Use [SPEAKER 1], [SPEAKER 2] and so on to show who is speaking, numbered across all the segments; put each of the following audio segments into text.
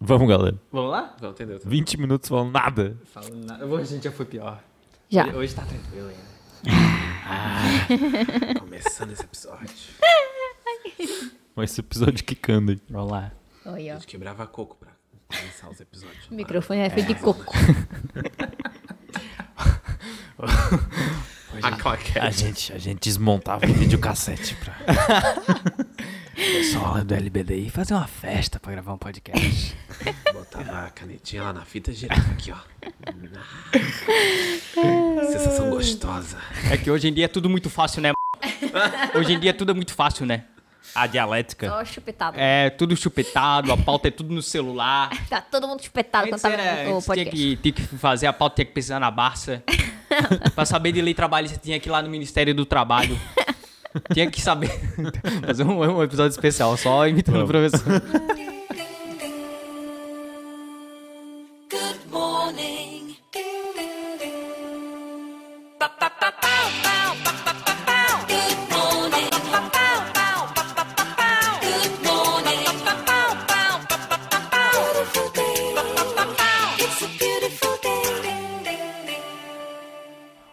[SPEAKER 1] Vamos, galera.
[SPEAKER 2] Vamos lá? Vamos, entendeu?
[SPEAKER 1] 20 minutos falando nada.
[SPEAKER 2] Falando nada. Hoje a gente já foi pior.
[SPEAKER 3] Já.
[SPEAKER 2] Hoje- Hoje tá tranquilo ainda. começando esse episódio.
[SPEAKER 1] Mas esse episódio quicando aí.
[SPEAKER 2] Vamos lá.
[SPEAKER 3] Oi, ó.
[SPEAKER 2] A gente quebrava coco pra começar os episódios.
[SPEAKER 3] O microfone é feito de coco.
[SPEAKER 2] Hoje a qualquer.
[SPEAKER 1] A gente, a gente desmontava o videocassete pra.
[SPEAKER 4] pessoal do LBDI fazer uma festa pra gravar um podcast.
[SPEAKER 2] Botava a canetinha lá na fita e girava aqui, ó. Sensação gostosa.
[SPEAKER 4] É que hoje em dia é tudo muito fácil, né? Hoje em dia tudo é muito fácil, né?
[SPEAKER 1] A dialética.
[SPEAKER 3] Só chupetado.
[SPEAKER 4] É tudo chupetado, a pauta é tudo no celular.
[SPEAKER 3] Tá todo mundo chupetado quando
[SPEAKER 4] Antes
[SPEAKER 3] tava
[SPEAKER 4] era-
[SPEAKER 3] no
[SPEAKER 4] antes tinha,
[SPEAKER 3] podcast.
[SPEAKER 4] que, tinha que fazer a pauta, tinha que pesquisar na Barça. pra saber de lei trabalhista, tinha que ir lá no Ministério do Trabalho. tinha que saber. fazer um, um episódio especial, só imitando o professor.
[SPEAKER 5] Good morning. Ding ding ding. Ba ba ba bow bow ba ba ba bow. Good morning. Ba ba bow bow ba ba ba bow. Good morning. Ba ba bow bow ba ba ba bow. Beautiful day. Ba ba ba bow. It's a beautiful day. Ding ding ding.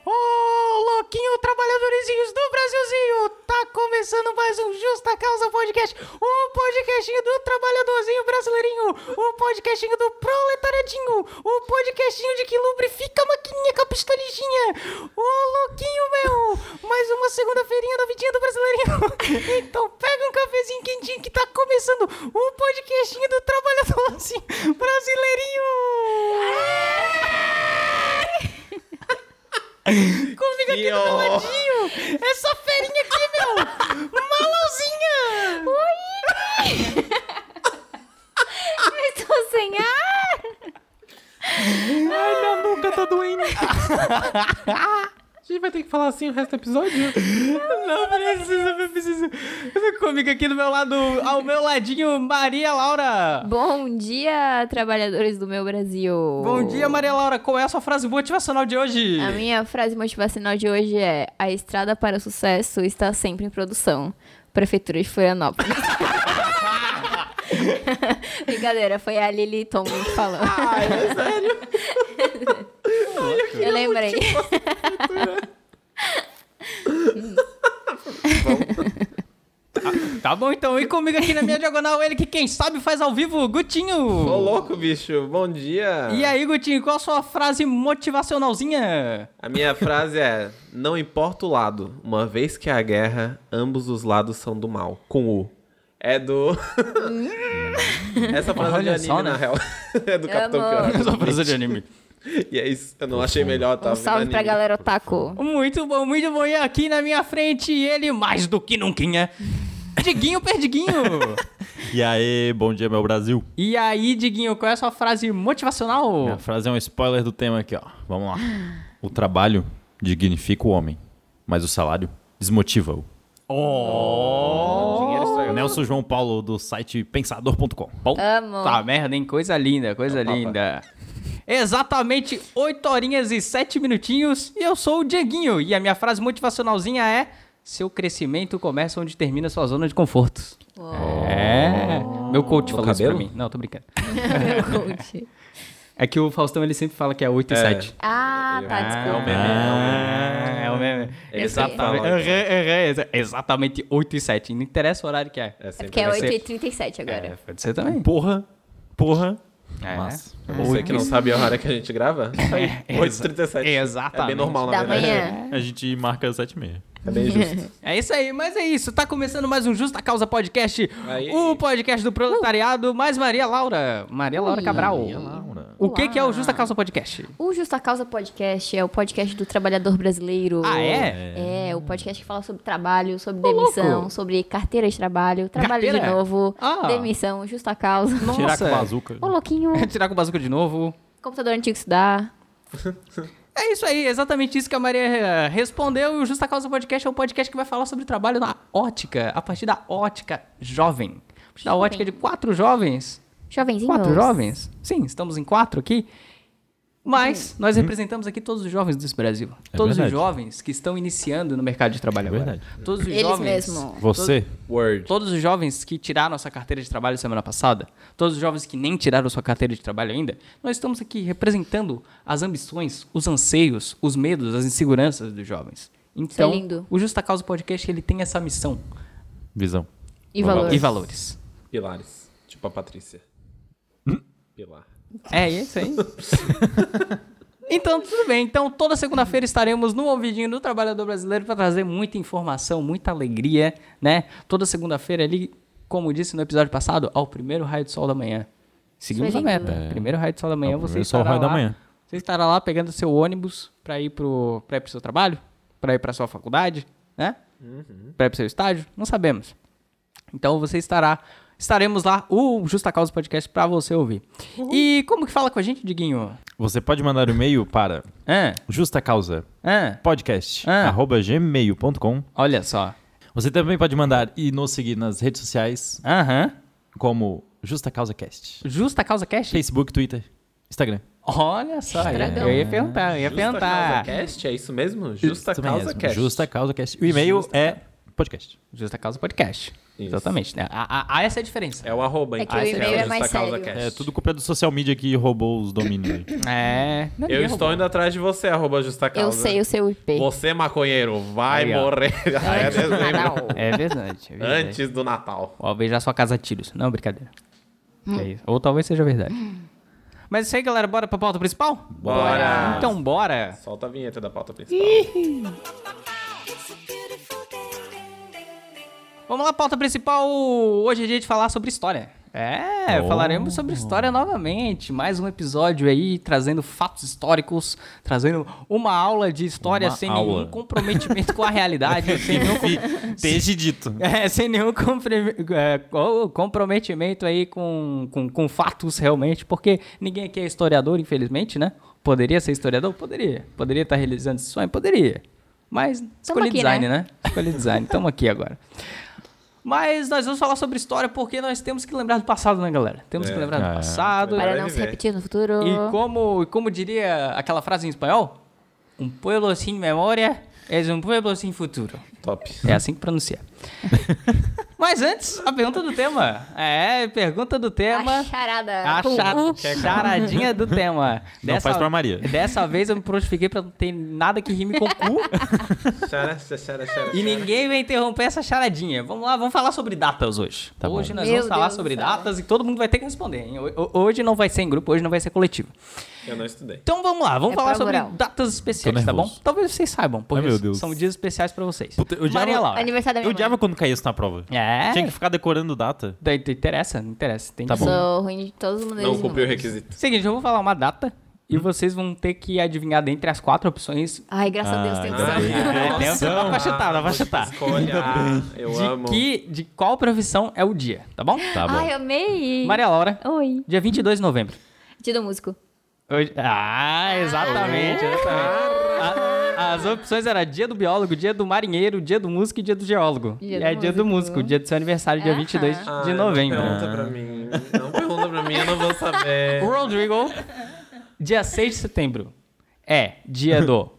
[SPEAKER 4] Ô, louquinho, trabalhadorzinhos do Brasilzinho, tá começando mais um Justa Causa Podcast, o podcastinho do trabalhadorzinho brasileirinho, o podcastinho do proletariadinho, o podcastinho de que lubrifica a maquininha com a pistoliginha. Ô, louquinho meu, mais uma segunda-feirinha da vidinha do brasileirinho. Então pega um cafezinho quentinho que tá começando o podcastinho do trabalhadorzinho brasileirinho. Comigo aqui do meu ladinho! Essa ferinha aqui, meu! Maluzinha!
[SPEAKER 3] Eu Estou sem ar!
[SPEAKER 4] Ai, minha nuca tá doendo!
[SPEAKER 2] A gente vai ter que falar assim o resto do episódio?
[SPEAKER 4] Não precisa, não precisa. Comigo aqui do meu lado, ao meu ladinho, Maria Laura!
[SPEAKER 3] Bom dia, trabalhadores do meu Brasil.
[SPEAKER 4] Bom dia, Maria Laura! Qual é a sua frase motivacional de hoje?
[SPEAKER 3] A minha frase motivacional de hoje é: A estrada para o sucesso está sempre em produção. Prefeitura de Florianópolis. Brincadeira, foi a Lili Tom que falou. Ai, é sério? eu lembrei.
[SPEAKER 4] Tá bom então, e comigo aqui na minha diagonal, ele que quem sabe faz ao vivo,
[SPEAKER 2] Ô,
[SPEAKER 4] Gutinho!
[SPEAKER 2] louco, bicho. Bom dia.
[SPEAKER 4] E aí, Gutinho, qual a sua frase motivacionalzinha?
[SPEAKER 2] A minha frase é: Não importa o lado, uma vez que há guerra, ambos os lados são do mal. Com o. É do. Essa frase
[SPEAKER 4] Olha
[SPEAKER 2] é de anime,
[SPEAKER 4] só, né?
[SPEAKER 2] na real. É do Capitão
[SPEAKER 3] Amo.
[SPEAKER 2] Pior.
[SPEAKER 4] Sua frase de anime.
[SPEAKER 2] E é isso. Eu não achei melhor, tá?
[SPEAKER 3] Um salve pra galera otaku.
[SPEAKER 4] Muito bom, muito bom. E aqui na minha frente, ele mais do que nunca. é Diguinho Perdiguinho.
[SPEAKER 1] E aí, bom dia, meu Brasil.
[SPEAKER 4] e aí, Diguinho, qual é a sua frase motivacional?
[SPEAKER 1] Minha frase é um spoiler do tema aqui, ó. Vamos lá. O trabalho dignifica o homem, mas o salário desmotiva-o. É
[SPEAKER 2] galera.
[SPEAKER 1] Nelson João Paulo, do site pensador.com.
[SPEAKER 3] Amo.
[SPEAKER 4] Tá, merda, hein? Coisa linda, coisa linda. Exatamente 8 horinhas e 7 minutinhos. E eu sou o Dieguinho. E a minha frase motivacionalzinha é: Seu crescimento começa onde termina sua zona de conforto. É. Meu coach falou
[SPEAKER 2] cabelo?
[SPEAKER 4] isso pra mim. Não, tô brincando.
[SPEAKER 3] Meu coach.
[SPEAKER 4] É que o Faustão ele sempre fala que é 8 e
[SPEAKER 2] É.
[SPEAKER 4] 7.
[SPEAKER 3] Ah, tá,
[SPEAKER 2] um
[SPEAKER 3] desculpa.
[SPEAKER 4] Ah, é o meme.
[SPEAKER 2] Ele
[SPEAKER 4] Exatamente.
[SPEAKER 2] sempre fala.
[SPEAKER 4] Aham, aham, exa- Exatamente 8 e 7. Não interessa o horário que é.
[SPEAKER 2] É
[SPEAKER 3] É
[SPEAKER 2] sempre
[SPEAKER 3] porque é
[SPEAKER 4] vai ser-
[SPEAKER 3] 8h37
[SPEAKER 2] É,
[SPEAKER 3] agora.
[SPEAKER 4] pode ser também.
[SPEAKER 1] Porra, porra.
[SPEAKER 4] É.
[SPEAKER 1] Mas,
[SPEAKER 2] Você que não sabe a hora que a gente grava? Tá aí,
[SPEAKER 4] É,
[SPEAKER 2] 8h37.
[SPEAKER 4] exatamente.
[SPEAKER 2] É bem normal, na
[SPEAKER 3] Da
[SPEAKER 2] verdade.
[SPEAKER 3] manhã.
[SPEAKER 1] a gente marca 7 e meia.
[SPEAKER 2] É bem justo.
[SPEAKER 4] É isso aí, mas é isso. Tá começando mais um Justa Causa Podcast.
[SPEAKER 2] Aí.
[SPEAKER 4] O podcast do proletariado, mais Maria Laura. Maria Laura Cabral. O que, que é o Justa Causa Podcast?
[SPEAKER 3] O Justa Causa Podcast é o podcast do trabalhador brasileiro.
[SPEAKER 4] Ah, é?
[SPEAKER 3] É, o podcast que fala sobre trabalho, sobre demissão,
[SPEAKER 4] louco.
[SPEAKER 3] sobre carteira de trabalho, trabalho de
[SPEAKER 4] Carteira?
[SPEAKER 3] novo,
[SPEAKER 4] Ah.
[SPEAKER 3] demissão, justa causa.
[SPEAKER 1] Tirar com
[SPEAKER 4] Nossa.
[SPEAKER 1] bazuca.
[SPEAKER 3] Ô, louquinho,
[SPEAKER 4] Tirar com o bazuca de novo.
[SPEAKER 3] computador antigo se dá.
[SPEAKER 4] É isso aí, exatamente isso que a Maria eh, respondeu. E o Justa Causa Podcast é um podcast que vai falar sobre trabalho na ótica, a partir da ótica jovem. A partir da ótica de quatro jovens.
[SPEAKER 3] Jovenzinho.
[SPEAKER 4] Quatro jovens? Sim, estamos em quatro aqui. Mas nós representamos aqui todos os jovens desse Brasil.
[SPEAKER 1] É
[SPEAKER 4] todos
[SPEAKER 1] verdade.
[SPEAKER 4] os jovens que estão iniciando no mercado de trabalho
[SPEAKER 1] É
[SPEAKER 4] agora.
[SPEAKER 1] verdade.
[SPEAKER 4] Todos os
[SPEAKER 3] Eles
[SPEAKER 4] jovens.
[SPEAKER 3] mesmo.
[SPEAKER 1] Você,
[SPEAKER 2] Word.
[SPEAKER 4] Todos os jovens que tiraram a sua carteira de trabalho semana passada, todos os jovens que nem tiraram sua carteira de trabalho ainda, nós estamos aqui representando as ambições, os anseios, os medos, as inseguranças dos jovens. Então,
[SPEAKER 3] é lindo.
[SPEAKER 4] o Justa Causa Podcast ele tem essa missão
[SPEAKER 1] visão.
[SPEAKER 3] E valores.
[SPEAKER 4] e valores.
[SPEAKER 2] Pilares. Tipo a Patrícia. Pilar.
[SPEAKER 4] É isso aí. então, tudo bem. Então, toda segunda-feira estaremos no ouvidinho do trabalhador brasileiro para trazer muita informação, muita alegria, né? Toda segunda-feira ali, como disse no episódio passado, ao primeiro raio de sol da manhã. Seguimos
[SPEAKER 3] Isso
[SPEAKER 4] a
[SPEAKER 3] é
[SPEAKER 4] meta.
[SPEAKER 3] lindo.
[SPEAKER 4] Primeiro raio de sol da manhã,
[SPEAKER 1] Ao
[SPEAKER 4] você
[SPEAKER 1] primeiro sol,
[SPEAKER 4] estará
[SPEAKER 1] raio da
[SPEAKER 4] lá-
[SPEAKER 1] manhã.
[SPEAKER 4] Você estará lá pegando seu ônibus para ir pro para ir pro seu trabalho, para ir para sua faculdade, né?
[SPEAKER 2] Uhum.
[SPEAKER 4] Para ir pro seu estágio, não sabemos. Então você estará. Estaremos lá, o Justa Causa Podcast, pra você ouvir.
[SPEAKER 2] Uhum.
[SPEAKER 4] E como que fala com a gente, Diguinho?
[SPEAKER 1] Você pode mandar um e-mail para
[SPEAKER 4] Hã?
[SPEAKER 1] Justa Causa
[SPEAKER 4] Hã?
[SPEAKER 1] Podcast,
[SPEAKER 4] Ah.
[SPEAKER 1] arroba gmail.com.
[SPEAKER 4] Olha só.
[SPEAKER 1] Você também pode mandar e nos seguir nas redes sociais
[SPEAKER 4] Aham.
[SPEAKER 1] como Justa Causa Cast.
[SPEAKER 4] Justa Causa Cast?
[SPEAKER 1] Facebook, Twitter, Instagram.
[SPEAKER 4] Olha só.
[SPEAKER 3] Estragão.
[SPEAKER 4] Eu ia perguntar, eu ia
[SPEAKER 2] Justa
[SPEAKER 4] perguntar.
[SPEAKER 2] Causa Cast, é isso mesmo? Justa
[SPEAKER 1] Isso
[SPEAKER 2] Causa
[SPEAKER 1] mesmo,
[SPEAKER 2] Cast.
[SPEAKER 1] Justa Causa Cast. O e-mail
[SPEAKER 2] Justa
[SPEAKER 1] é podcast.
[SPEAKER 4] Justa Causa Podcast.
[SPEAKER 2] Isso.
[SPEAKER 4] Exatamente. né? Há, há- há essa diferença.
[SPEAKER 2] É o arroba,
[SPEAKER 3] É
[SPEAKER 2] hein?
[SPEAKER 3] que o e-mail é mais sério.
[SPEAKER 1] É tudo copiado do social media que roubou os domínios. aí.
[SPEAKER 4] É. não,
[SPEAKER 2] Eu
[SPEAKER 4] ninguém
[SPEAKER 2] estou
[SPEAKER 4] roubou.
[SPEAKER 2] indo atrás de você, arroba Justa Causa.
[SPEAKER 3] Eu sei o seu IP.
[SPEAKER 2] Você, maconheiro, vai
[SPEAKER 4] Aí, ó.
[SPEAKER 2] morrer Aí é dezembro.
[SPEAKER 4] É verdade. É verdade.
[SPEAKER 2] antes do Natal.
[SPEAKER 4] Ou beijar sua casa a tiros. Não, brincadeira. É isso. Ou talvez seja verdade. Mas é isso aí, galera. Bora pra pauta principal?
[SPEAKER 2] Bora.
[SPEAKER 4] Então bora.
[SPEAKER 2] Solta a vinheta da pauta principal.
[SPEAKER 5] It's a beautiful day.
[SPEAKER 4] Vamos lá, pauta principal. Hoje é dia de falar sobre história. É,
[SPEAKER 1] Oh.
[SPEAKER 4] falaremos sobre história novamente. Mais um episódio aí, trazendo fatos históricos, trazendo uma aula de história
[SPEAKER 1] Uma
[SPEAKER 4] sem
[SPEAKER 1] aula.
[SPEAKER 4] nenhum comprometimento com a realidade, sem nenhum com-
[SPEAKER 1] Desde dito.
[SPEAKER 4] É, sem nenhum compre- é, co- comprometimento aí com, com, com fatos realmente, porque ninguém aqui é historiador, infelizmente, né? Poderia ser historiador? Poderia. Poderia estar realizando esse sonho? Poderia. Mas escolhi
[SPEAKER 3] aqui,
[SPEAKER 4] design,
[SPEAKER 3] né?
[SPEAKER 4] né? Escolhi design. Estamos aqui agora. Mas nós vamos falar sobre história porque nós temos que lembrar do passado, né, galera? Temos que lembrar
[SPEAKER 1] É.
[SPEAKER 4] do passado.
[SPEAKER 3] Para não se
[SPEAKER 2] viver.
[SPEAKER 3] repetir no futuro.
[SPEAKER 4] E como, como diria aquela frase em espanhol? Um pueblo sem memória é um pueblo sem futuro.
[SPEAKER 2] Top.
[SPEAKER 4] É assim que pronuncia. Mas antes, a pergunta do tema. É, pergunta do
[SPEAKER 3] A
[SPEAKER 4] tema.
[SPEAKER 3] charada.
[SPEAKER 4] A
[SPEAKER 3] Com
[SPEAKER 4] cha-
[SPEAKER 3] U.
[SPEAKER 4] charadinha do tema.
[SPEAKER 1] Não faz pra Maria.
[SPEAKER 4] Dessa vez eu me prontifiquei pra não ter nada que rime com cu.
[SPEAKER 2] Xara, xara, xara, xara.
[SPEAKER 4] e ninguém vai interromper essa charadinha. Vamos lá, vamos falar sobre datas hoje.
[SPEAKER 1] Tá bom.
[SPEAKER 4] hoje nós
[SPEAKER 3] Meu
[SPEAKER 4] vamos falar
[SPEAKER 3] Deus
[SPEAKER 4] sobre
[SPEAKER 3] do céu.
[SPEAKER 4] datas e todo mundo vai ter que responder. hein? Ho- ho- Hoje não vai ser em grupo, hoje não vai ser coletivo.
[SPEAKER 2] Eu não estudei.
[SPEAKER 4] Então vamos lá, vamos
[SPEAKER 3] É
[SPEAKER 4] falar
[SPEAKER 3] pra
[SPEAKER 4] sobre
[SPEAKER 3] rural.
[SPEAKER 4] datas especiais,
[SPEAKER 1] Tô
[SPEAKER 4] tá bom?
[SPEAKER 1] nervoso.
[SPEAKER 4] Talvez vocês saibam, porque
[SPEAKER 1] Ai, meu Deus.
[SPEAKER 4] são dias especiais pra vocês.
[SPEAKER 1] Puta, eu odiava-
[SPEAKER 4] Maria Laura.
[SPEAKER 3] Aniversário da
[SPEAKER 1] Eu
[SPEAKER 3] minha
[SPEAKER 1] odiava
[SPEAKER 3] mãe.
[SPEAKER 1] quando caía isso na prova.
[SPEAKER 4] É.
[SPEAKER 1] Tinha que ficar decorando data.
[SPEAKER 4] Daí te interessa, não interessa. Tem
[SPEAKER 1] Tá
[SPEAKER 4] que-
[SPEAKER 1] bom.
[SPEAKER 3] Sou ruim de todos os maneiras.
[SPEAKER 2] Não cumpri o requisito.
[SPEAKER 4] Seguinte, eu vou falar uma data e vocês vão ter que adivinhar dentre as quatro opções
[SPEAKER 3] Ai, graças a Deus, tem
[SPEAKER 4] é.
[SPEAKER 1] Ah,
[SPEAKER 3] que assim.
[SPEAKER 1] ainda bem.
[SPEAKER 4] deu, dá pra chutar, dá pra chutar.
[SPEAKER 2] Escolha. Eu amo.
[SPEAKER 4] de, que, de qual profissão é o dia, tá bom?
[SPEAKER 1] Tá bom.
[SPEAKER 3] Ai, amei.
[SPEAKER 4] Maria Laura,
[SPEAKER 3] Oi.
[SPEAKER 4] dia 22 de novembro.
[SPEAKER 3] Tido músico.
[SPEAKER 4] Hoje- Ah, exatamente, exatamente. A- as opções eram dia do biólogo, dia do marinheiro, dia do músico e dia do geólogo.
[SPEAKER 3] Dia
[SPEAKER 4] e
[SPEAKER 3] do
[SPEAKER 4] é dia do
[SPEAKER 3] músico.
[SPEAKER 4] músico, dia do seu aniversário, dia
[SPEAKER 3] Aham.
[SPEAKER 4] 22
[SPEAKER 2] Ah,
[SPEAKER 4] de novembro.
[SPEAKER 2] Não pergunta pra mim. Não pergunta pra mim, eu não vou saber.
[SPEAKER 4] O Rodrigo, dia 6 de setembro, é dia do.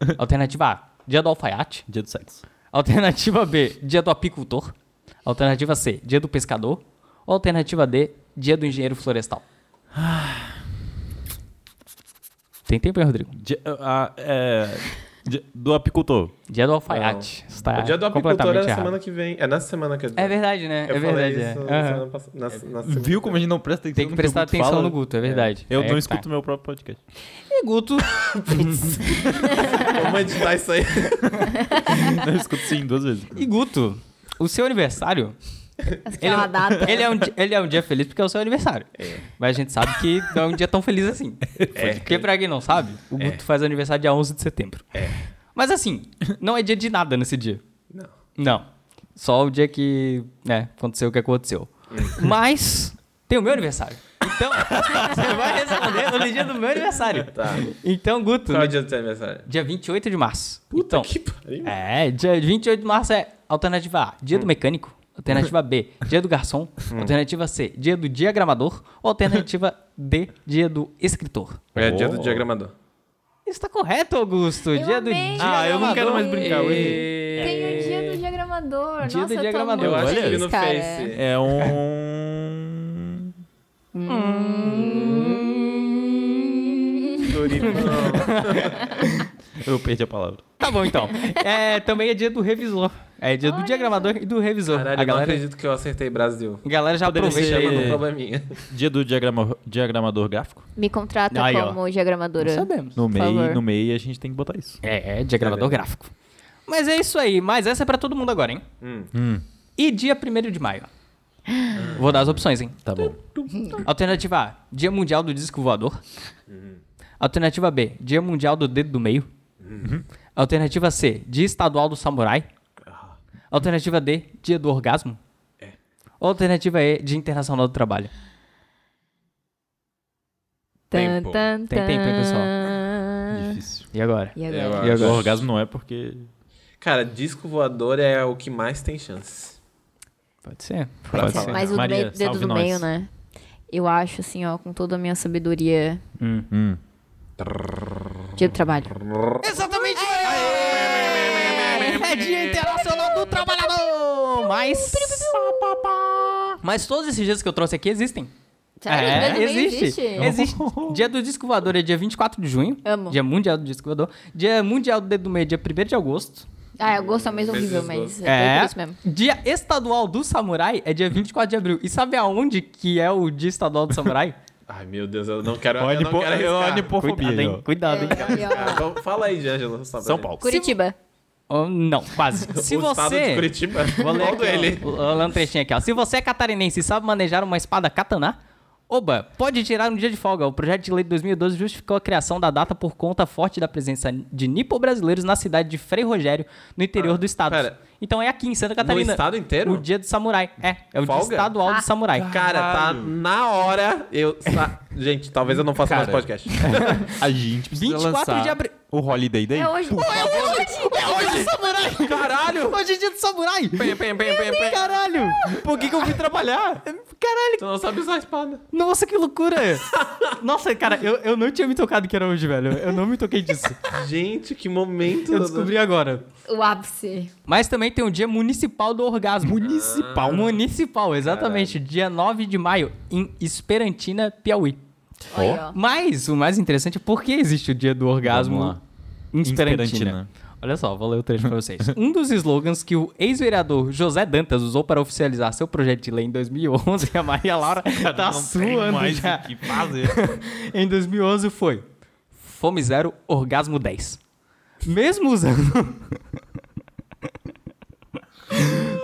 [SPEAKER 4] Alternativa A, dia do alfaiate.
[SPEAKER 1] Dia do sexo.
[SPEAKER 4] Alternativa B, dia do apicultor. Alternativa C, dia do pescador. Ou alternativa D, dia do engenheiro florestal. Tem tempo, hein, Rodrigo?
[SPEAKER 1] Dia, ah, é, dia do apicultor.
[SPEAKER 4] Dia do alfaiate. Está
[SPEAKER 2] O dia do apicultor
[SPEAKER 4] Ah, completamente
[SPEAKER 2] é na
[SPEAKER 4] errado.
[SPEAKER 2] semana que vem. É na semana que eu
[SPEAKER 4] É verdade, né?
[SPEAKER 2] Eu
[SPEAKER 4] é
[SPEAKER 2] falei
[SPEAKER 4] verdade. é.
[SPEAKER 2] isso
[SPEAKER 4] Aham.
[SPEAKER 2] semana passada. na- na segunda.
[SPEAKER 1] Viu como a gente não presta atenção
[SPEAKER 4] Tem que
[SPEAKER 1] no
[SPEAKER 4] prestar
[SPEAKER 1] o Guto
[SPEAKER 4] atenção
[SPEAKER 1] fala?
[SPEAKER 4] no Guto, é verdade.
[SPEAKER 1] Eu
[SPEAKER 4] É
[SPEAKER 1] não
[SPEAKER 4] que
[SPEAKER 1] escuto
[SPEAKER 4] tá.
[SPEAKER 1] meu próprio podcast.
[SPEAKER 4] E Guto.
[SPEAKER 2] Vamos editar isso aí.
[SPEAKER 1] não eu escuto sim duas vezes.
[SPEAKER 4] e Guto. O seu aniversário
[SPEAKER 3] Que é uma data.
[SPEAKER 4] Ele é, um, di- ele é um dia feliz porque é o seu aniversário. Mas a gente sabe que não é um dia tão feliz assim.
[SPEAKER 2] É,
[SPEAKER 4] Porque pra quem não sabe, o Guto faz aniversário dia 11 de setembro. Mas assim, não é dia de nada nesse dia.
[SPEAKER 2] É. Não.
[SPEAKER 4] Não. Só o dia que, né, aconteceu o que aconteceu.
[SPEAKER 2] Hum.
[SPEAKER 4] Mas tem o meu aniversário. Então, você vai responder no dia do meu aniversário.
[SPEAKER 2] Tá.
[SPEAKER 4] Então, Guto,
[SPEAKER 2] Qual é o
[SPEAKER 4] no
[SPEAKER 2] dia do seu aniversário?
[SPEAKER 4] dia 28 de março. então,
[SPEAKER 2] Que pariu.
[SPEAKER 4] é, dia 28 de março é alternativa A, dia
[SPEAKER 1] Hum.
[SPEAKER 4] do mecânico. Alternativa B, dia do garçom. Alternativa C, dia do diagramador. Ou alternativa D, dia do escritor.
[SPEAKER 2] É dia do
[SPEAKER 1] Oh.
[SPEAKER 2] diagramador.
[SPEAKER 4] Está correto, Augusto.
[SPEAKER 3] Eu
[SPEAKER 4] dia do
[SPEAKER 3] amei.
[SPEAKER 4] dia.
[SPEAKER 1] Ah, eu não quero mais brincar hoje.
[SPEAKER 2] E-
[SPEAKER 3] Tem o dia do diagramador.
[SPEAKER 4] É. Dia do
[SPEAKER 3] Nossa, eu tô
[SPEAKER 4] diagramador.
[SPEAKER 2] Eu
[SPEAKER 3] muito
[SPEAKER 2] acho
[SPEAKER 1] Olha.
[SPEAKER 2] que
[SPEAKER 3] feliz,
[SPEAKER 2] no
[SPEAKER 3] cara.
[SPEAKER 2] Face.
[SPEAKER 1] É um.
[SPEAKER 3] Hum.
[SPEAKER 1] Eu perdi a palavra.
[SPEAKER 4] Tá bom, então. É, também é dia do revisor. É dia do
[SPEAKER 3] Olha.
[SPEAKER 4] diagramador e do revisor.
[SPEAKER 2] Caralho,
[SPEAKER 4] a
[SPEAKER 2] eu não
[SPEAKER 4] galera,
[SPEAKER 2] acredito que eu acertei Brasil.
[SPEAKER 4] a galera já
[SPEAKER 1] Poderia
[SPEAKER 4] aproveita.
[SPEAKER 1] ser-
[SPEAKER 2] Chama
[SPEAKER 1] Ei.
[SPEAKER 2] no probleminha.
[SPEAKER 1] Dia do diagrama- diagramador gráfico.
[SPEAKER 3] Me contrata
[SPEAKER 4] Aí, ó.
[SPEAKER 3] como
[SPEAKER 4] Não
[SPEAKER 1] É.
[SPEAKER 3] diagramadora.
[SPEAKER 4] sabemos.
[SPEAKER 1] No MEI,
[SPEAKER 3] favor.
[SPEAKER 1] no MEI a gente tem que botar isso.
[SPEAKER 4] É, é diagramador gráfico. Mas é isso aí. Mas essa é pra todo mundo agora, hein?
[SPEAKER 1] Hum.
[SPEAKER 4] E dia 1 de maio. Vou dar as opções, hein?
[SPEAKER 1] Tá bom.
[SPEAKER 4] Alternativa A, Dia Mundial do Disco Voador. Alternativa B, Dia Mundial do Dedo do Meio. Alternativa C, Dia Estadual do Samurai. Alternativa D, Dia do Orgasmo. Alternativa E, Dia Internacional do Trabalho.
[SPEAKER 2] Tempo.
[SPEAKER 3] tan,
[SPEAKER 4] Tem tempo, hein, pessoal?
[SPEAKER 3] tan.
[SPEAKER 1] Difícil.
[SPEAKER 4] E agora?
[SPEAKER 3] E
[SPEAKER 2] Eu
[SPEAKER 3] agora?
[SPEAKER 2] acho.
[SPEAKER 1] O orgasmo não é porque.
[SPEAKER 2] Cara, disco voador é o que mais tem chance.
[SPEAKER 4] Pode ser.
[SPEAKER 1] Pode
[SPEAKER 3] Mas
[SPEAKER 1] ser. né?
[SPEAKER 3] Mas o do
[SPEAKER 1] Maria,
[SPEAKER 3] meio- dedo
[SPEAKER 1] salve
[SPEAKER 3] do
[SPEAKER 1] nós.
[SPEAKER 3] meio, né? Eu acho, assim, ó, com toda a minha sabedoria,
[SPEAKER 1] Hum.
[SPEAKER 3] dia do trabalho.
[SPEAKER 4] Exatamente! É Dia Internacional do Trabalhador! Mas... Mas todos esses dias que eu trouxe aqui existem.
[SPEAKER 3] Sério?
[SPEAKER 4] É,
[SPEAKER 3] Dedo do meio
[SPEAKER 4] existe. Existe. Dia do Disco Voador é dia 24 de junho.
[SPEAKER 3] Amo.
[SPEAKER 4] Dia Mundial do Disco Voador. Dia Mundial do Dedo do Meio é dia 1 de agosto.
[SPEAKER 3] Ah, eu gosto é o mesmo
[SPEAKER 2] Fez
[SPEAKER 3] horrível,
[SPEAKER 2] os
[SPEAKER 3] mas
[SPEAKER 2] dois.
[SPEAKER 3] é por isso mesmo.
[SPEAKER 4] Dia Estadual do Samurai é dia 24 de abril. E sabe aonde que é o Dia Estadual do Samurai?
[SPEAKER 2] Ai, meu Deus, eu não quero. Eu não
[SPEAKER 1] Onipo-
[SPEAKER 2] quero
[SPEAKER 1] é
[SPEAKER 2] arriscar.
[SPEAKER 4] Cuidado,
[SPEAKER 1] Onipofobia.
[SPEAKER 4] hein? É.
[SPEAKER 1] ó.
[SPEAKER 4] Cuidado, hein?
[SPEAKER 2] Ah, vamos- Fala aí, Jângelo. só pra
[SPEAKER 1] São
[SPEAKER 2] gente.
[SPEAKER 1] Paulo.
[SPEAKER 3] Curitiba.
[SPEAKER 4] Oh, não, quase. Se
[SPEAKER 2] o estado de
[SPEAKER 4] você...
[SPEAKER 2] Curitiba.
[SPEAKER 4] Vou ler
[SPEAKER 2] Qual
[SPEAKER 4] aqui,
[SPEAKER 2] ele?
[SPEAKER 4] ó. Vou ler um trechinho aqui, ó. Se você é catarinense e sabe manejar uma espada katana, oba, pode tirar um dia de folga. O projeto de lei de 2012 justificou a criação da data por conta forte da presença de nipo-brasileiros na cidade de Frei Rogério, no interior
[SPEAKER 2] Ah,
[SPEAKER 4] do estado.
[SPEAKER 2] pera.
[SPEAKER 4] Então é aqui, em Santa Catarina.
[SPEAKER 2] estado inteiro?
[SPEAKER 4] O dia do samurai. É, é o dia
[SPEAKER 2] Folga?
[SPEAKER 4] estadual do samurai.
[SPEAKER 2] Cara, tá na hora. Eu. sa- Gente, talvez eu não faça mais
[SPEAKER 1] Cara.
[SPEAKER 2] podcast.
[SPEAKER 1] A gente precisa
[SPEAKER 4] 24
[SPEAKER 1] lançar
[SPEAKER 4] de abril.
[SPEAKER 1] O Holiday Day.
[SPEAKER 3] É hoje.
[SPEAKER 4] É o dia do samurai! Caralho! Hoje é dia do samurai!
[SPEAKER 2] tá- Pem, pem, pem, pem, pem.
[SPEAKER 4] Caralho! Por que, que eu vim trabalhar? Caralho,
[SPEAKER 2] Tu não sabe usar a espada.
[SPEAKER 4] Nossa, que loucura! Nossa, cara, eu, eu não tinha me tocado que era hoje, velho. Eu não me toquei disso.
[SPEAKER 2] Gente, que momento.
[SPEAKER 4] Eu descobri agora.
[SPEAKER 3] O ápice.
[SPEAKER 4] Mas também tem o Dia Municipal do Orgasmo. Municipal? Municipal, exatamente. Dia 9 de maio, em Esperantina, Piauí.
[SPEAKER 3] Olha, ó.
[SPEAKER 4] Mas o mais interessante é por que existe o Dia do
[SPEAKER 1] Vamos
[SPEAKER 4] Orgasmo
[SPEAKER 1] lá.
[SPEAKER 4] em Esperantina.
[SPEAKER 1] Esperantina.
[SPEAKER 4] Olha só, vou ler o trecho pra vocês. Um dos slogans que o ex-vereador José Dantas usou para oficializar seu projeto de lei em 2011, a Maria Laura tá
[SPEAKER 1] um
[SPEAKER 4] suando já.
[SPEAKER 1] que fazer.
[SPEAKER 4] em 2011 foi Fome Zero, Orgasmo 10. Mesmo usando.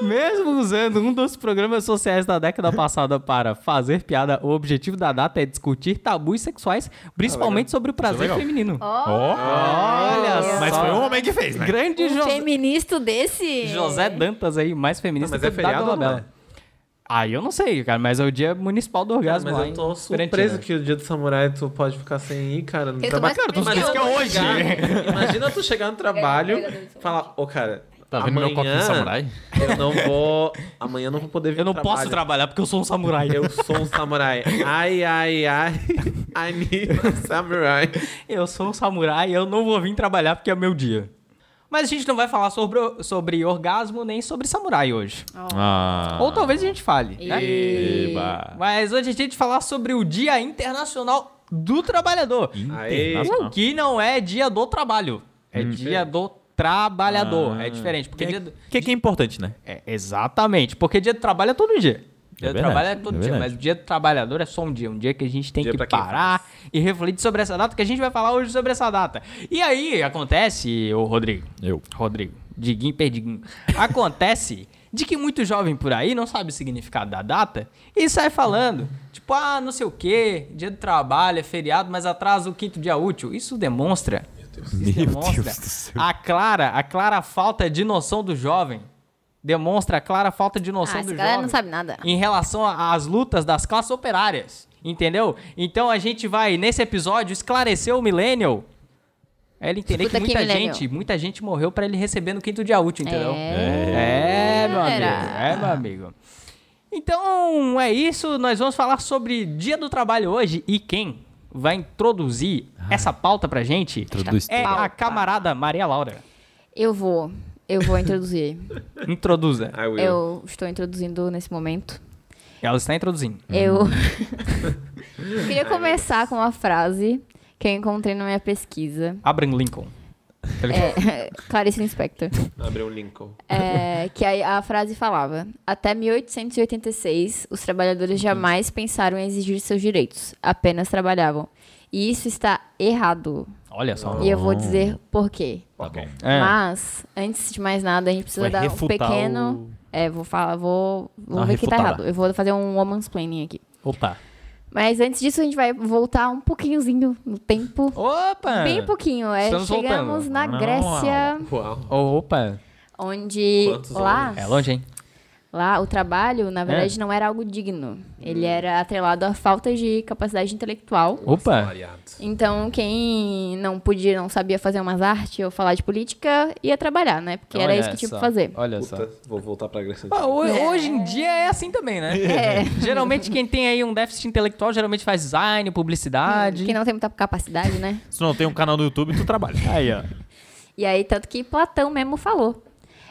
[SPEAKER 4] Mesmo usando um dos programas sociais da década passada para fazer piada, o objetivo da data é discutir tabus sexuais, principalmente sobre o prazer
[SPEAKER 1] legal.
[SPEAKER 4] feminino.
[SPEAKER 1] Ó,
[SPEAKER 4] Olha só.
[SPEAKER 1] mas foi um homem que fez, né?
[SPEAKER 4] Grande
[SPEAKER 3] Um
[SPEAKER 4] José.
[SPEAKER 3] feministo desse.
[SPEAKER 4] José Dantas aí, mais feminista
[SPEAKER 2] Não, mas
[SPEAKER 4] que
[SPEAKER 2] é
[SPEAKER 4] o Dado
[SPEAKER 2] feriado ou não
[SPEAKER 4] Labella. Aí eu não sei, cara, mas é o dia municipal do
[SPEAKER 2] Cara,
[SPEAKER 4] orgasmo
[SPEAKER 2] mas
[SPEAKER 4] lá
[SPEAKER 2] eu tô
[SPEAKER 4] em Esperantina.
[SPEAKER 2] surpreso que o dia do samurai tu pode ficar sem ir, cara. No
[SPEAKER 3] Eu É, tô
[SPEAKER 2] trabalho.
[SPEAKER 3] mais Cara, tu
[SPEAKER 2] Imagina
[SPEAKER 3] surpreso que é
[SPEAKER 2] tu
[SPEAKER 4] hoje.
[SPEAKER 2] chegar- Imagina tu chegar no trabalho e falar, ô cara,
[SPEAKER 1] Tá vendo
[SPEAKER 2] amanhã
[SPEAKER 1] meu copo de samurai?
[SPEAKER 2] eu não vou... Amanhã eu não vou poder vir
[SPEAKER 4] Eu não
[SPEAKER 2] pro
[SPEAKER 4] posso trabalhar porque eu sou um samurai.
[SPEAKER 2] Eu sou um samurai. Ai, ai, ai. I need a samurai.
[SPEAKER 4] Eu sou um samurai, eu não vou vir trabalhar porque é meu dia. Mas a gente não vai falar sobre, sobre orgasmo nem sobre samurai hoje.
[SPEAKER 1] Ah.
[SPEAKER 4] Ou talvez a gente fale, né?
[SPEAKER 1] Eba.
[SPEAKER 4] Mas hoje a gente falar sobre o Dia Internacional do Trabalhador.
[SPEAKER 1] Internacional.
[SPEAKER 4] Que não é dia do trabalho. É dia do trabalhador. É diferente. Porque dia do-
[SPEAKER 1] O que, que é importante, né?
[SPEAKER 4] É, exatamente. Porque dia do trabalho é todo dia. Dia
[SPEAKER 1] É
[SPEAKER 4] do
[SPEAKER 1] verdade,
[SPEAKER 4] trabalho é
[SPEAKER 1] é
[SPEAKER 4] todo dia,
[SPEAKER 1] verdade.
[SPEAKER 4] mas o dia do trabalhador é só um dia. Um dia que a gente tem
[SPEAKER 2] Dia
[SPEAKER 4] que
[SPEAKER 2] pra quem
[SPEAKER 4] parar e refletir sobre essa data, que a gente vai falar hoje sobre essa data. E aí acontece, ô Rodrigo.
[SPEAKER 1] Eu.
[SPEAKER 4] Rodrigo. Diguinho, perdiguinho. Acontece de que muito jovem por aí não sabe o significado da data e sai falando, tipo, ah, não sei o quê, dia do trabalho, é feriado, mas atrasa o quinto dia útil. Isso demonstra, isso
[SPEAKER 1] Meu
[SPEAKER 4] demonstra
[SPEAKER 1] Deus do céu.
[SPEAKER 4] a clara, a clara falta de noção do jovem. Demonstra a clara falta de noção
[SPEAKER 3] Ah,
[SPEAKER 4] do
[SPEAKER 3] essa
[SPEAKER 4] jovem
[SPEAKER 3] galera não sabe nada.
[SPEAKER 4] em relação a- às lutas das classes operárias, entendeu? Então a gente vai, nesse episódio, esclarecer o millennial. É ele entender
[SPEAKER 3] Escuta
[SPEAKER 4] que
[SPEAKER 3] aqui,
[SPEAKER 4] muita
[SPEAKER 3] millennial.
[SPEAKER 4] gente, muita gente morreu pra ele receber no quinto dia útil, entendeu?
[SPEAKER 3] É.
[SPEAKER 1] É.
[SPEAKER 4] É, meu amigo.
[SPEAKER 3] Era.
[SPEAKER 4] É, meu amigo. Então é isso, nós vamos falar sobre Dia do Trabalho hoje e quem vai introduzir essa pauta pra gente
[SPEAKER 3] Tá.
[SPEAKER 1] Introduz
[SPEAKER 4] é
[SPEAKER 3] tudo.
[SPEAKER 4] a camarada Maria Laura.
[SPEAKER 3] Eu vou. Eu vou introduzir.
[SPEAKER 4] Introduza.
[SPEAKER 2] I will.
[SPEAKER 3] eu estou introduzindo nesse momento.
[SPEAKER 4] Ela está introduzindo.
[SPEAKER 3] Eu queria começar com uma frase que eu encontrei na minha pesquisa.
[SPEAKER 4] Abraham Lincoln.
[SPEAKER 3] É, Clarice Lispector.
[SPEAKER 2] Abre um Lincoln.
[SPEAKER 3] É, que a, a frase falava: Até 1886, os trabalhadores jamais pensaram em exigir seus direitos, apenas trabalhavam. E isso está errado.
[SPEAKER 4] Olha só.
[SPEAKER 3] E eu vou dizer por quê.
[SPEAKER 1] Tá bom.
[SPEAKER 4] É.
[SPEAKER 3] Mas, antes de mais nada, a gente precisa
[SPEAKER 1] Vai
[SPEAKER 3] dar um
[SPEAKER 1] refutar
[SPEAKER 3] pequeno. É, vou falar, vou. Vou
[SPEAKER 1] Uma
[SPEAKER 3] ver que tá
[SPEAKER 1] refutada.
[SPEAKER 3] errado. Eu vou fazer um woman's planning aqui.
[SPEAKER 1] Opa.
[SPEAKER 3] Mas antes disso, a gente vai voltar um pouquinhozinho no tempo.
[SPEAKER 4] Opa!
[SPEAKER 3] Bem pouquinho. É,
[SPEAKER 4] Estamos
[SPEAKER 3] chegamos
[SPEAKER 4] voltando.
[SPEAKER 3] na
[SPEAKER 1] Não,
[SPEAKER 3] Grécia,
[SPEAKER 2] Uau.
[SPEAKER 4] Oh, Opa!
[SPEAKER 3] onde
[SPEAKER 2] Quantos
[SPEAKER 3] lá,
[SPEAKER 4] É longe, É. hein?
[SPEAKER 3] lá o trabalho, na verdade, não era algo digno. Ele era atrelado à falta de capacidade intelectual.
[SPEAKER 4] Opa!
[SPEAKER 2] Variado.
[SPEAKER 3] Então, quem não podia, não sabia fazer umas artes ou falar de política, ia trabalhar, né? Porque era
[SPEAKER 4] Então, Olha
[SPEAKER 3] isso que tinha pra
[SPEAKER 4] só,
[SPEAKER 3] fazer.
[SPEAKER 4] Olha só.
[SPEAKER 2] Puta, vou voltar pra Grécia
[SPEAKER 4] Ah,
[SPEAKER 2] Antiga.
[SPEAKER 4] ho- Hoje em dia é assim também, né? Geralmente quem tem aí um déficit intelectual geralmente faz design, publicidade.
[SPEAKER 3] Quem não tem muita capacidade, né?
[SPEAKER 1] Se não tem um canal no YouTube, tu trabalha. Aí, ó.
[SPEAKER 3] E aí, tanto que Platão mesmo falou.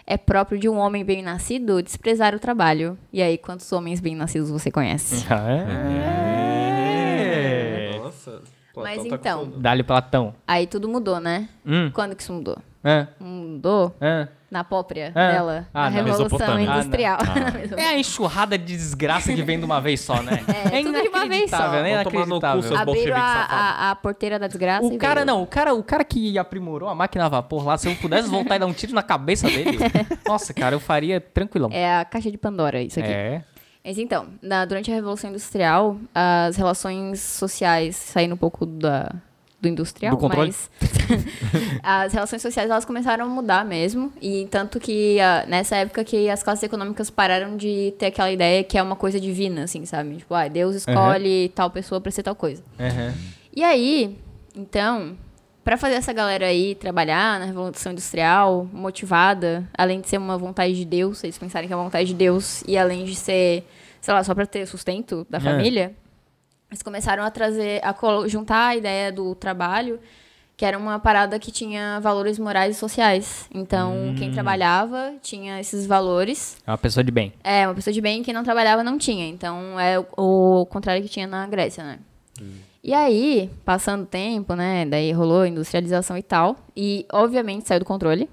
[SPEAKER 3] É próprio de um homem bem nascido desprezar o trabalho. E aí, quantos homens bem nascidos você
[SPEAKER 2] Hum.
[SPEAKER 3] conhece?
[SPEAKER 4] Ah, é?
[SPEAKER 2] Nossa. Platão
[SPEAKER 3] Mas
[SPEAKER 2] tá
[SPEAKER 3] então.
[SPEAKER 2] com tudo.
[SPEAKER 4] Dá-lhe Platão.
[SPEAKER 3] Aí tudo mudou, né?
[SPEAKER 4] Hum.
[SPEAKER 3] Quando que isso mudou?
[SPEAKER 4] É,
[SPEAKER 3] Mudou
[SPEAKER 4] é.
[SPEAKER 3] na própria
[SPEAKER 4] É.
[SPEAKER 3] dela,
[SPEAKER 4] Ah,
[SPEAKER 3] na
[SPEAKER 4] na
[SPEAKER 3] Revolução
[SPEAKER 1] Mesopotâmia.
[SPEAKER 3] Industrial.
[SPEAKER 2] Ah.
[SPEAKER 4] É a enxurrada de desgraça que vem de uma vez só, né?
[SPEAKER 3] É, tudo de uma vez só.
[SPEAKER 4] inacreditável, né?
[SPEAKER 2] Vão tomar no cu,
[SPEAKER 4] Inacreditável. Ah,
[SPEAKER 2] seus
[SPEAKER 3] Abriram a,
[SPEAKER 2] bolcheviques safados.
[SPEAKER 3] a, a porteira da desgraça
[SPEAKER 4] O
[SPEAKER 3] e
[SPEAKER 4] cara
[SPEAKER 3] veio.
[SPEAKER 4] não, o cara, o cara que aprimorou a máquina a vapor lá, se eu pudesse voltar e dar um tiro na cabeça dele, nossa, cara, eu faria tranquilão.
[SPEAKER 3] É a caixa de Pandora, isso aqui.
[SPEAKER 4] É.
[SPEAKER 3] Mas então, na- durante a Revolução Industrial, as relações sociais, saindo um pouco da, do industrial,
[SPEAKER 4] Do controle.
[SPEAKER 3] mas as relações sociais elas começaram a mudar mesmo. E tanto que ah, nessa época que as classes econômicas pararam de ter aquela ideia que é uma coisa divina, assim, sabe? Tipo, ah, Deus escolhe tal pessoa pra ser tal coisa. E aí, então, pra fazer essa galera aí trabalhar na Revolução Industrial, motivada, além de ser uma vontade de Deus, eles pensarem que é uma vontade de Deus, e além de ser, sei lá, só pra ter sustento da família, eles começaram a trazer, a colo- juntar a ideia do trabalho, que era uma parada que tinha valores morais e sociais. Então, quem trabalhava tinha esses valores.
[SPEAKER 4] É uma pessoa de bem.
[SPEAKER 3] É, uma pessoa de bem que não trabalhava não tinha. Então é o, o contrário que tinha na Grécia, né? E aí, passando o tempo, né? Daí rolou a industrialização e tal. E obviamente saiu do controle.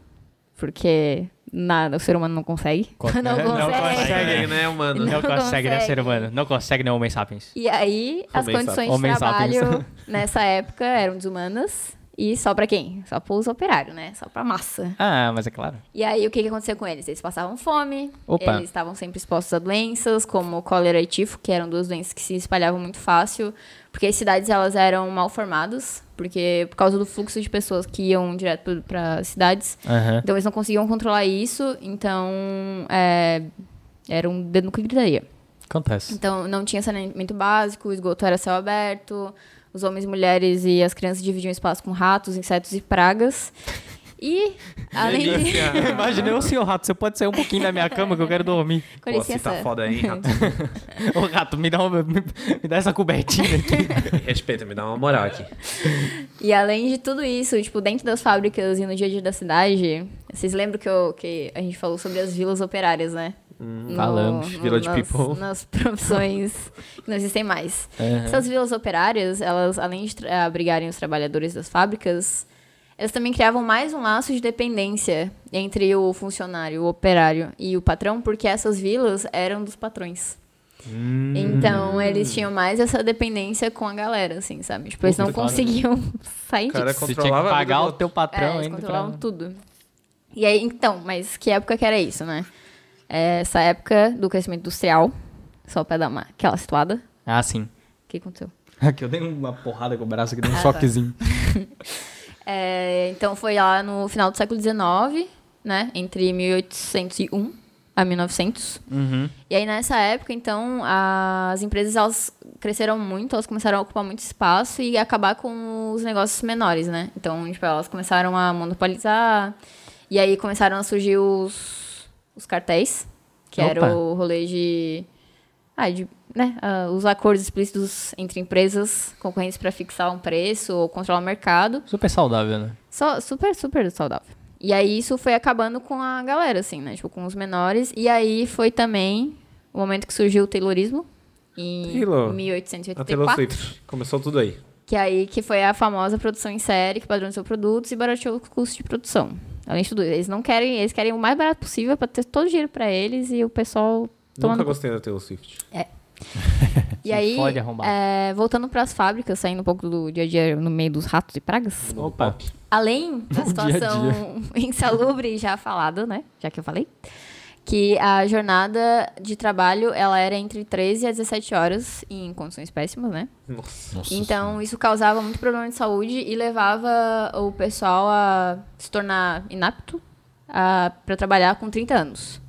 [SPEAKER 3] Porque nada, o ser humano não consegue. não consegue.
[SPEAKER 2] Consegue, né, mano?
[SPEAKER 3] Não consegue.
[SPEAKER 4] humano? Não consegue, né, Homem Sapiens?
[SPEAKER 3] E aí, as
[SPEAKER 2] Homem
[SPEAKER 3] condições
[SPEAKER 4] sapiens. Homem
[SPEAKER 3] de trabalho nessa época eram desumanas. E só pra quem? Só pros operários, né? Só pra massa.
[SPEAKER 4] Ah, mas é claro.
[SPEAKER 3] E aí, o que, que aconteceu com eles? Eles passavam fome,
[SPEAKER 4] Opa.
[SPEAKER 3] eles estavam sempre expostos a doenças, como cólera e tifo, que eram duas doenças que se espalhavam muito fácil, porque as cidades elas eram mal formadas, porque por causa do fluxo de pessoas que iam direto para as cidades.
[SPEAKER 4] Aham.
[SPEAKER 3] Então, eles não conseguiam controlar isso, então é, era um dedo no cu e gritaria.
[SPEAKER 4] Acontece.
[SPEAKER 3] Então, não tinha saneamento básico, o esgoto era céu aberto, os homens, mulheres e as crianças dividiam espaço com ratos, insetos e pragas. E, além de...
[SPEAKER 4] Imaginei o senhor rato, você pode sair um pouquinho da minha cama que eu quero dormir.
[SPEAKER 3] Com
[SPEAKER 2] Pô, você tá
[SPEAKER 3] licença.
[SPEAKER 2] foda, hein, rato?
[SPEAKER 4] Ô rato, me dá, uma- me, me dá essa cobertinha aqui.
[SPEAKER 2] Me respeita, me dá uma moral aqui.
[SPEAKER 3] E além de tudo isso, tipo, dentro das fábricas e no dia a dia da cidade, vocês lembram que, eu- que a gente falou sobre as vilas operárias, né? No-
[SPEAKER 4] falamos.
[SPEAKER 3] no-
[SPEAKER 2] Hum. Vila de
[SPEAKER 3] nas,
[SPEAKER 2] people.
[SPEAKER 3] Nas profissões que não existem mais. Essas vilas operárias, elas, além de tra- abrigarem os trabalhadores das fábricas, elas também criavam mais um laço de dependência entre o funcionário, o operário e o patrão, porque essas vilas eram dos patrões.
[SPEAKER 2] Hum.
[SPEAKER 3] Então, eles tinham mais essa dependência com a galera, assim, sabe? Tipo, eles
[SPEAKER 4] Puta
[SPEAKER 3] não
[SPEAKER 4] que pariu.
[SPEAKER 3] conseguiam sair
[SPEAKER 2] O cara é
[SPEAKER 3] disso.
[SPEAKER 4] Você tinha
[SPEAKER 2] controlava
[SPEAKER 4] que
[SPEAKER 2] a vida
[SPEAKER 4] pagar
[SPEAKER 2] do
[SPEAKER 4] o teu patrão
[SPEAKER 3] É, eles
[SPEAKER 4] ainda
[SPEAKER 3] controlavam
[SPEAKER 4] pra...
[SPEAKER 3] tudo. E aí, então, mas que época que era isso, né? É, Essa época do crescimento industrial, só pra dar uma, aquela situada.
[SPEAKER 4] Ah, sim.
[SPEAKER 3] O que aconteceu?
[SPEAKER 4] Aqui eu dei uma porrada com o braço aqui, dei um
[SPEAKER 3] Ah, tá.
[SPEAKER 4] choquezinho.
[SPEAKER 3] É, então, foi lá no final do século XIX, né? Entre 1801 a 1900. E aí, nessa época, então, as empresas elas cresceram muito, elas começaram a ocupar muito espaço e acabar com os negócios menores, né? Então, tipo, elas começaram a monopolizar. E aí começaram a surgir os, os cartéis, que era
[SPEAKER 4] Opa.
[SPEAKER 3] o rolê de ah, de, né, ah, os acordos explícitos entre empresas concorrentes para fixar um preço ou controlar o mercado.
[SPEAKER 6] Super saudável, né?
[SPEAKER 3] Só super, super saudável. E aí isso foi acabando com a galera, assim, né? Tipo, com os menores. E aí foi também o momento que surgiu o Taylorismo, em
[SPEAKER 2] Taylor. A Taylor
[SPEAKER 3] 1884.
[SPEAKER 2] Swift. Começou tudo aí.
[SPEAKER 3] Que aí que foi a famosa produção em série, que padronizou produtos e barateou o custo de produção. Além de tudo, eles não querem, eles querem o mais barato possível pra ter todo o dinheiro pra eles e o pessoal
[SPEAKER 2] Nunca
[SPEAKER 3] tomando.
[SPEAKER 2] gostei da Taylor Swift.
[SPEAKER 3] e aí,
[SPEAKER 6] fode, arrombado.
[SPEAKER 3] é, voltando pras fábricas, saindo um pouco do dia a dia no meio dos ratos e pragas.
[SPEAKER 4] Opa.
[SPEAKER 3] Além da situação insalubre já falado, né? Já que eu falei. Que a jornada de trabalho, ela era entre 13 e 17 horas, em condições péssimas, né?
[SPEAKER 2] Nossa.
[SPEAKER 1] Nossa
[SPEAKER 3] Então, isso causava muito problema de saúde e levava o pessoal a se tornar inapto para trabalhar com 30 anos.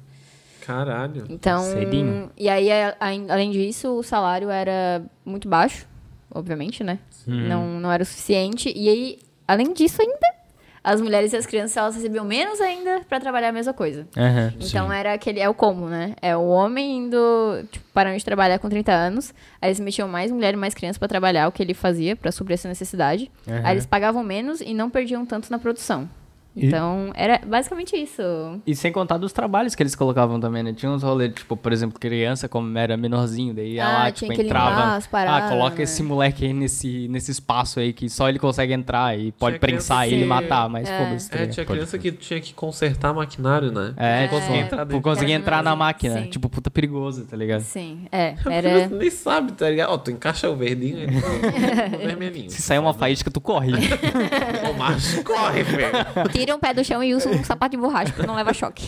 [SPEAKER 2] Caralho.
[SPEAKER 3] Então,
[SPEAKER 6] Cedinho.
[SPEAKER 3] e aí, a- ain- além disso, o salário era muito baixo, obviamente, né?
[SPEAKER 6] Hum.
[SPEAKER 3] Não, não era o suficiente. E aí, além disso ainda, as mulheres e as crianças elas recebiam menos ainda para trabalhar a mesma coisa.
[SPEAKER 6] Aham.
[SPEAKER 3] Então era aquele. É o como, né? É o homem indo. Tipo, parando de trabalhar com 30 anos. Aí eles metiam mais mulher e mais criança pra trabalhar o que ele fazia pra suprir essa necessidade.
[SPEAKER 6] Aham.
[SPEAKER 3] Aí eles pagavam menos e não perdiam tanto na produção.
[SPEAKER 6] E-
[SPEAKER 3] Então, era basicamente isso.
[SPEAKER 6] E sem contar dos trabalhos que eles colocavam também, né? Tinha uns rolês, tipo, por exemplo, criança, como era menorzinho, daí
[SPEAKER 3] Ah,
[SPEAKER 6] ela,
[SPEAKER 3] tinha
[SPEAKER 6] tipo,
[SPEAKER 3] que limpar
[SPEAKER 6] entrava.
[SPEAKER 3] as
[SPEAKER 6] ah,
[SPEAKER 3] paradas,
[SPEAKER 6] coloca
[SPEAKER 3] né?
[SPEAKER 6] esse moleque aí nesse, nesse espaço aí que só ele consegue entrar e pode
[SPEAKER 2] criança
[SPEAKER 6] prensar ele e
[SPEAKER 2] que-
[SPEAKER 6] matar, mas foda-se. tá
[SPEAKER 2] É,
[SPEAKER 6] ligado?
[SPEAKER 2] tinha
[SPEAKER 6] Pode-
[SPEAKER 2] criança que tinha que consertar maquinário, né?
[SPEAKER 6] É,
[SPEAKER 2] Não conseguia
[SPEAKER 6] tipo,
[SPEAKER 2] entrar
[SPEAKER 6] por
[SPEAKER 2] dentro.
[SPEAKER 6] conseguir
[SPEAKER 3] Era
[SPEAKER 6] entrar na
[SPEAKER 3] nozinho,
[SPEAKER 6] máquina.
[SPEAKER 3] sim.
[SPEAKER 6] Tipo, puta perigoso, tá ligado?
[SPEAKER 3] Sim, é.
[SPEAKER 2] Porque
[SPEAKER 3] Era.
[SPEAKER 2] você nem sabe, tá ligado? Ó, tu encaixa o verdinho e tu- o vermelhinho.
[SPEAKER 6] Se sair uma faísca, tu corre.
[SPEAKER 2] Ô, macho, corre, velho.
[SPEAKER 3] Tira um pé do chão e usa um sapato de borracha, porque não leva choque.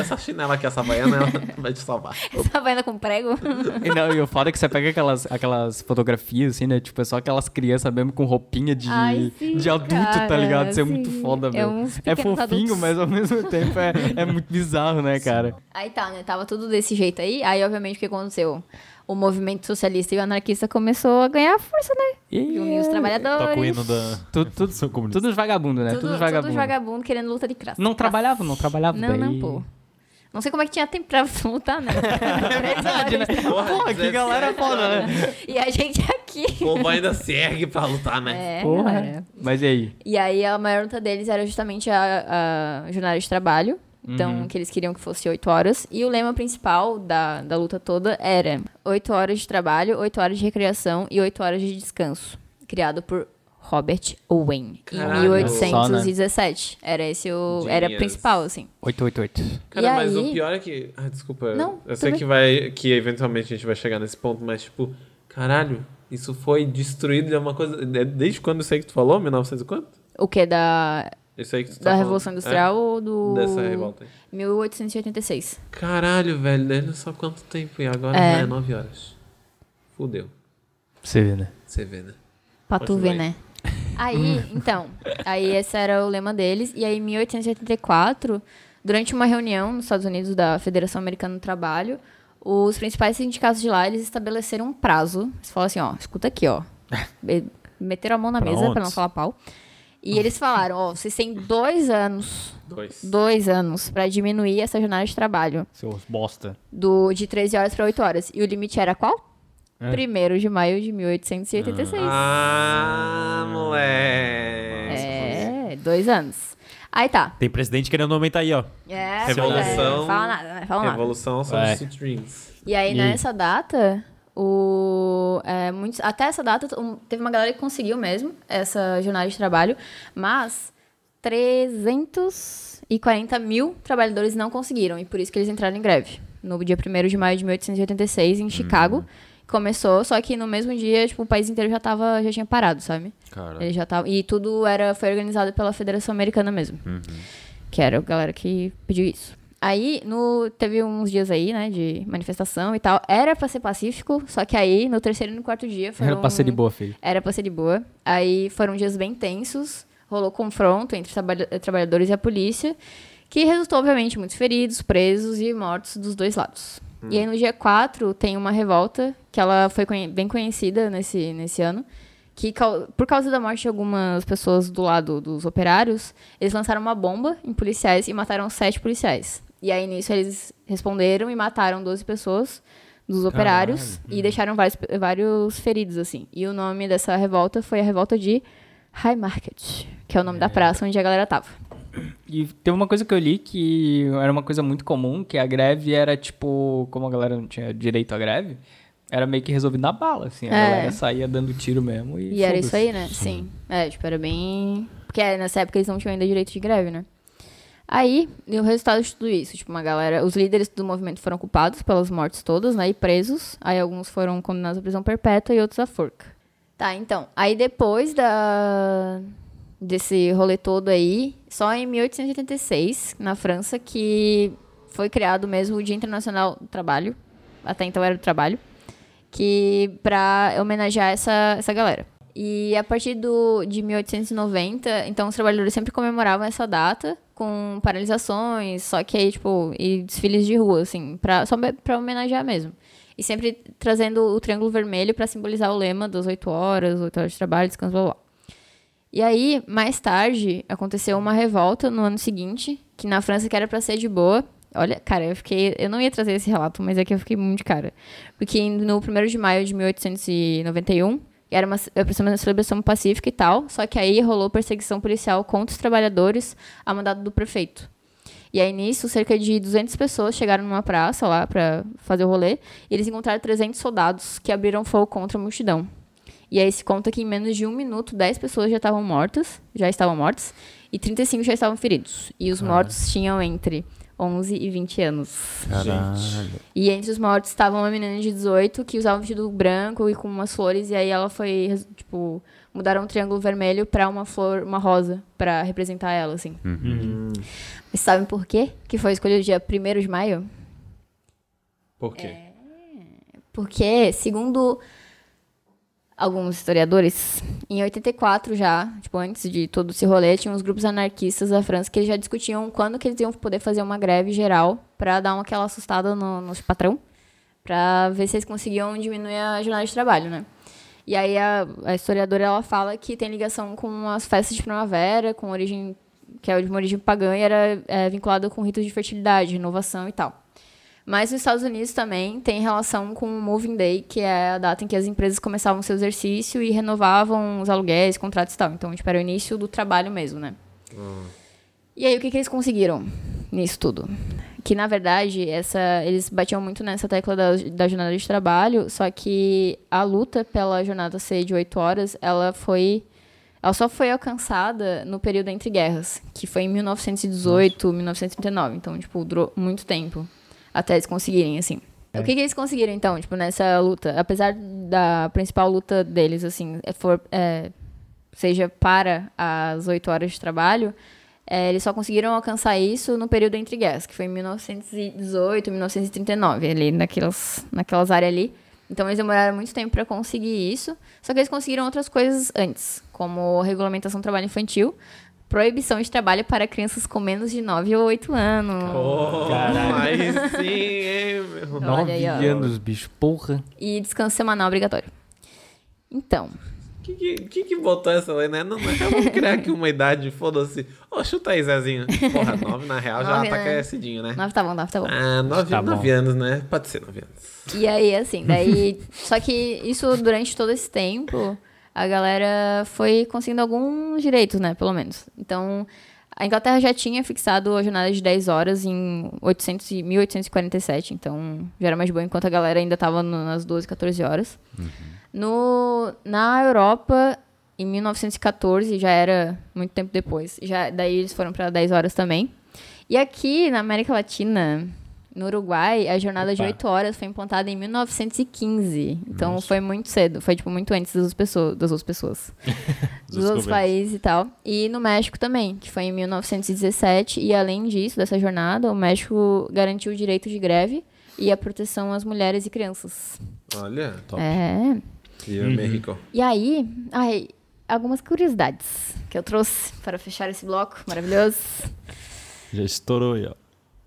[SPEAKER 2] Essa chinela aqui, essa baiana, ela vai te salvar.
[SPEAKER 3] Essa vaiana com um prego.
[SPEAKER 6] e não, e o foda é que você pega aquelas, aquelas fotografias, assim, né? Tipo, é só aquelas crianças mesmo com roupinha de,
[SPEAKER 3] Ai, sim,
[SPEAKER 6] de adulto, tá
[SPEAKER 3] cara,
[SPEAKER 6] ligado? Isso é
[SPEAKER 3] sim.
[SPEAKER 6] muito foda,
[SPEAKER 3] É
[SPEAKER 6] meu.
[SPEAKER 3] uns
[SPEAKER 6] É,
[SPEAKER 3] pequenos
[SPEAKER 6] fofinho,
[SPEAKER 3] adultos.
[SPEAKER 6] mas ao mesmo tempo é, é muito bizarro, né, cara?
[SPEAKER 3] Aí tá, né? Tava tudo desse jeito aí. Aí, obviamente, o que aconteceu? O movimento socialista e o anarquista começou a ganhar força, né?
[SPEAKER 6] E
[SPEAKER 3] Reuniu os trabalhadores.
[SPEAKER 1] Toca o hino da.
[SPEAKER 6] tudo, tudo,
[SPEAKER 1] São comunistas.
[SPEAKER 6] tudo vagabundo, né? Tá
[SPEAKER 3] Tudo,
[SPEAKER 6] Tudo,
[SPEAKER 3] tudo
[SPEAKER 6] vagabundo.
[SPEAKER 3] vagabundo. querendo luta de classe.
[SPEAKER 6] Não trabalhava, não trabalhava
[SPEAKER 3] Não,
[SPEAKER 6] daí.
[SPEAKER 3] não, pô. Não sei como é que tinha tempo pra lutar, né?
[SPEAKER 6] Verdade, né?
[SPEAKER 3] É
[SPEAKER 6] Porra, que
[SPEAKER 2] 17
[SPEAKER 6] galera foda, né?
[SPEAKER 3] e a gente aqui.
[SPEAKER 2] É, O povo ainda se ergue pra lutar, né?
[SPEAKER 3] É,
[SPEAKER 6] Porra.
[SPEAKER 3] galera.
[SPEAKER 6] Mas e aí?
[SPEAKER 3] E aí a maior luta deles era justamente a, a jornada de trabalho. Então,
[SPEAKER 2] Uhum.
[SPEAKER 3] que eles queriam que fosse oito horas. E o lema principal da, da luta toda era oito horas de trabalho, oito horas de recreação e oito horas de descanso. Criado por Robert Owen
[SPEAKER 2] Caralho.
[SPEAKER 3] em 1817. Era esse o. Era
[SPEAKER 2] Genius.
[SPEAKER 3] principal, assim.
[SPEAKER 6] 888.
[SPEAKER 2] Cara,
[SPEAKER 3] E
[SPEAKER 2] mas
[SPEAKER 3] aí?
[SPEAKER 2] o pior é que. Ah, desculpa.
[SPEAKER 3] Não,
[SPEAKER 2] eu
[SPEAKER 3] tudo
[SPEAKER 2] sei
[SPEAKER 3] bem.
[SPEAKER 2] que vai. que eventualmente a gente vai chegar nesse ponto, mas tipo, caralho, isso foi destruído. É uma coisa. é Desde quando isso aí que tu falou? 1900 e quanto?
[SPEAKER 3] O que? Da,
[SPEAKER 2] Isso aí que tu tá
[SPEAKER 3] da
[SPEAKER 2] falando.
[SPEAKER 3] Revolução Industrial ou
[SPEAKER 2] É,
[SPEAKER 3] do.
[SPEAKER 2] dessa revolta aí.
[SPEAKER 3] 1886.
[SPEAKER 2] Caralho, velho, desde só quanto tempo. E agora
[SPEAKER 3] É.
[SPEAKER 2] já é 9 horas. Fudeu.
[SPEAKER 6] Você vê, né?
[SPEAKER 2] Você vê, né?
[SPEAKER 3] Pra tu
[SPEAKER 2] Continua
[SPEAKER 3] ver,
[SPEAKER 2] aí.
[SPEAKER 3] né? Aí, então, aí esse era o lema deles. E aí, em 1884, durante uma reunião nos Estados Unidos da Federação Americana do Trabalho, os principais sindicatos de lá, eles estabeleceram um prazo. Eles falaram assim, ó, escuta aqui, ó. Be- Meteram a mão na
[SPEAKER 1] Pra
[SPEAKER 3] mesa
[SPEAKER 1] onde?
[SPEAKER 3] pra não falar pau. E eles falaram, ó, vocês têm dois anos,
[SPEAKER 2] Dois.
[SPEAKER 3] dois anos pra diminuir essa jornada de trabalho
[SPEAKER 6] Seus bosta.
[SPEAKER 3] do, de 13 horas pra 8 horas. E o limite era qual? Primeiro de maio de 1886.
[SPEAKER 2] Ah, moleque.
[SPEAKER 3] É, dois anos. Aí tá.
[SPEAKER 1] Tem presidente querendo aumentar aí, ó.
[SPEAKER 3] É,
[SPEAKER 2] Revolução.
[SPEAKER 3] é, Fala nada, né? Fala nada.
[SPEAKER 2] Revolução são
[SPEAKER 6] Vai.
[SPEAKER 2] os Dreams.
[SPEAKER 3] E aí,
[SPEAKER 6] E-
[SPEAKER 3] nessa data, o, é, muitos, até essa data, um- teve uma galera que conseguiu mesmo essa jornada de trabalho, mas 340 mil trabalhadores não conseguiram, e por isso que eles entraram em greve. No dia 1 de maio de 1886, em Chicago, começou, só que no mesmo dia, tipo, o país inteiro já, tava, já tinha parado, sabe?
[SPEAKER 1] Cara.
[SPEAKER 3] Ele já tava, e tudo era, foi organizado pela Federação Americana mesmo.
[SPEAKER 6] Uhum.
[SPEAKER 3] Que era a galera que pediu isso. Aí, no, teve uns dias aí, né, de manifestação e tal. Era pra ser pacífico, só que aí, no terceiro e no quarto dia, foram...
[SPEAKER 6] Era pra ser de boa, filho.
[SPEAKER 3] Era pra ser de boa. Aí foram dias bem tensos, rolou confronto entre trabalha- trabalhadores e a polícia, que resultou, obviamente, em muitos feridos, presos e mortos dos dois lados.
[SPEAKER 6] Hum.
[SPEAKER 3] E aí no dia 4 tem uma revolta, que ela foi conhe- bem conhecida nesse, nesse ano, que cau- por causa da morte de algumas pessoas do lado dos operários, eles lançaram uma bomba em policiais e mataram sete policiais. E aí nisso eles responderam e mataram 12 pessoas, dos operários e deixaram vários, vários feridos, assim. E o nome dessa revolta foi a revolta de High Market, que é o nome da praça onde a galera tava.
[SPEAKER 6] E teve uma coisa que eu li que era uma coisa muito comum, que a greve era tipo, como a galera não tinha direito à greve, era meio que resolvido na bala, assim. A
[SPEAKER 3] É.
[SPEAKER 6] galera saía dando tiro mesmo e.
[SPEAKER 3] E era isso
[SPEAKER 6] foda-se.
[SPEAKER 3] aí, né? Sim. É, tipo, era bem. Porque é, nessa época eles não tinham ainda direito de greve, né? Aí, e o resultado de tudo isso, tipo, uma galera. Os líderes do movimento foram culpados pelas mortes todas, né? E presos. Aí alguns foram condenados à prisão perpétua e outros à forca. Tá, então. Aí depois da. Desse rolê todo aí, só em 1886, na França, que foi criado mesmo o Dia Internacional do Trabalho. Até então era do trabalho que para homenagear essa, essa galera. E a partir do, de 1890, então os trabalhadores sempre comemoravam essa data com paralisações, só que aí, tipo, e desfiles de rua, assim, pra, só me- pra homenagear mesmo. E sempre trazendo o triângulo vermelho para simbolizar o lema das 8 horas, 8 horas de trabalho, descanso, blá blá. blá. E aí, mais tarde, aconteceu uma revolta no ano seguinte, que na França que era pra ser de boa. Olha, cara, eu fiquei. Eu não ia trazer esse relato, mas é que eu fiquei muito de cara. Porque no 1 de maio de 1891, era uma, era pra ser uma celebração pacífica e tal, só que aí rolou perseguição policial contra os trabalhadores a mandado do prefeito. E aí nisso, cerca de 200 pessoas chegaram numa praça lá pra fazer o rolê, e eles encontraram 300 soldados que abriram fogo contra a multidão. E aí se conta que em menos de um minuto, 10 pessoas já estavam mortas, já estavam mortas, e 35 já estavam feridos. E os mortos tinham entre 11 e 20 anos. E entre os mortos estava uma menina de 18 que usava um vestido branco e com umas flores. E aí ela foi, tipo, mudaram um triângulo vermelho pra uma flor, uma rosa, pra representar ela, assim. E sabem por quê? Que foi escolhido dia 1 de maio?
[SPEAKER 2] Por quê?
[SPEAKER 3] É. Porque, segundo alguns historiadores, em 84 já, tipo, antes de todo esse rolê, tinha uns grupos anarquistas da França que já discutiam quando que eles iam poder fazer uma greve geral pra dar uma, aquela assustada no, nos patrão, pra ver se eles conseguiam diminuir a jornada de trabalho, né? E aí a, a historiadora ela fala que tem ligação com as festas de primavera, com origem que é de uma origem pagã e era é, vinculada com ritos de fertilidade, renovação e tal. Mas nos Estados Unidos também tem relação com o Moving Day, que é a data em que as empresas começavam seu exercício e renovavam os aluguéis, contratos e tal. Então, tipo, era o início do trabalho mesmo, né? E aí, o que, que eles conseguiram nisso tudo? Que, na verdade, essa, eles batiam muito nessa tecla da, da jornada de trabalho, só que a luta pela jornada ser de oito horas, ela foi... Ela só foi alcançada no período entre guerras, que foi em 1918, 1939. Então, tipo, durou muito tempo até eles conseguirem, assim. O que, que eles conseguiram, então, tipo, nessa luta? Apesar da principal luta deles, assim, é for, é, seja para as oito horas de trabalho, é, eles só conseguiram alcançar isso no período entre guerras, que foi em 1918, 1939, ali naquelas, naquelas áreas ali. Então, eles demoraram muito tempo para conseguir isso, só que eles conseguiram outras coisas antes, como regulamentação do trabalho infantil, proibição de trabalho para crianças com menos de 9 ou 8 anos.
[SPEAKER 2] Mas sim, hein, meu.
[SPEAKER 3] Olha aí, ó.
[SPEAKER 6] Nove anos, bicho, porra.
[SPEAKER 3] E descanso semanal obrigatório. Então,
[SPEAKER 2] Que, que, que que botou essa lei, né? Não, não, vamos criar aqui uma idade, foda-se. Ô, chuta aí, Zezinho. Porra, nove na real já
[SPEAKER 3] Nove,
[SPEAKER 2] ataca
[SPEAKER 3] né?
[SPEAKER 2] cedinho, né?
[SPEAKER 3] nove tá bom, nove tá bom.
[SPEAKER 2] Ah, nove,
[SPEAKER 6] Tá bom.
[SPEAKER 2] nove anos, né? Pode ser nove anos.
[SPEAKER 3] E aí, assim, daí. só que isso durante todo esse tempo, a galera foi conseguindo alguns direitos, né? Pelo menos. Então, a Inglaterra já tinha fixado a jornada de 10 horas em 800 e 1847. Então, já era mais bom enquanto a galera ainda tava no- nas 12, 14 horas. No, na Europa, em 1914, já era muito tempo depois. Já, daí eles foram para 10 horas também. E aqui na América Latina, no Uruguai, a jornada de 8 horas foi implantada em 1915. Então foi muito cedo, foi tipo muito antes das outras pessoas, das outras pessoas. dos outros países e tal. E no México também, que foi em 1917. E além disso, dessa jornada, o México garantiu o direito de greve e a proteção às mulheres e crianças.
[SPEAKER 2] Olha.
[SPEAKER 3] É.
[SPEAKER 2] E o México.
[SPEAKER 3] E aí, ai, algumas curiosidades que eu trouxe para fechar esse bloco maravilhoso.
[SPEAKER 1] Já estourou aí, ó.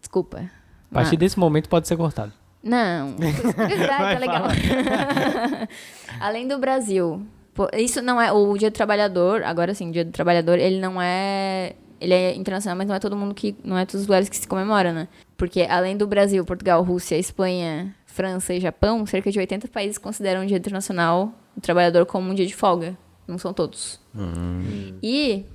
[SPEAKER 3] Desculpa.
[SPEAKER 6] A partir
[SPEAKER 3] Ah.
[SPEAKER 6] desse momento pode ser cortado.
[SPEAKER 3] Não, curiosidade, é legal. Além do Brasil, pô, isso não é o Dia do Trabalhador, agora sim, Dia do Trabalhador, ele não é, ele é internacional, mas não é todo mundo que, não é todos os lugares que se comemora, né? Porque além do Brasil, Portugal, Rússia, Espanha, França e Japão, cerca de 80 países consideram o Dia Internacional do Trabalhador como um dia de folga. Não são todos. E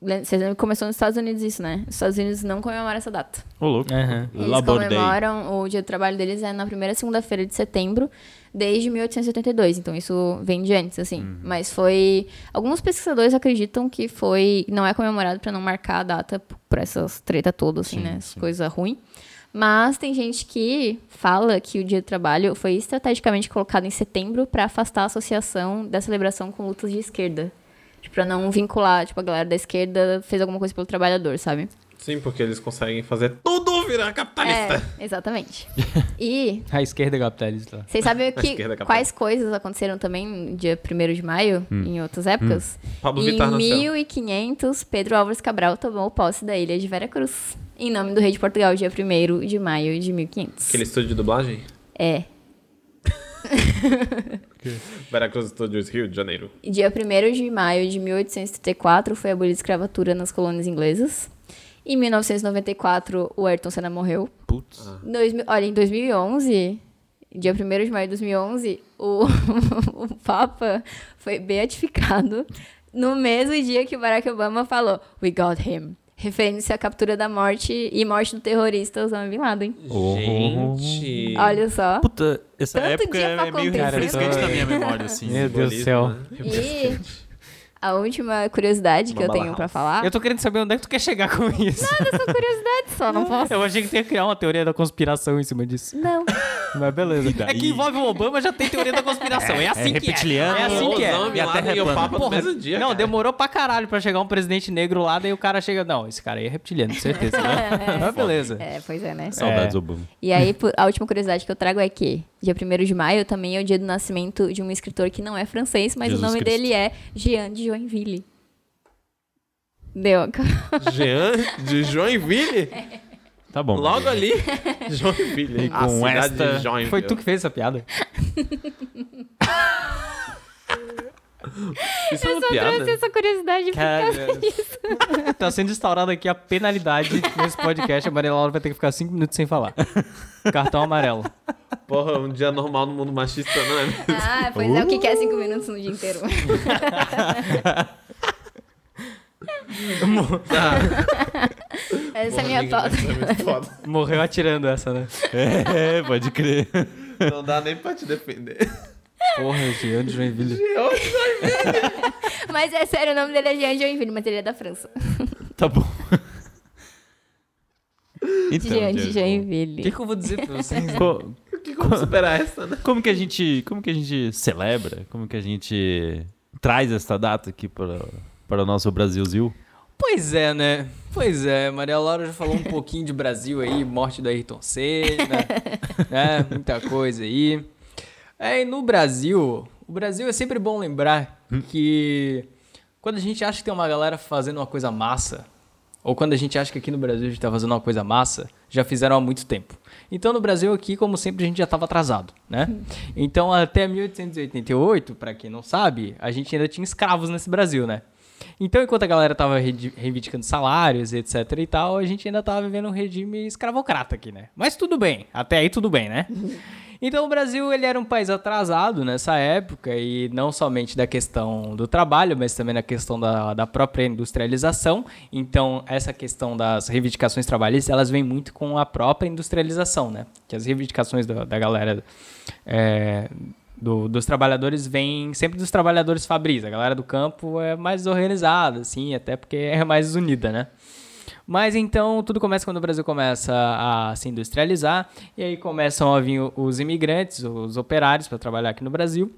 [SPEAKER 3] lem- vocês lembram que começou nos Estados Unidos isso, né? Os Estados Unidos não comemoram essa data.
[SPEAKER 1] Ô, louco.
[SPEAKER 4] Aham.
[SPEAKER 3] Eles
[SPEAKER 1] Labor Day.
[SPEAKER 3] comemoram o dia do trabalho deles é na primeira segunda-feira de setembro, desde 1882. Então isso vem de antes, assim. Mas foi. Alguns pesquisadores acreditam que foi. Não é comemorado para não marcar a data p- por essas treta todas, assim, né? Essas coisas ruins. Mas tem gente que fala que o Dia do Trabalho foi estrategicamente colocado em setembro para afastar a associação da celebração com lutas de esquerda. Tipo, pra não vincular, tipo, a galera da esquerda fez alguma coisa pelo trabalhador, sabe?
[SPEAKER 2] Sim, porque eles conseguem fazer tudo virar capitalista.
[SPEAKER 3] É, exatamente. E
[SPEAKER 4] A
[SPEAKER 6] é
[SPEAKER 4] esquerda capitalista.
[SPEAKER 3] vocês sabem o
[SPEAKER 2] A
[SPEAKER 3] que,
[SPEAKER 2] esquerda é capaz.
[SPEAKER 3] quais coisas aconteceram também no dia 1 de maio, em outras épocas?
[SPEAKER 2] Hum. Pablo
[SPEAKER 3] em
[SPEAKER 2] Vittar nasceu.
[SPEAKER 3] 1500, Pedro Álvares Cabral tomou posse da ilha de Veracruz, em nome do rei de Portugal, dia 1 de maio de 1500.
[SPEAKER 2] Aquele estúdio de dublagem?
[SPEAKER 3] É.
[SPEAKER 2] Veracruz Studios Rio de Janeiro.
[SPEAKER 3] E Dia 1 de maio de 1834 foi abolida a escravatura nas colônias inglesas. Em 1994, o Ayrton Senna morreu.
[SPEAKER 1] Putz.
[SPEAKER 3] Dois mil- olha, em 2011, dia 1 de maio de 2011, o, o Papa foi beatificado no mesmo dia que o Barack Obama falou We got him. Referindo-se à captura da morte e morte do terrorista Osama Bin Laden.
[SPEAKER 2] Gente.
[SPEAKER 3] Olha só.
[SPEAKER 1] Puta, essa
[SPEAKER 3] Tanto
[SPEAKER 1] época
[SPEAKER 3] dia pra
[SPEAKER 1] é meio
[SPEAKER 3] acontecer.
[SPEAKER 1] refrescante na minha memória, assim.
[SPEAKER 4] Meu Deus do céu.
[SPEAKER 2] Simbolismo, né?
[SPEAKER 3] E a última curiosidade que
[SPEAKER 2] Uma
[SPEAKER 3] eu tenho
[SPEAKER 2] bala
[SPEAKER 3] pra
[SPEAKER 2] house.
[SPEAKER 3] falar.
[SPEAKER 4] Eu tô querendo saber onde é que tu quer chegar com isso.
[SPEAKER 3] Nada, são curiosidades só, não posso.
[SPEAKER 4] Eu achei que tu ia criar uma teoria da conspiração em cima disso.
[SPEAKER 3] Não.
[SPEAKER 4] Mas beleza.
[SPEAKER 1] daí?
[SPEAKER 4] É que envolve o Obama, já tem teoria da conspiração. É, assim que é.
[SPEAKER 1] reptiliano.
[SPEAKER 4] É assim que é.
[SPEAKER 2] Osama Bin
[SPEAKER 1] E a
[SPEAKER 2] Laden
[SPEAKER 1] Terra
[SPEAKER 2] e
[SPEAKER 1] é
[SPEAKER 2] o
[SPEAKER 1] plana.
[SPEAKER 2] Papa no mesmo dia,
[SPEAKER 4] Não,
[SPEAKER 2] cara.
[SPEAKER 4] demorou pra caralho pra chegar um presidente negro lá, daí o cara chega. Não, esse cara aí é reptiliano, com certeza. Mas beleza.
[SPEAKER 3] É, pois é, né?
[SPEAKER 1] Saudades, Obama.
[SPEAKER 3] E aí, por- a última curiosidade que eu trago é que dia 1 de maio também é o dia do nascimento de um escritor que não é francês, mas
[SPEAKER 1] Jesus
[SPEAKER 3] o nome
[SPEAKER 1] Cristo.
[SPEAKER 3] dele é Jean de Joinville. Deu.
[SPEAKER 2] Jean de Joinville?
[SPEAKER 1] Tá bom.
[SPEAKER 2] Logo ali. Joinville. a
[SPEAKER 1] com
[SPEAKER 2] cidade
[SPEAKER 1] esta-
[SPEAKER 2] de Joinville.
[SPEAKER 4] Foi tu que fez essa piada?
[SPEAKER 2] Isso é uma
[SPEAKER 3] Eu trouxe
[SPEAKER 2] piada.
[SPEAKER 3] essa curiosidade por causa
[SPEAKER 4] Cara.
[SPEAKER 3] disso.
[SPEAKER 4] Tá sendo instaurada aqui a penalidade nesse podcast. A Maria Laura vai ter que ficar cinco minutos sem falar. Cartão amarelo.
[SPEAKER 2] Porra, um dia normal no mundo machista, não é?
[SPEAKER 3] Ah, pois é, o que que é cinco minutos no dia inteiro? Essa é a minha pauta.
[SPEAKER 2] Isso é muito foda.
[SPEAKER 4] Morreu atirando essa, né?
[SPEAKER 1] É, pode crer.
[SPEAKER 2] Não dá nem pra te defender.
[SPEAKER 4] Porra, Jean de Joinville.
[SPEAKER 3] Mas é sério, o nome dele é Jean de Joinville, mas ele é da França.
[SPEAKER 1] Tá bom. Então, Diego,
[SPEAKER 4] O
[SPEAKER 3] Jean de
[SPEAKER 4] que,
[SPEAKER 3] Joinville.
[SPEAKER 4] que eu vou dizer pra vocês?
[SPEAKER 1] co-
[SPEAKER 2] Como superar essa, né?
[SPEAKER 1] como que a gente, como que a gente celebra? Como que a gente traz esta data aqui para para o nosso Brasilzil?
[SPEAKER 4] Pois é, né? Pois é, Maria Laura já falou um pouquinho de Brasil aí, morte do Ayrton Senna, né? Muita coisa aí. É, e no Brasil, o Brasil é sempre bom lembrar que quando a gente acha que tem uma galera fazendo uma coisa massa, ou quando a gente acha que aqui no Brasil a gente tá fazendo uma coisa massa, já fizeram há muito tempo. Então no Brasil aqui, como sempre, a gente já estava atrasado, né? Então até 1888, para quem não sabe, a gente ainda tinha escravos nesse Brasil, né? Então enquanto a galera tava reidi- reivindicando salários, etc e tal, a gente ainda tava vivendo um regime escravocrata aqui, né? Mas tudo bem, até aí tudo bem, né? Então o Brasil ele era um país atrasado nessa época e não somente da questão do trabalho, mas também na questão da, da própria industrialização. Então essa questão das reivindicações trabalhistas elas vêm muito com a própria industrialização, né? Que as reivindicações da, da galera é, do- dos trabalhadores vêm sempre dos trabalhadores fabris. A galera do campo é mais organizada, assim, até porque é mais unida, né? Mas então tudo começa quando o Brasil começa a se industrializar e aí começam a vir o- os imigrantes, os operários para trabalhar aqui no Brasil.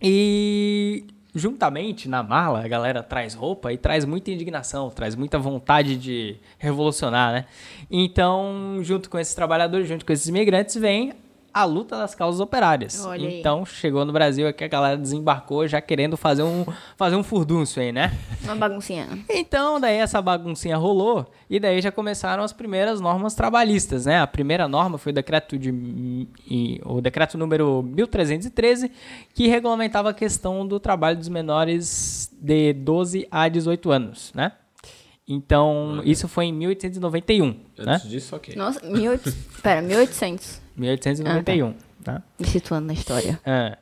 [SPEAKER 4] E juntamente na mala, a galera traz roupa e traz muita indignação, traz muita vontade de revolucionar, né? Então, junto com esses trabalhadores, junto com esses imigrantes, vem a luta das causas operárias.
[SPEAKER 3] Olha aí.
[SPEAKER 4] então, chegou no Brasil aqui a galera desembarcou já querendo fazer um fazer um furdúncio aí, né?
[SPEAKER 3] Uma baguncinha.
[SPEAKER 4] Então, daí essa baguncinha rolou e daí já começaram as primeiras normas trabalhistas, né? A primeira norma foi o decreto de e- o decreto número 1313, que regulamentava a questão do trabalho dos menores de 12 a 18 anos, né? Então, isso foi em 1891, né?
[SPEAKER 2] Antes disso, ok.
[SPEAKER 3] Nossa, 1800. Pera, 1800.
[SPEAKER 4] 1891. tá?
[SPEAKER 3] Me situando na história.
[SPEAKER 4] É.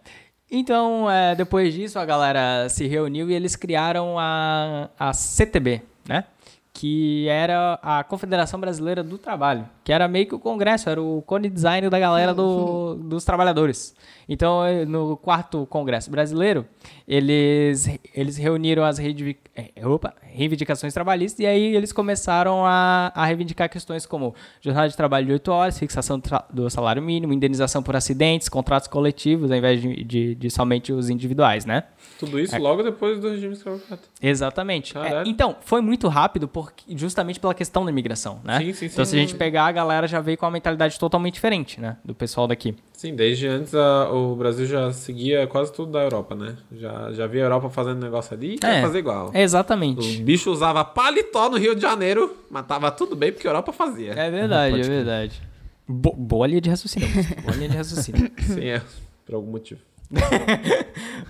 [SPEAKER 4] Então, é, depois disso, a galera se reuniu e eles criaram a, a CTB, né? Que era a Confederação Brasileira do Trabalho, que era meio que o congresso, era o cone design da galera do- dos trabalhadores. Então, eh, no quarto congresso brasileiro, eles, eles reuniram as reivindic- eh, opa, reivindicações trabalhistas e aí eles começaram a, a reivindicar questões como jornada de trabalho de 8 horas, fixação do tra- do salário mínimo, indenização por acidentes, contratos coletivos, ao invés de, de- de somente os individuais, né?
[SPEAKER 2] Tudo isso logo depois do regime escravocrata.
[SPEAKER 4] Exatamente. É,
[SPEAKER 2] Caralho.
[SPEAKER 4] então, foi muito rápido porque, justamente pela questão da imigração, né?
[SPEAKER 2] Sim, sim, sim.
[SPEAKER 4] Então, se a gente pegar, a galera já veio com uma mentalidade totalmente diferente, né? Do pessoal daqui.
[SPEAKER 2] Sim, desde antes a- o Brasil já seguia quase tudo da Europa, né? Já, já via a Europa fazendo negócio ali e quer
[SPEAKER 4] É.
[SPEAKER 2] fazer igual.
[SPEAKER 4] Exatamente.
[SPEAKER 2] O bicho usava paletó no Rio de Janeiro, mas tava tudo bem porque a Europa fazia.
[SPEAKER 4] É verdade, é verdade. Bo boa linha de raciocínio. boa linha de raciocínio.
[SPEAKER 2] Sim, é. Por algum motivo.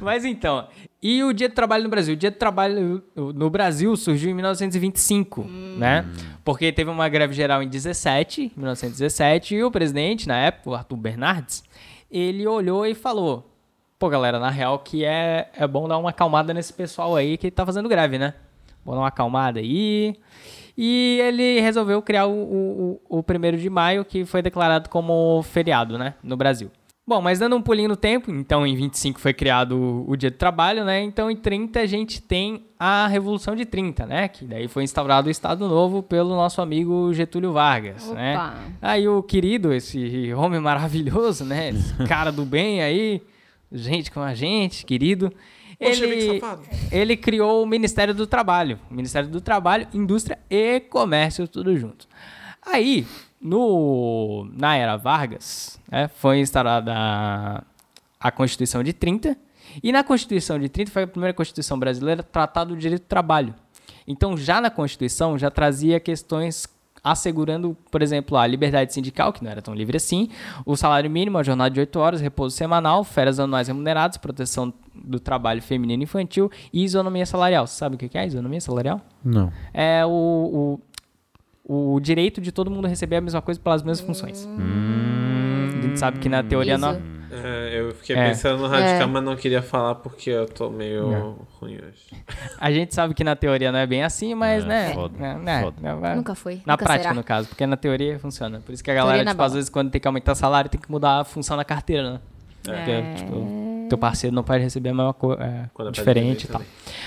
[SPEAKER 4] Mas então, e o Dia do Trabalho no Brasil? O Dia do Trabalho no Brasil surgiu em 1925, né? Porque teve uma greve geral em 17, 1917, e o presidente, na época, o Arthur Bernardes, ele olhou e falou: Pô, galera, na real que é, é bom dar uma acalmada nesse pessoal aí que tá fazendo greve, né? Vou dar uma acalmada aí. E ele resolveu criar o, o, o, o 1 de maio, que foi declarado como feriado, né? No Brasil. Bom, mas dando um pulinho no tempo, então em 25 foi criado o, o Dia do Trabalho, né? Então em 30 a gente tem a Revolução de 30, né? Que daí foi instaurado o Estado Novo pelo nosso amigo Getúlio Vargas, né?
[SPEAKER 3] Opa.
[SPEAKER 4] Aí o querido, esse homem maravilhoso, né? Esse cara do bem aí, gente com a gente, querido.
[SPEAKER 2] Bolchevique
[SPEAKER 4] Ele,
[SPEAKER 2] safado.
[SPEAKER 4] ele criou o Ministério do Trabalho. Ministério do Trabalho, Indústria e Comércio, tudo junto. Aí, no, na era Vargas, né, foi instaurada a, a Constituição de 30. E na Constituição de 30 foi a primeira Constituição brasileira tratada do direito do trabalho. Então, já na Constituição, já trazia questões assegurando, por exemplo, a liberdade sindical, que não era tão livre assim, o salário mínimo, a jornada de 8 horas, repouso semanal, férias anuais remuneradas, proteção do trabalho feminino e infantil e isonomia salarial. Você sabe o que que é isonomia salarial?
[SPEAKER 1] Não.
[SPEAKER 4] É o, o, o direito de todo mundo receber a mesma coisa pelas mesmas funções. A gente sabe que na teoria não...
[SPEAKER 3] Isso.
[SPEAKER 2] É, É. eu fiquei
[SPEAKER 4] É.
[SPEAKER 2] pensando no radical,
[SPEAKER 3] É.
[SPEAKER 2] mas não queria falar porque eu tô meio ruim hoje.
[SPEAKER 4] A gente sabe que na teoria não é bem assim, mas,
[SPEAKER 1] É,
[SPEAKER 4] né?
[SPEAKER 1] foda,
[SPEAKER 4] né, né,
[SPEAKER 1] foda.
[SPEAKER 4] né,
[SPEAKER 3] Nunca foi,
[SPEAKER 4] Na
[SPEAKER 3] nunca
[SPEAKER 4] prática,
[SPEAKER 3] será.
[SPEAKER 4] no caso, porque na teoria funciona. Por isso que a
[SPEAKER 3] Teoria
[SPEAKER 4] galera,
[SPEAKER 3] na
[SPEAKER 4] tipo, às
[SPEAKER 3] bala.
[SPEAKER 4] vezes, quando tem que aumentar salário, tem que mudar a função da carteira, né? Porque,
[SPEAKER 3] É.
[SPEAKER 4] tipo, teu parceiro não pode receber a mesma coisa
[SPEAKER 2] Quando é pra
[SPEAKER 4] diferente e
[SPEAKER 2] direita,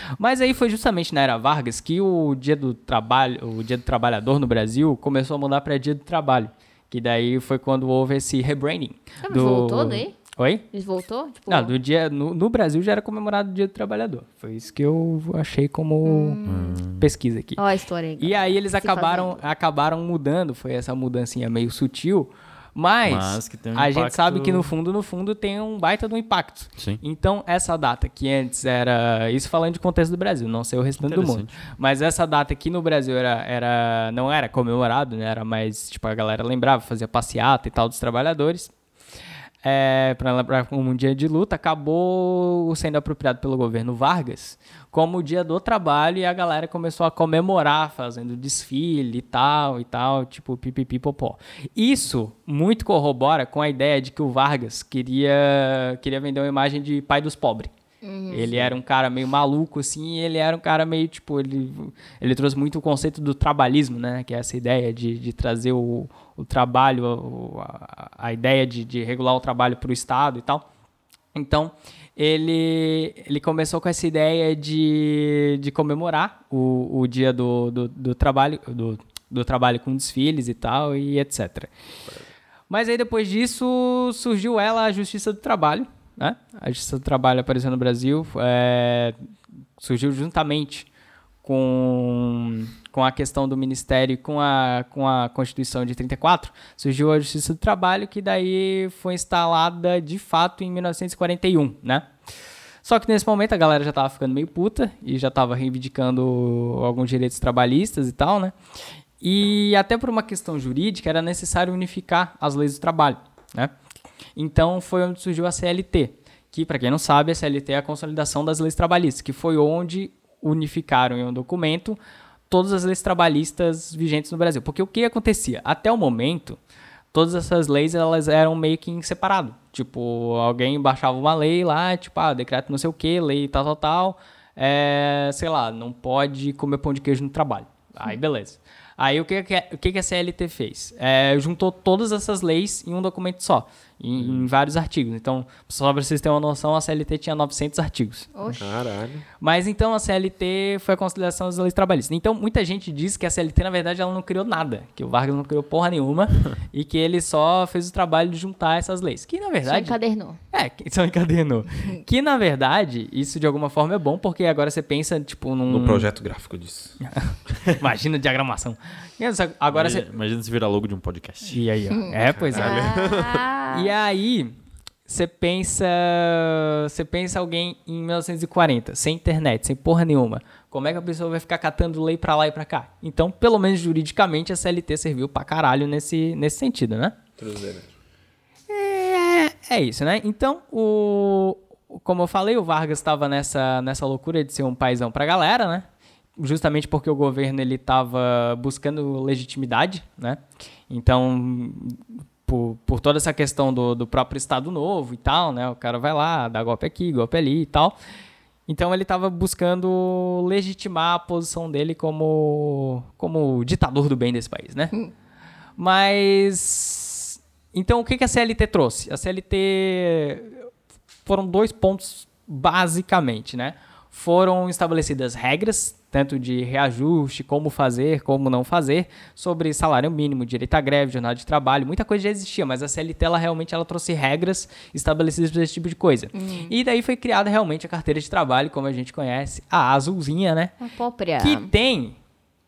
[SPEAKER 4] tal. Mas aí foi justamente na era Vargas que o dia do trabalho, o dia do trabalhador no Brasil começou a mudar para dia do trabalho. Que daí foi quando houve esse rebranding.
[SPEAKER 3] Ah, mas
[SPEAKER 4] do...
[SPEAKER 3] voltou daí?
[SPEAKER 4] Oi?
[SPEAKER 3] Ele voltou? Tipo,
[SPEAKER 4] Não, do dia, no, no Brasil já era comemorado o dia do trabalhador. Foi isso que eu achei como pesquisa aqui.
[SPEAKER 3] Ó a história aí.
[SPEAKER 4] E aí eles
[SPEAKER 3] Hum. Se
[SPEAKER 4] acabaram,
[SPEAKER 3] fazendo.
[SPEAKER 4] acabaram mudando, foi essa mudancinha meio sutil, mas,
[SPEAKER 1] Mas que tem um
[SPEAKER 4] a
[SPEAKER 1] impacto-
[SPEAKER 4] gente sabe que no fundo, no fundo, tem um baita do impacto.
[SPEAKER 1] Sim.
[SPEAKER 4] Então, essa data que antes era. Isso falando de contexto do Brasil, não sei o restante do mundo. Mas essa data aqui no Brasil era, era não era comemorado, né? Era mais, tipo, a galera lembrava, fazia passeata e tal dos trabalhadores. É, para lembrar como um dia de luta, acabou sendo apropriado pelo governo Vargas como o dia do trabalho e a galera começou a comemorar, fazendo desfile e tal e tal, tipo pipipipopó. Isso muito corrobora com a ideia de que o Vargas queria, queria vender uma imagem de pai dos pobres. Ele era um cara meio maluco, assim, e ele era um cara meio, tipo, ele, ele trouxe muito o conceito do trabalhismo, né? Que é essa ideia de, de trazer o, o trabalho, o- a, a ideia de, de regular o trabalho para o Estado e tal. Então, ele, ele começou com essa ideia de, de comemorar o, o dia do, do, do trabalho, do, do trabalho com desfiles e tal, e etc. Mas aí depois disso surgiu ela, a Justiça do Trabalho, né? A Justiça do Trabalho apareceu no Brasil, é, surgiu juntamente com, com a questão do Ministério e com a, com a Constituição de 34, surgiu a Justiça do Trabalho, que daí foi instalada de fato em 1941, né? Só que nesse momento a galera já tava ficando meio puta e já tava reivindicando alguns direitos trabalhistas e tal, né? E até por uma questão jurídica era necessário unificar as leis do trabalho, né? Então foi onde surgiu a CLT, que para quem não sabe, a CLT é a consolidação das leis trabalhistas, que foi onde unificaram em um documento todas as leis trabalhistas vigentes no Brasil. Porque o que acontecia? Até o momento, todas essas leis elas eram meio que em separado. Tipo, alguém baixava uma lei lá, tipo, ah, decreto não sei o que, lei tal, tal, tal. É, sei lá, não pode comer pão de queijo no trabalho. Aí, beleza. Aí, o que, que, a- o que que a CLT fez? É, juntou todas essas leis em um documento só, em, em vários artigos. Então, só para vocês terem uma noção, a CLT tinha 900 artigos.
[SPEAKER 3] Oxi.
[SPEAKER 2] Caralho.
[SPEAKER 4] Mas então a CLT foi a conciliação das leis trabalhistas. Então muita gente diz que a CLT, na verdade, ela não criou nada, que o Vargas não criou porra nenhuma e que ele só fez o trabalho de juntar essas leis. Que na
[SPEAKER 3] Só
[SPEAKER 4] verdade.
[SPEAKER 3] encadernou.
[SPEAKER 4] É, que só encadenou. que na verdade, isso de alguma forma é bom, porque agora você pensa, tipo, num.
[SPEAKER 2] No projeto gráfico disso.
[SPEAKER 4] Imagina a diagramação. É, Agora
[SPEAKER 1] imagina,
[SPEAKER 4] você.
[SPEAKER 1] imagina se virar logo de um podcast.
[SPEAKER 4] E aí, ó. É, pois é.
[SPEAKER 3] Ah,
[SPEAKER 4] E aí, você pensa, você pensa alguém em 1940, sem internet, sem porra nenhuma. Como é que a pessoa vai ficar catando lei pra lá e pra cá? Então, pelo menos juridicamente, a CLT serviu pra caralho nesse, nesse sentido, né?
[SPEAKER 2] Cruzeiro.
[SPEAKER 4] É, é isso, né? Então, o, como eu falei, o Vargas estava nessa, nessa loucura de ser um paizão pra galera, né? Justamente porque o governo ele estava buscando legitimidade, né? Então, por, por toda essa questão do, do próprio Estado Novo e tal, né? O cara vai lá, dá golpe aqui, golpe ali e tal. Então ele estava buscando legitimar a posição dele como, como ditador do bem desse país, né? Mas. Então, o que, que a CLT trouxe? A CLT. Foram dois pontos, basicamente, né? Foram estabelecidas regras, tanto de reajuste, como fazer, como não fazer, sobre salário mínimo, direito à greve, jornada de trabalho, muita coisa já existia, mas a CLT, ela realmente ela trouxe regras estabelecidas para esse tipo de coisa. E daí foi criada realmente a carteira de trabalho, como a gente conhece, a azulzinha, né?
[SPEAKER 3] a própria.
[SPEAKER 4] Que tem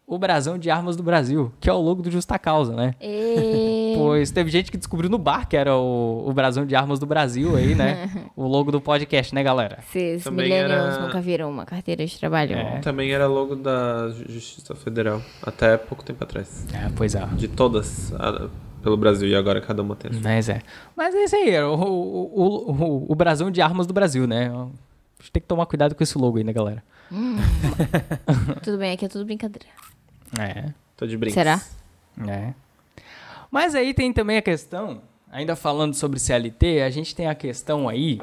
[SPEAKER 4] o brasão de armas do Brasil, que é o logo do Justa Causa, né?
[SPEAKER 3] E...
[SPEAKER 4] Pois teve gente que descobriu no bar que era o, o brasão de armas do Brasil aí, né? o logo do podcast, né, galera?
[SPEAKER 3] Esses
[SPEAKER 2] Também
[SPEAKER 3] millennials
[SPEAKER 2] era-
[SPEAKER 3] nunca viram uma carteira de trabalho.
[SPEAKER 4] É.
[SPEAKER 2] Também era logo da Ju- Justiça Federal, até pouco tempo atrás.
[SPEAKER 4] É, pois é.
[SPEAKER 2] De todas a- pelo Brasil, e agora cada uma tem.
[SPEAKER 4] Mas é. Mas é isso aí, era o, o, o, o- o brasão de armas do Brasil, né? A gente tem que tomar cuidado com esse logo aí, né, galera?
[SPEAKER 3] Tudo bem, aqui é tudo brincadeira.
[SPEAKER 4] É.
[SPEAKER 2] Tô de brinco.
[SPEAKER 3] Será?
[SPEAKER 4] É. Mas aí tem também a questão, ainda falando sobre CLT, a gente tem a questão aí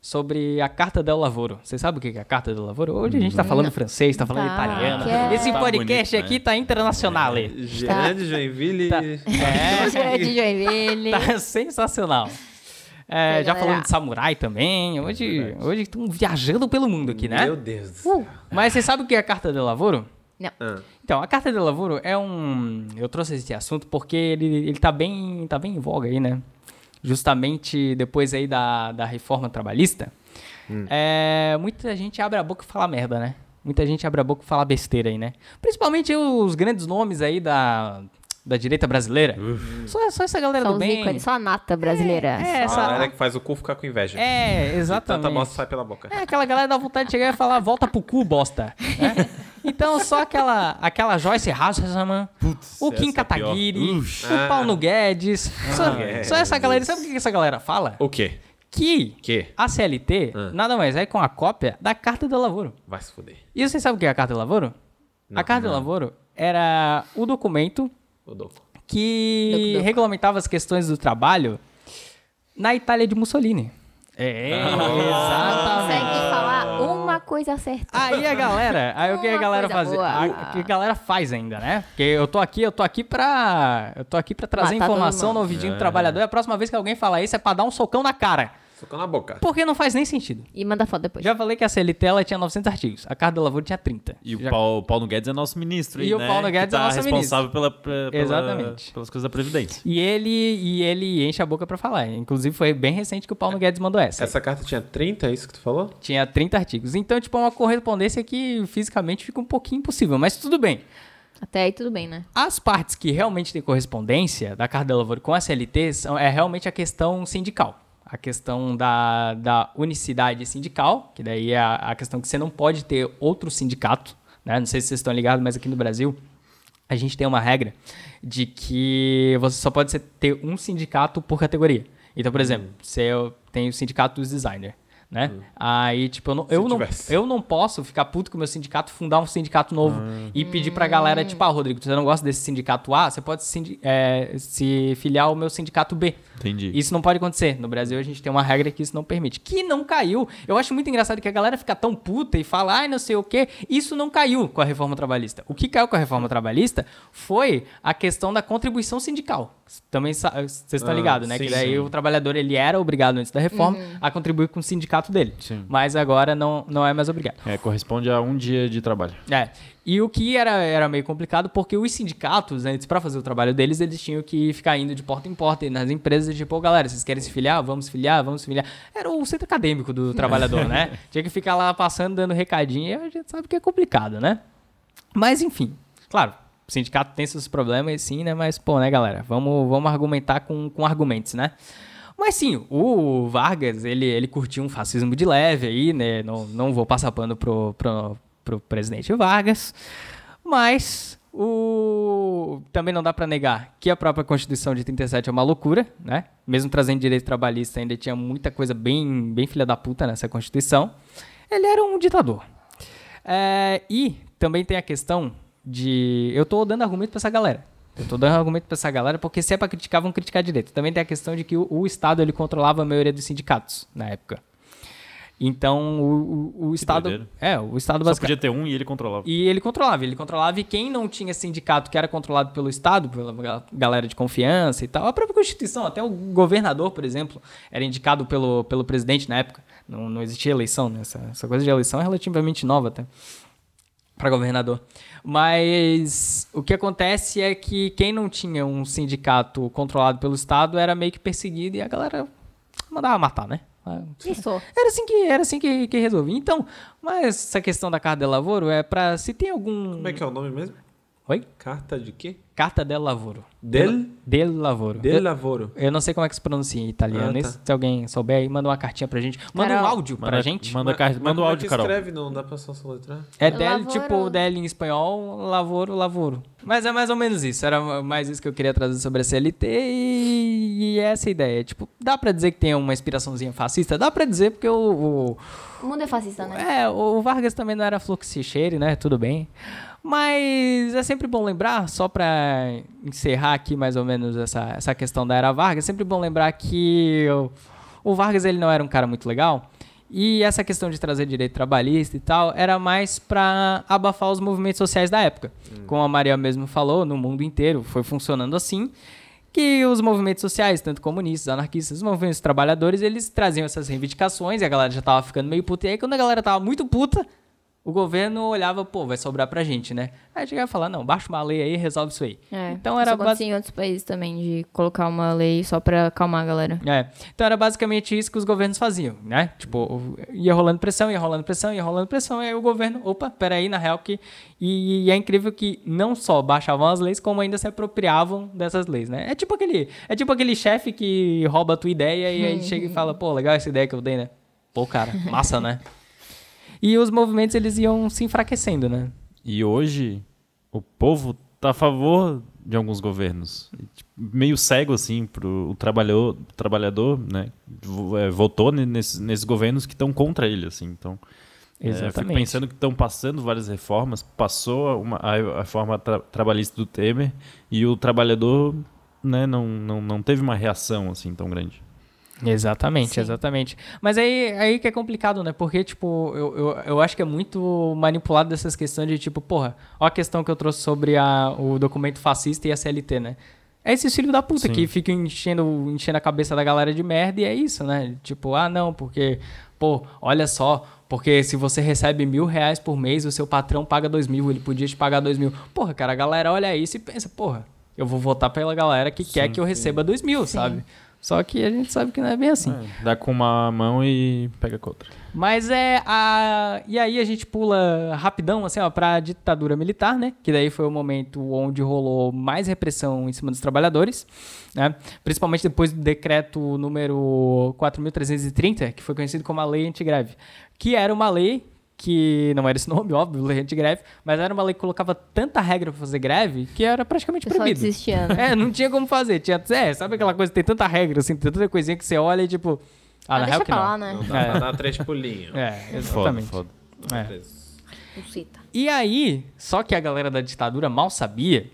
[SPEAKER 4] sobre a Carta del Lavoro. Você sabe o que que é a Carta del Lavoro? Hoje a gente tá falando francês, tá falando
[SPEAKER 3] Tá,
[SPEAKER 4] italiano.
[SPEAKER 3] que é-
[SPEAKER 4] Esse
[SPEAKER 1] Tá
[SPEAKER 4] podcast
[SPEAKER 1] bonito, né?
[SPEAKER 4] aqui tá internacional. hein?
[SPEAKER 2] Jean de Joinville.
[SPEAKER 3] É. de Joinville.
[SPEAKER 4] Tá sensacional. É,
[SPEAKER 3] Isso aí,
[SPEAKER 4] já
[SPEAKER 3] galera.
[SPEAKER 4] falando de samurai também. Hoje hoje estão viajando pelo mundo aqui, né?
[SPEAKER 2] É Meu Deus do céu.
[SPEAKER 3] Uh,
[SPEAKER 4] Mas você sabe o que é a Carta del Lavoro?
[SPEAKER 2] Ah,
[SPEAKER 4] Então, a Carta de Lavoro é um... Eu trouxe esse assunto porque ele, ele tá, bem, tá bem em voga aí, né? Justamente depois aí da, da reforma trabalhista.
[SPEAKER 2] Hum.
[SPEAKER 4] É, muita gente abre a boca e fala merda, né? Muita gente abre a boca e fala besteira aí, né? Principalmente os grandes nomes aí da, da direita brasileira. Só, só essa galera
[SPEAKER 3] só
[SPEAKER 4] do
[SPEAKER 3] os
[SPEAKER 4] bem.
[SPEAKER 3] ícones, só a nata brasileira.
[SPEAKER 4] É,
[SPEAKER 2] Ah, a galera
[SPEAKER 4] essa...
[SPEAKER 2] que faz o cu ficar com inveja.
[SPEAKER 4] É,
[SPEAKER 2] Tanta
[SPEAKER 4] exatamente.
[SPEAKER 2] bosta sai pela boca.
[SPEAKER 4] É, aquela galera dá vontade de chegar e falar, volta pro cu, bosta. né? Então, só aquela, aquela Joyce Hasselman, o Kim
[SPEAKER 1] essa é a pior.
[SPEAKER 4] Kataguiri,
[SPEAKER 1] Ux. Ah,
[SPEAKER 4] o Paulo Guedes. só,
[SPEAKER 2] Guedes.
[SPEAKER 4] só essa galera, sabe o que essa galera fala?
[SPEAKER 2] O quê?
[SPEAKER 4] Que
[SPEAKER 2] Que?
[SPEAKER 4] a CLT
[SPEAKER 1] Ah.
[SPEAKER 4] nada mais é com a cópia da Carta do Lavoro.
[SPEAKER 2] Vai se fuder.
[SPEAKER 4] E vocês sabem o que é a Carta do Lavoro? a Carta do Lavoro era o documento
[SPEAKER 2] O Doco.
[SPEAKER 4] que
[SPEAKER 3] Doc, doc.
[SPEAKER 4] regulamentava as questões do trabalho na Itália de Mussolini. É, exatamente.
[SPEAKER 3] Consegue falar uma coisa certa.
[SPEAKER 4] Aí a galera, aí o que a
[SPEAKER 3] Uma
[SPEAKER 4] galera
[SPEAKER 3] coisa
[SPEAKER 4] faz?
[SPEAKER 3] boa.
[SPEAKER 4] A- O que a galera faz ainda, né? Porque eu tô aqui, eu tô aqui pra. Eu tô aqui para trazer
[SPEAKER 3] Matar todo
[SPEAKER 4] informação
[SPEAKER 3] mundo.
[SPEAKER 4] no ouvidinho do trabalhador. E a próxima vez que alguém falar isso é pra dar um socão na cara.
[SPEAKER 2] Socando na boca.
[SPEAKER 4] Porque não faz nem sentido.
[SPEAKER 3] E manda foto depois.
[SPEAKER 4] Já falei que a CLT ela tinha 900 artigos, a Carta do Lavoro tinha 30.
[SPEAKER 1] E o
[SPEAKER 4] Já-
[SPEAKER 1] Paulo, Paulo Guedes é nosso ministro,
[SPEAKER 4] E
[SPEAKER 1] hein,
[SPEAKER 4] o
[SPEAKER 1] né?
[SPEAKER 4] Paulo
[SPEAKER 1] Que
[SPEAKER 4] Guedes é
[SPEAKER 1] tá
[SPEAKER 4] nosso
[SPEAKER 1] responsável pela, pela- pela-
[SPEAKER 4] Exatamente.
[SPEAKER 1] pelas coisas da Previdência.
[SPEAKER 4] E ele, e ele enche a boca pra falar. Inclusive, foi bem recente que o
[SPEAKER 1] É.
[SPEAKER 4] Paulo Guedes mandou essa.
[SPEAKER 2] Essa carta tinha 30, é isso que tu falou?
[SPEAKER 4] Tinha 30 artigos. Então, tipo, é uma correspondência que fisicamente fica um pouquinho impossível, mas tudo bem.
[SPEAKER 3] Até aí tudo bem, né?
[SPEAKER 4] As partes que realmente têm correspondência da Carta da Lavoro com a CLT são, é realmente a questão sindical. A questão da, da unicidade sindical, que daí é a, a questão que você não pode ter outro sindicato. né? Não sei se vocês estão ligados, mas aqui no Brasil a gente tem uma regra de que você só pode ser- ter um sindicato por categoria. Então, por exemplo, se eu tenho o sindicato dos designers. né? Aí, tipo, eu não, eu, não,
[SPEAKER 2] tivesse.
[SPEAKER 4] eu não posso ficar puto com o meu sindicato, fundar um sindicato novo e pedir pra galera, tipo, ah, Rodrigo, você não gosta desse sindicato A, você pode se, sindi- é, se filiar ao meu sindicato B.
[SPEAKER 1] Entendi.
[SPEAKER 4] Isso não pode acontecer. No Brasil a gente tem uma regra que isso não permite. Que não caiu. Eu acho muito engraçado que a galera fica tão puta e fala, ai, não sei o quê. Isso não caiu com a reforma trabalhista. O que caiu com a reforma trabalhista foi a questão da contribuição sindical. Também sa- vocês estão
[SPEAKER 2] Ah,
[SPEAKER 4] ligados, né?
[SPEAKER 2] sim,
[SPEAKER 4] que daí
[SPEAKER 2] sim.
[SPEAKER 4] o trabalhador ele era obrigado antes da reforma a contribuir com o sindicato dele.
[SPEAKER 1] Sim.
[SPEAKER 4] Mas agora não, não é mais obrigado.
[SPEAKER 1] É, corresponde a um dia de trabalho.
[SPEAKER 4] É. E o que era, era meio complicado, porque os sindicatos, antes pra fazer o trabalho deles, eles tinham que ficar indo de porta em porta e nas empresas, tipo, "Ô, galera, vocês querem se filiar? Vamos se filiar, vamos se filiar. Era o centro acadêmico do trabalhador, né? Tinha que ficar lá passando, dando recadinho, e a gente sabe que é complicado, né? Mas enfim, claro, o sindicato tem seus problemas sim, né? Mas, pô, né, galera? Vamos, vamos argumentar com, com argumentos, né? Mas sim, o Vargas, ele, ele curtiu um fascismo de leve aí, né? Não, não vou passar pano pro, pro, pro presidente Vargas. Mas o também não dá pra negar que a própria Constituição de 37 é uma loucura, né? Mesmo trazendo direito trabalhista, ainda tinha muita coisa bem, bem filha da puta nessa Constituição. Ele era um ditador. É, e também tem a questão de. Eu tô dando argumento pra essa galera. Eu tô dando argumento pra essa galera, porque se é pra criticar, vão criticar direito. Também tem a questão de que o, o Estado ele controlava a maioria dos sindicatos na época. Então, o, o, o Estado.
[SPEAKER 1] doideira.
[SPEAKER 4] É, o Estado
[SPEAKER 1] Só podia
[SPEAKER 4] basicamente.
[SPEAKER 1] ter um e ele controlava.
[SPEAKER 4] E ele controlava, ele controlava. E quem não tinha sindicato que era controlado pelo Estado, pela ga- galera de confiança e tal, a própria Constituição, até o governador, por exemplo, era indicado pelo, pelo presidente na época. Não, não existia eleição, né? Essa, essa coisa de eleição é relativamente nova até para governador. Mas o que acontece é que quem não tinha um sindicato controlado pelo Estado era meio que perseguido e a galera mandava matar, né?
[SPEAKER 3] Isso.
[SPEAKER 4] Era assim que, era assim que, que resolvi. Então, mas essa questão da carta de lavoro é pra. Se tem algum.
[SPEAKER 2] Como é que é o nome mesmo?
[SPEAKER 4] Oi?
[SPEAKER 2] Carta de quê?
[SPEAKER 4] Carta del lavoro.
[SPEAKER 2] Del,
[SPEAKER 4] Del lavoro.
[SPEAKER 2] del
[SPEAKER 4] eu,
[SPEAKER 2] lavoro.
[SPEAKER 4] eu não sei como é que se pronuncia em italiano.
[SPEAKER 2] Ah,
[SPEAKER 4] e
[SPEAKER 2] tá.
[SPEAKER 4] Se alguém souber aí, manda uma cartinha pra gente. Manda
[SPEAKER 3] Carol.
[SPEAKER 4] um áudio pra
[SPEAKER 1] Manda-
[SPEAKER 4] gente.
[SPEAKER 1] Manda, car-
[SPEAKER 2] Mas
[SPEAKER 1] manda o
[SPEAKER 2] como é
[SPEAKER 1] áudio,
[SPEAKER 2] que
[SPEAKER 1] Carol.
[SPEAKER 2] escreve, não dá pra só soletrar?
[SPEAKER 4] É del,
[SPEAKER 3] Lavoro.
[SPEAKER 4] tipo del em espanhol, lavoro, lavoro. Mas é mais ou menos isso. Era mais isso que eu queria trazer sobre a CLT e, e essa ideia. Tipo, dá pra dizer que tem uma inspiraçãozinha fascista? Dá pra dizer, porque o- o,
[SPEAKER 3] O mundo é fascista, né?
[SPEAKER 4] É, o Vargas também não era fluxo e cheire, né? Tudo bem. Mas é sempre bom lembrar, só pra encerrar aqui mais ou menos essa, essa questão da era Vargas, é sempre bom lembrar que o, o Vargas ele não era um cara muito legal. E essa questão de trazer direito trabalhista e tal era mais pra abafar os movimentos sociais da época. Como a Maria mesmo falou, no mundo inteiro foi funcionando assim que os movimentos sociais, tanto comunistas, anarquistas, os movimentos trabalhadores, eles traziam essas reivindicações e a galera já tava ficando meio puta. E aí, quando a galera tava muito puta, o governo olhava, pô, vai sobrar pra gente, né? Aí chegava e falava, não, baixa uma lei aí e resolve isso aí.
[SPEAKER 3] É,
[SPEAKER 4] então era
[SPEAKER 3] isso acontece em outros países também, de colocar uma lei só pra acalmar a galera.
[SPEAKER 4] É. Então era basicamente isso que os governos faziam, né? Tipo, o- ia rolando pressão, ia rolando pressão, ia rolando pressão, e aí o governo, opa, peraí, na real que. E, e é incrível que não só baixavam as leis, como ainda se apropriavam dessas leis, né? É tipo aquele, é tipo aquele chefe que rouba a tua ideia e aí chega e fala, pô, legal essa ideia que eu dei, né? Pô, cara, massa, né? E os movimentos eles iam se enfraquecendo, né?
[SPEAKER 1] E hoje o povo tá a favor de alguns governos. E, tipo, Meio cego, assim, pro o trabalhador, trabalhador né? vo- é, Votou ne- nesses, nesses governos que estão contra ele, assim. Então, é, eu fico pensando que estão passando várias reformas. Passou uma, a, a reforma tra- trabalhista do Temer e o trabalhador né, não, não, não teve uma reação assim tão grande.
[SPEAKER 4] Exatamente,
[SPEAKER 3] Sim.
[SPEAKER 4] exatamente. Mas aí, aí que é complicado, né? Porque, tipo, eu, eu, eu acho que é muito manipulado dessas questões de, tipo, porra, ó a questão que eu trouxe sobre a, o documento fascista e a CLT, né? É esses filhos da puta
[SPEAKER 1] Sim.
[SPEAKER 4] que ficam enchendo, enchendo a cabeça da galera de merda e é isso, né? Tipo, ah, não, porque, pô, olha só, porque se você recebe mil reais por mês, o seu patrão paga dois mil, ele podia te pagar dois mil. Porra, cara, a galera olha isso e pensa, porra, eu vou votar pela galera que quer que eu receba dois mil, sabe? Só que a gente sabe que não é bem assim.
[SPEAKER 1] Dá com uma mão e pega com a outra.
[SPEAKER 4] Mas é a. E aí a gente pula rapidão, assim, ó, pra ditadura militar, né? Que daí foi o momento onde rolou mais repressão em cima dos trabalhadores, né? Principalmente depois do decreto número 4.330, que foi conhecido como a Lei Antigreve, que era uma lei que não era esse nome, óbvio, lei antigreve, mas era uma lei que colocava tanta regra pra fazer greve que era praticamente
[SPEAKER 3] O pessoal
[SPEAKER 4] proibido.
[SPEAKER 3] desistia, né?
[SPEAKER 4] É, não tinha como fazer. Tinha, é, sabe aquela coisa, tem tanta regra, assim, tem tanta coisinha que você olha e tipo. Ah, na real
[SPEAKER 7] deixa
[SPEAKER 4] que
[SPEAKER 7] pra lá,
[SPEAKER 4] não.
[SPEAKER 7] né?
[SPEAKER 2] Não dá pra dar três pulinhos.
[SPEAKER 4] É,
[SPEAKER 1] Foda,
[SPEAKER 4] exatamente.
[SPEAKER 1] foda.
[SPEAKER 4] É.
[SPEAKER 7] Não cita.
[SPEAKER 4] E aí, só que a galera da ditadura mal sabia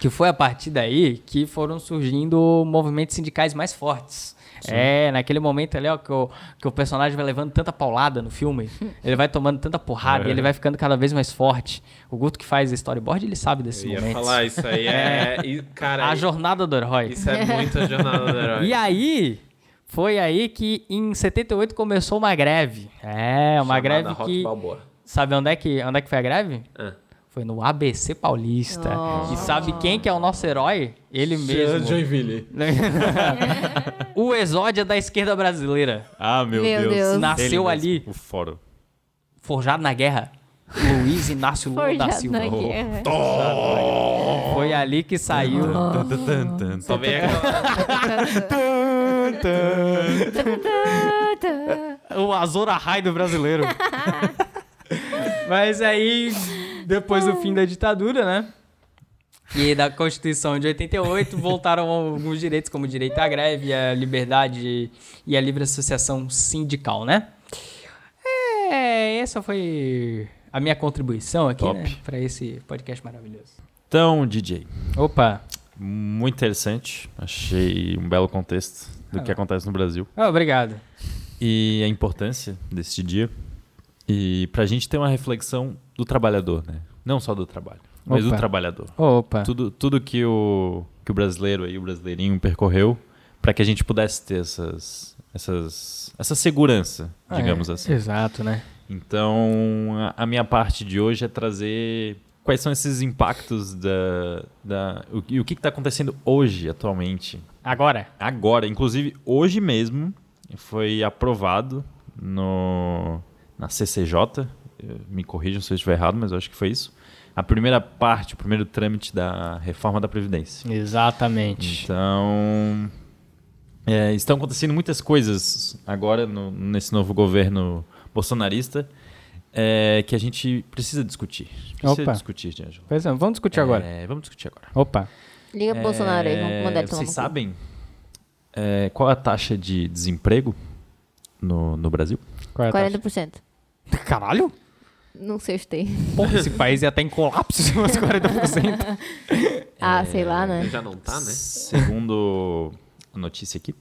[SPEAKER 4] que foi a partir daí que foram surgindo movimentos sindicais mais fortes. É, naquele momento ali, ó, que o, que o personagem vai levando tanta paulada no filme, ele vai tomando tanta porrada
[SPEAKER 2] É.
[SPEAKER 4] e ele vai ficando cada vez mais forte. O Guto que faz storyboard, ele sabe desses
[SPEAKER 2] Eu ia
[SPEAKER 4] momentos.
[SPEAKER 2] falar isso aí. É, e, cara,
[SPEAKER 4] a jornada do herói.
[SPEAKER 2] isso é muito a jornada do herói.
[SPEAKER 4] E aí, foi aí que em 78 começou uma greve. É, uma
[SPEAKER 2] Chamada
[SPEAKER 4] greve
[SPEAKER 2] Rock
[SPEAKER 4] que...
[SPEAKER 2] Balboa.
[SPEAKER 4] Sabe onde é que, onde é que foi a greve?
[SPEAKER 2] Ah.
[SPEAKER 4] Foi no ABC Paulista. E sabe quem que é o nosso herói? Ele mesmo.
[SPEAKER 2] Joinville.
[SPEAKER 4] o exódia da esquerda brasileira.
[SPEAKER 1] Ah, meu,
[SPEAKER 7] Meu
[SPEAKER 1] Deus.
[SPEAKER 7] Deus.
[SPEAKER 4] Nasceu
[SPEAKER 1] mesmo,
[SPEAKER 4] ali.
[SPEAKER 1] O fórum.
[SPEAKER 4] Forjado na guerra. Luiz Inácio Lula da
[SPEAKER 3] Forjado
[SPEAKER 4] Silva.
[SPEAKER 3] na guerra.
[SPEAKER 4] Foi ali que saiu.
[SPEAKER 1] Tan, tan, tan, tan,
[SPEAKER 2] Só vem aquela...
[SPEAKER 4] O Azor Ahai do brasileiro. Mas aí, depois do fim da ditadura, né? E da Constituição de 88, voltaram alguns direitos, como o direito à greve, a liberdade e a livre associação sindical, né? É, essa foi a minha contribuição aqui,
[SPEAKER 1] Top.
[SPEAKER 4] né? Pra esse podcast maravilhoso.
[SPEAKER 1] Então, DJ,
[SPEAKER 4] Opa!
[SPEAKER 1] muito interessante. Achei um belo contexto do que acontece no Brasil
[SPEAKER 4] Ah, obrigado.
[SPEAKER 1] e a importância deste dia. E pra gente ter uma reflexão do trabalhador, né? Não só do trabalho, mas do
[SPEAKER 4] Opa.
[SPEAKER 1] trabalhador.
[SPEAKER 4] Opa.
[SPEAKER 1] Tudo, tudo que, o, que o brasileiro aí, o brasileirinho percorreu pra que a gente pudesse ter essas, essas, essa segurança,
[SPEAKER 4] Ah, é.
[SPEAKER 1] digamos assim.
[SPEAKER 4] Exato, né?
[SPEAKER 1] Então, a- a minha parte de hoje é trazer quais são esses impactos da, da o, e o que está acontecendo hoje, atualmente.
[SPEAKER 4] Agora.
[SPEAKER 1] Agora, inclusive hoje mesmo, foi aprovado no, na CCJ, eh, me corrijam se eu estiver errado, mas eu acho que foi isso, a primeira parte, o primeiro trâmite da reforma da Previdência.
[SPEAKER 4] Exatamente.
[SPEAKER 1] Então, é, estão acontecendo muitas coisas agora no- nesse novo governo bolsonarista é, que a gente precisa discutir. Precisa
[SPEAKER 4] Opa.
[SPEAKER 1] discutir, Diângelo.
[SPEAKER 4] Pois é, vamos discutir agora.
[SPEAKER 1] É, vamos discutir agora.
[SPEAKER 4] Opa.
[SPEAKER 7] Liga
[SPEAKER 4] É,
[SPEAKER 7] pro Bolsonaro aí, vamos mandar ele tomar.
[SPEAKER 1] Vocês
[SPEAKER 7] no cu.
[SPEAKER 1] sabem é, qual a taxa de desemprego no, no Brasil?
[SPEAKER 4] Qual é a taxa?
[SPEAKER 7] 40%.
[SPEAKER 4] Caralho?
[SPEAKER 7] Não sei se tem.
[SPEAKER 4] Porra, esse país ia estar em colapso se fosse 40%.
[SPEAKER 7] Ah, sei lá, né?
[SPEAKER 2] Já não tá, né?
[SPEAKER 1] Segundo a notícia aqui,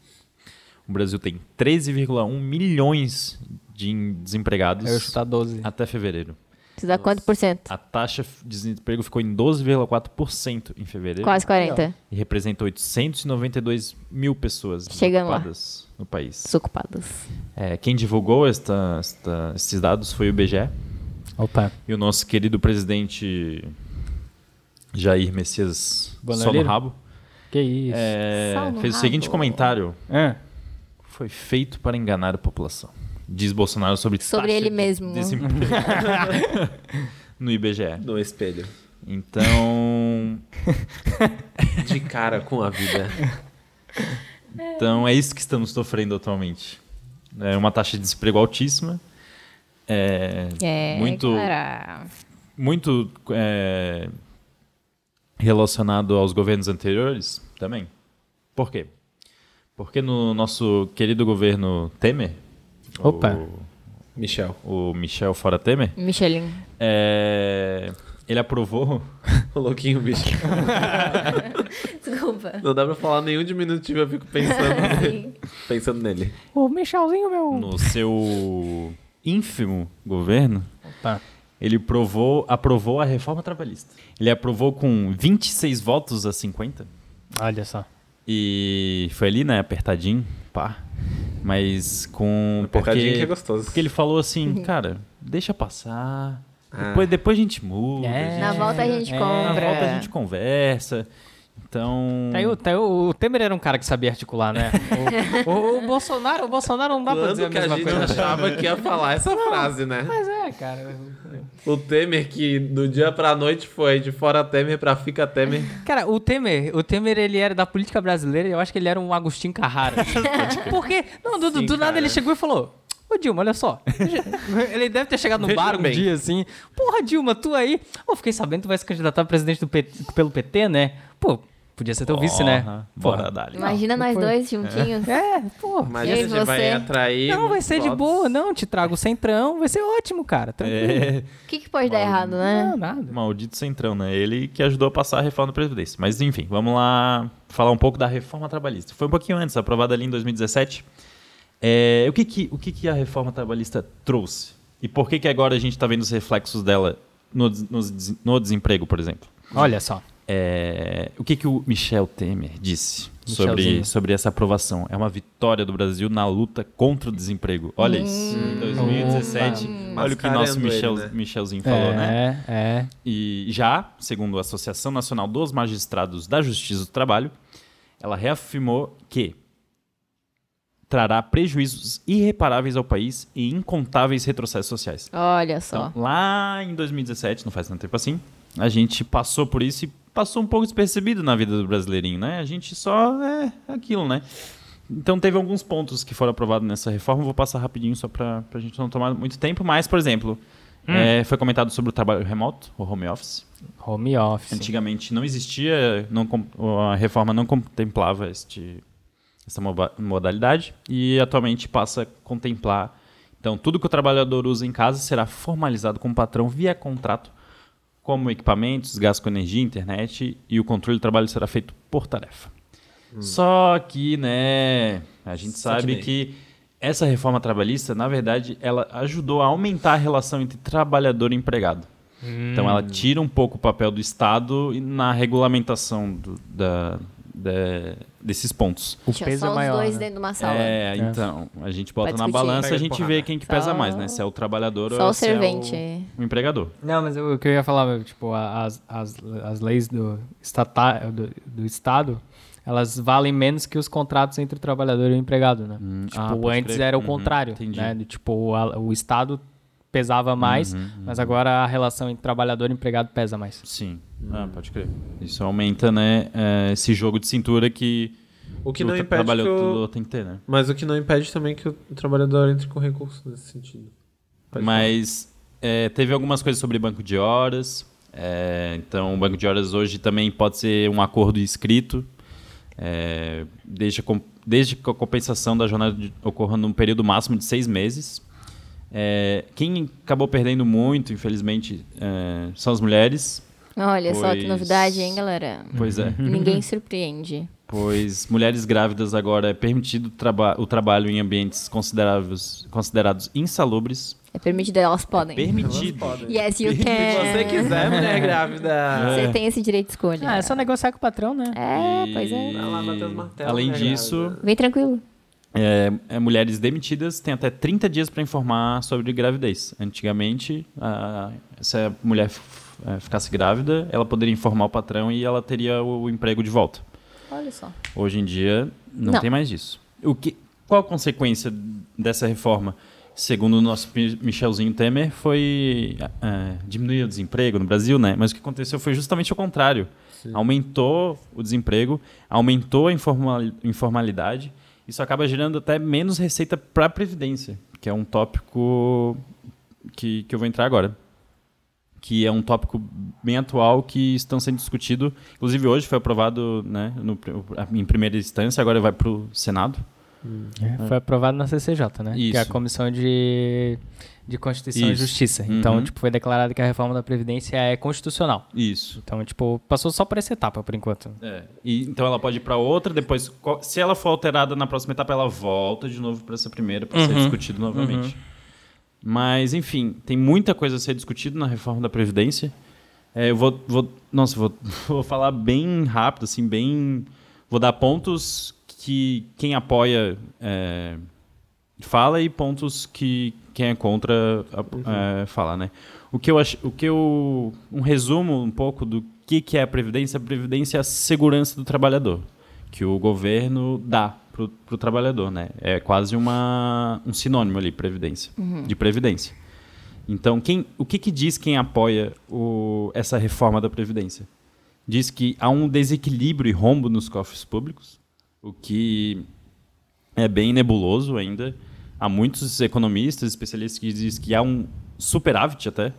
[SPEAKER 1] o Brasil tem 13,1 milhões de em- desempregados
[SPEAKER 4] Eu ia chutar 12.
[SPEAKER 1] até fevereiro.
[SPEAKER 7] Você dá quanto por cento?
[SPEAKER 4] Ah,
[SPEAKER 1] A taxa de desemprego ficou em 12,4% em fevereiro
[SPEAKER 7] Quase 40.
[SPEAKER 1] e representa 892 mil pessoas
[SPEAKER 7] Chegando lá.
[SPEAKER 1] desocupadas no país.
[SPEAKER 7] Desocupadas.
[SPEAKER 1] É, quem divulgou esta- esta- esses dados foi o IBGE
[SPEAKER 4] Opa.
[SPEAKER 1] e o nosso querido presidente Jair Messias só no
[SPEAKER 4] Bonaleiro?
[SPEAKER 1] rabo
[SPEAKER 4] Que isso.
[SPEAKER 1] é,
[SPEAKER 7] Só no
[SPEAKER 1] fez o seguinte
[SPEAKER 7] rabo.
[SPEAKER 1] comentário:
[SPEAKER 4] Ah,
[SPEAKER 1] foi feito para enganar a população. Diz Bolsonaro sobre
[SPEAKER 7] Sobre
[SPEAKER 1] taxa
[SPEAKER 7] ele
[SPEAKER 1] de
[SPEAKER 7] mesmo.
[SPEAKER 1] desemprego no IBGE.
[SPEAKER 2] No espelho.
[SPEAKER 1] Então,
[SPEAKER 2] De cara com a vida.
[SPEAKER 1] Então é isso que estamos sofrendo atualmente. É uma taxa de desemprego altíssima. É,
[SPEAKER 7] É,
[SPEAKER 1] muito,
[SPEAKER 7] cara.
[SPEAKER 1] muito é, relacionado aos governos anteriores também. Por quê? Porque no nosso querido governo Temer,
[SPEAKER 4] Opa.
[SPEAKER 2] Michel.
[SPEAKER 1] o, o Michel Fora Temer,
[SPEAKER 7] Michelin.
[SPEAKER 1] é, ele aprovou
[SPEAKER 2] O louquinho, bicho.
[SPEAKER 7] Desculpa.
[SPEAKER 2] Não dá pra falar nenhum diminutivo, eu fico pensando nele. pensando nele.
[SPEAKER 4] O Michelzinho, meu.
[SPEAKER 1] no seu ínfimo governo
[SPEAKER 4] Tá.
[SPEAKER 1] Ele provou, aprovou a reforma trabalhista. Ele aprovou com 26 votos a 50.
[SPEAKER 4] Olha só.
[SPEAKER 1] E foi ali, né, apertadinho, pá. Mas com.
[SPEAKER 2] Apertadinho
[SPEAKER 1] porque,
[SPEAKER 2] que é gostoso.
[SPEAKER 1] Porque ele falou assim, cara, deixa passar.
[SPEAKER 2] Ah.
[SPEAKER 1] Depois, depois a gente muda. a gente-
[SPEAKER 7] Na volta a gente
[SPEAKER 1] na
[SPEAKER 7] compra.
[SPEAKER 3] é.
[SPEAKER 1] volta a gente conversa. Então.
[SPEAKER 4] Tá aí, o- tá aí, o o Temer era um cara que sabia articular, né? O, o- o Bolsonaro, o Bolsonaro não dá pra dizer a
[SPEAKER 2] Quando que a
[SPEAKER 4] mesma
[SPEAKER 2] gente
[SPEAKER 4] coisa.
[SPEAKER 2] achava que ia falar essa frase, né?
[SPEAKER 4] Mas é, cara.
[SPEAKER 2] O Temer que do dia pra noite foi de fora Temer pra fica Temer.
[SPEAKER 4] Cara, o Temer, o Temer, ele era da política brasileira e eu acho que ele era um Agostinho Carrara. Porque, não, do, do
[SPEAKER 2] Sim,
[SPEAKER 4] nada
[SPEAKER 2] cara.
[SPEAKER 4] ele chegou e falou, ô Dilma, olha só. Ele deve ter chegado no
[SPEAKER 2] Veja
[SPEAKER 4] bar um
[SPEAKER 2] bem.
[SPEAKER 4] dia assim, porra Dilma, tu aí, eu fiquei sabendo que tu vai se candidatar a presidente do PT pelo PT, né? Pô, Podia ser teu vice, né?
[SPEAKER 1] Porra,
[SPEAKER 4] Porra.
[SPEAKER 1] Bora, Dali.
[SPEAKER 7] Imagina nós dois
[SPEAKER 4] Depois-
[SPEAKER 7] juntinhos.
[SPEAKER 4] É, pô.
[SPEAKER 2] Imagina
[SPEAKER 7] E aí,
[SPEAKER 2] se você vai
[SPEAKER 7] você?
[SPEAKER 2] atrair.
[SPEAKER 4] Não, vai ser de
[SPEAKER 2] votos.
[SPEAKER 4] boa, né? não. Te trago centrão, vai ser ótimo, cara. Tranquilo.
[SPEAKER 1] É,
[SPEAKER 7] O que, que pode dar errado, né?
[SPEAKER 4] Não, nada.
[SPEAKER 1] maldito centrão, né? Ele que ajudou a passar a reforma da Previdência. Mas enfim, vamos lá falar um pouco da reforma trabalhista. Foi um pouquinho antes, aprovada ali em 2017. É, o que que, o que, que a reforma trabalhista trouxe? E por que, que agora a gente está vendo os reflexos dela no, des- nos des- no desemprego, por exemplo?
[SPEAKER 4] Olha só.
[SPEAKER 1] É, o que, que o Michel Temer disse
[SPEAKER 4] Michelzinho.
[SPEAKER 1] sobre, sobre essa aprovação? É uma vitória do Brasil na luta contra o desemprego.
[SPEAKER 4] Hum.
[SPEAKER 1] Olha isso. Em 2017, olha o que
[SPEAKER 2] Mascarando
[SPEAKER 1] nosso
[SPEAKER 2] ele,
[SPEAKER 1] Michel,
[SPEAKER 2] né?
[SPEAKER 1] Michelzinho falou, né?
[SPEAKER 4] é.
[SPEAKER 1] E já, segundo a Associação Nacional dos Magistrados da Justiça do Trabalho, ela reafirmou que trará prejuízos irreparáveis ao país e incontáveis retrocessos sociais.
[SPEAKER 7] Olha
[SPEAKER 1] Então,
[SPEAKER 7] só.
[SPEAKER 1] lá em 2017, não faz tanto tempo assim, a gente passou por isso e passou um pouco despercebido na vida do brasileirinho, né? A gente só é aquilo, né? Então teve alguns pontos que foram aprovados nessa reforma, vou passar rapidinho só pra, pra gente não tomar muito tempo, mas, por exemplo, é, foi comentado sobre o trabalho remoto, o home office.
[SPEAKER 4] Home office.
[SPEAKER 1] Antigamente não existia, não, com- a reforma não contemplava este, essa moba- modalidade e atualmente passa a contemplar. Então, tudo que o trabalhador usa em casa será formalizado com o patrão via contrato, como equipamentos, gasto com energia, internet e o controle do trabalho será feito por tarefa. Só que, né, a gente sabe
[SPEAKER 2] Satinei.
[SPEAKER 1] que essa reforma trabalhista, na verdade, ela ajudou a aumentar a relação entre trabalhador e empregado. Então
[SPEAKER 2] Hum.
[SPEAKER 1] ela tira um pouco o papel do Estado e na regulamentação do- da- da- desses pontos.
[SPEAKER 4] O
[SPEAKER 7] Tinha
[SPEAKER 4] peso
[SPEAKER 7] só
[SPEAKER 4] é
[SPEAKER 7] os
[SPEAKER 4] maior.
[SPEAKER 7] dois
[SPEAKER 4] né?
[SPEAKER 7] dentro de uma sala.
[SPEAKER 1] É, então, a gente
[SPEAKER 7] Vai
[SPEAKER 1] bota na
[SPEAKER 7] discutir.
[SPEAKER 1] balança e
[SPEAKER 2] Pega
[SPEAKER 1] a gente vê
[SPEAKER 2] porrada.
[SPEAKER 1] quem que pesa
[SPEAKER 7] Só-
[SPEAKER 1] mais, né? Se é o trabalhador
[SPEAKER 7] Só
[SPEAKER 1] ou
[SPEAKER 7] o
[SPEAKER 1] se
[SPEAKER 7] servente.
[SPEAKER 1] é o, o empregador.
[SPEAKER 4] Não, mas eu- o que eu ia falar, meu, tipo, a- as, as, as leis do, estata, do, do Estado, elas valem menos que os contratos entre o trabalhador e o empregado, né? tipo,
[SPEAKER 1] ah, pode
[SPEAKER 4] antes
[SPEAKER 1] crer.
[SPEAKER 4] era o
[SPEAKER 1] Uhum,
[SPEAKER 4] contrário,
[SPEAKER 1] entendi. Uhum,
[SPEAKER 4] né? Do Tipo, a- o Estado pesava mais, mas agora a relação entre trabalhador e empregado pesa mais.
[SPEAKER 1] Sim.
[SPEAKER 2] Hum.
[SPEAKER 1] Ah, pode crer. Isso aumenta, né, eh, esse jogo de cintura que
[SPEAKER 2] O que não
[SPEAKER 1] tra-
[SPEAKER 2] impede que
[SPEAKER 1] trabalhador
[SPEAKER 2] o...
[SPEAKER 1] tem que ter, né?
[SPEAKER 2] Mas o que não impede também é que o trabalhador entre com recurso nesse sentido. Pode
[SPEAKER 1] Mas eh, teve algumas coisas sobre banco de horas. eh, então, o banco de horas hoje também pode ser um acordo escrito. eh, desde, a com- desde que a compensação da jornada de- ocorra num período máximo de seis meses. Eh, quem acabou perdendo muito, infelizmente, eh, são as mulheres.
[SPEAKER 7] Olha só que
[SPEAKER 1] Pois-
[SPEAKER 7] novidade, hein, galera?
[SPEAKER 1] Pois é.
[SPEAKER 3] Uhum.
[SPEAKER 7] Ninguém surpreende.
[SPEAKER 1] Pois mulheres grávidas agora é permitido traba- o trabalho em ambientes consideráveis- considerados insalubres.
[SPEAKER 7] É permitido, elas podem.
[SPEAKER 1] Permitido.
[SPEAKER 7] Yes, you
[SPEAKER 2] Se
[SPEAKER 7] can.
[SPEAKER 2] você quiser, mulher grávida.
[SPEAKER 7] Você tem esse direito de escolha.
[SPEAKER 4] Ah, é só negociar com o patrão, né?
[SPEAKER 7] É, pois é.
[SPEAKER 2] Vai lá bater os martelos,
[SPEAKER 1] Além
[SPEAKER 2] né,
[SPEAKER 1] disso,
[SPEAKER 7] Vem tranquilo.
[SPEAKER 1] É, é, mulheres demitidas têm até 30 dias para informar sobre gravidez. Antigamente, a- se a mulher f- é, ficasse grávida, ela poderia informar o patrão e ela teria o, o emprego de volta.
[SPEAKER 7] Olha só.
[SPEAKER 1] Hoje em dia, não,
[SPEAKER 7] Não.
[SPEAKER 1] tem mais isso. O que, qual a consequência dessa reforma? Segundo o nosso Mi- Michelzinho Temer, foi é, diminuir o desemprego no Brasil, né? Mas o que aconteceu foi justamente o contrário. Aumentou o desemprego, aumentou a informali- informalidade. Isso acaba gerando até menos receita para a Previdência, que é um tópico que, que eu vou entrar agora. Que é um tópico bem atual que estão sendo discutido. Inclusive, hoje foi aprovado né, no pr- em primeira instância, agora vai para o Senado.
[SPEAKER 4] É, Foi aprovado na CCJ, né? Que é a
[SPEAKER 1] Uhum. Isso.
[SPEAKER 4] Comissão de, de Constituição e
[SPEAKER 1] Isso.
[SPEAKER 4] Justiça.
[SPEAKER 1] Uhum.
[SPEAKER 4] Então, tipo, foi declarado que a reforma da Previdência é constitucional.
[SPEAKER 1] Isso.
[SPEAKER 4] Então, tipo, passou só por essa etapa por enquanto.
[SPEAKER 1] É. E, então ela pode ir para outra, depois, co- se ela for alterada na próxima etapa, ela volta de novo para essa primeira para ser discutido novamente. Mas, enfim, tem muita coisa a ser discutida na reforma da Previdência. É, eu vou, vou. Nossa, eu vou, vou falar bem rápido, assim, bem. Vou dar pontos que quem apoia é, fala e pontos que quem é contra a- é, fala, né? O que eu acho. O que eu. Um resumo um pouco do que, que é a Previdência. A Previdência é a segurança do trabalhador. Que o governo dá pro, pro trabalhador, né? É quase uma, um sinônimo ali, Previdência. De Previdência. Então, quem, o que, que diz quem apoia o- essa reforma da Previdência? Diz que há um desequilíbrio e rombo nos cofres públicos, o que é bem nebuloso ainda. Há muitos economistas, especialistas que dizem que há um superávit até.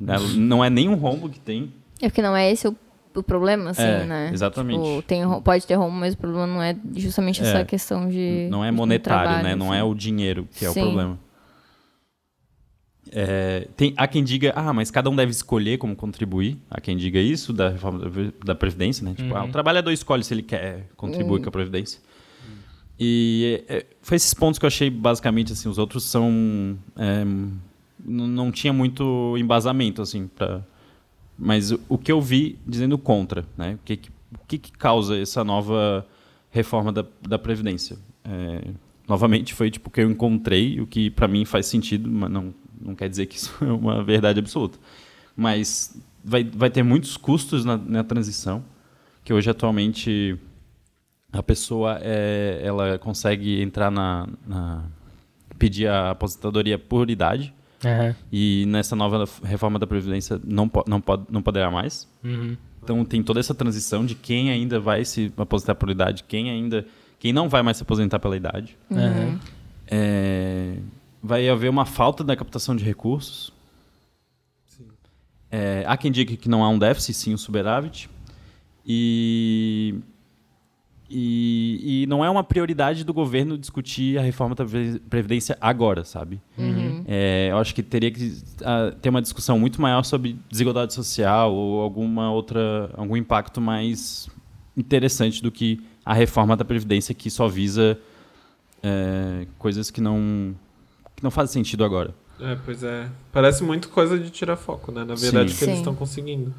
[SPEAKER 1] né? Não é nenhum rombo que tem.
[SPEAKER 7] É porque não é esse o o problema, assim,
[SPEAKER 1] É,
[SPEAKER 7] né?
[SPEAKER 1] exatamente.
[SPEAKER 7] Tipo, tem, ro- pode ter rombo, mas o problema não é justamente
[SPEAKER 1] É.
[SPEAKER 7] essa questão de.
[SPEAKER 3] um
[SPEAKER 1] Não é
[SPEAKER 7] de
[SPEAKER 1] monetário,
[SPEAKER 7] trabalho,
[SPEAKER 1] né? Não
[SPEAKER 7] assim.
[SPEAKER 1] é o dinheiro que é
[SPEAKER 7] Sim.
[SPEAKER 1] o problema. É, tem, há quem diga, ah, mas cada um deve escolher como contribuir. Há quem diga isso da reforma da- da Previdência, né? Tipo, ah, o trabalhador escolhe se ele quer contribuir com a Previdência. E é, é, foi esses pontos que eu achei basicamente assim. Os outros são. é, n- não tinha muito embasamento, assim, para mas o- o que eu vi dizendo contra, né? O que, que- o que, que causa essa nova reforma da, da Previdência? É, novamente, foi tipo o que eu encontrei, o que para mim faz sentido, mas não, não quer dizer que isso é uma verdade absoluta. Mas vai, vai ter muitos custos na, na transição, que hoje atualmente a pessoa é, ela consegue entrar na, na pedir a aposentadoria por idade, e nessa nova reforma da Previdência não, po- não, pode, não poderá mais. Então tem toda essa transição de quem ainda vai se aposentar pela idade, quem ainda. quem não vai mais se aposentar pela idade.
[SPEAKER 4] Uhum.
[SPEAKER 1] É, vai haver uma falta da captação de recursos. É, há quem diga que não há um déficit, sim um superávit. E, e, e não é uma prioridade do governo discutir a reforma da Previ- Previdência agora, sabe? É, eu acho que teria que ah, ter uma discussão muito maior sobre desigualdade social ou alguma outra, algum impacto mais interessante do que a reforma da Previdência que só visa é, coisas que não, que não fazem sentido agora.
[SPEAKER 2] É, pois é. Parece muito coisa de tirar foco, né? Na verdade,
[SPEAKER 1] Sim.
[SPEAKER 2] que eles
[SPEAKER 7] Sim.
[SPEAKER 2] estão conseguindo.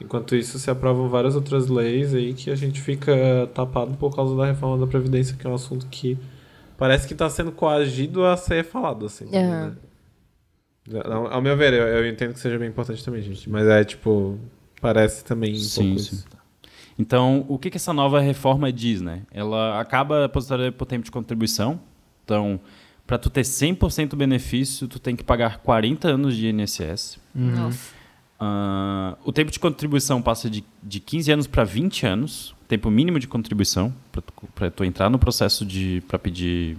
[SPEAKER 2] Enquanto isso, se aprovam várias outras leis aí que a gente fica eh, tapado por causa da reforma da Previdência, que é um assunto que parece que está sendo coagido a ser falado, assim. também,
[SPEAKER 7] Aham.
[SPEAKER 2] né? Ao- Ao meu ver, eu, eu entendo que seja bem importante também, gente. Mas é, tipo, parece também um
[SPEAKER 1] Sim,
[SPEAKER 2] pouco
[SPEAKER 1] sim.
[SPEAKER 2] isso.
[SPEAKER 1] Então, o que, que essa nova reforma diz, né? Ela acaba a aposentadoria por tempo de contribuição. Então, para tu ter 100% benefício, tu tem que pagar 40 anos de INSS.
[SPEAKER 3] Nossa.
[SPEAKER 1] Ah, o tempo de contribuição passa de, de 15 anos para 20 anos, tempo mínimo de contribuição para tu, pra tu entrar no processo de para pedir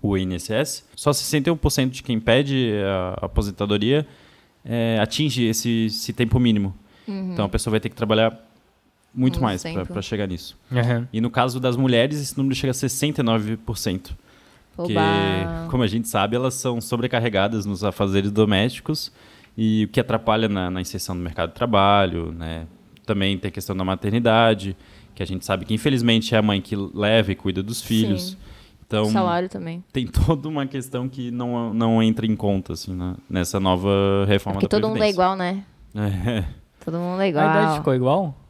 [SPEAKER 1] o INSS. Só 61% de quem pede a aposentadoria eh, atinge esse, esse tempo mínimo. Então a pessoa vai ter que trabalhar muito
[SPEAKER 7] Uhum. Muito
[SPEAKER 1] mais
[SPEAKER 7] tempo.
[SPEAKER 1] para chegar nisso. E no caso das mulheres, esse número chega a 69%. Porque,
[SPEAKER 7] Oba.
[SPEAKER 1] como a gente sabe, elas são sobrecarregadas nos afazeres domésticos e o que atrapalha na, na inserção no mercado de trabalho, né? Também tem a questão da maternidade, que a gente sabe que infelizmente é a mãe que leva e cuida dos filhos.
[SPEAKER 7] Sim.
[SPEAKER 1] Então,
[SPEAKER 7] Salário também. É
[SPEAKER 1] tem toda uma questão que não, não entra em conta, assim, na- nessa nova reforma
[SPEAKER 7] Porque
[SPEAKER 1] da
[SPEAKER 7] todo mundo é igual, né?
[SPEAKER 1] igual.
[SPEAKER 7] Todo mundo é
[SPEAKER 4] A
[SPEAKER 7] igual.
[SPEAKER 4] idade ficou igual?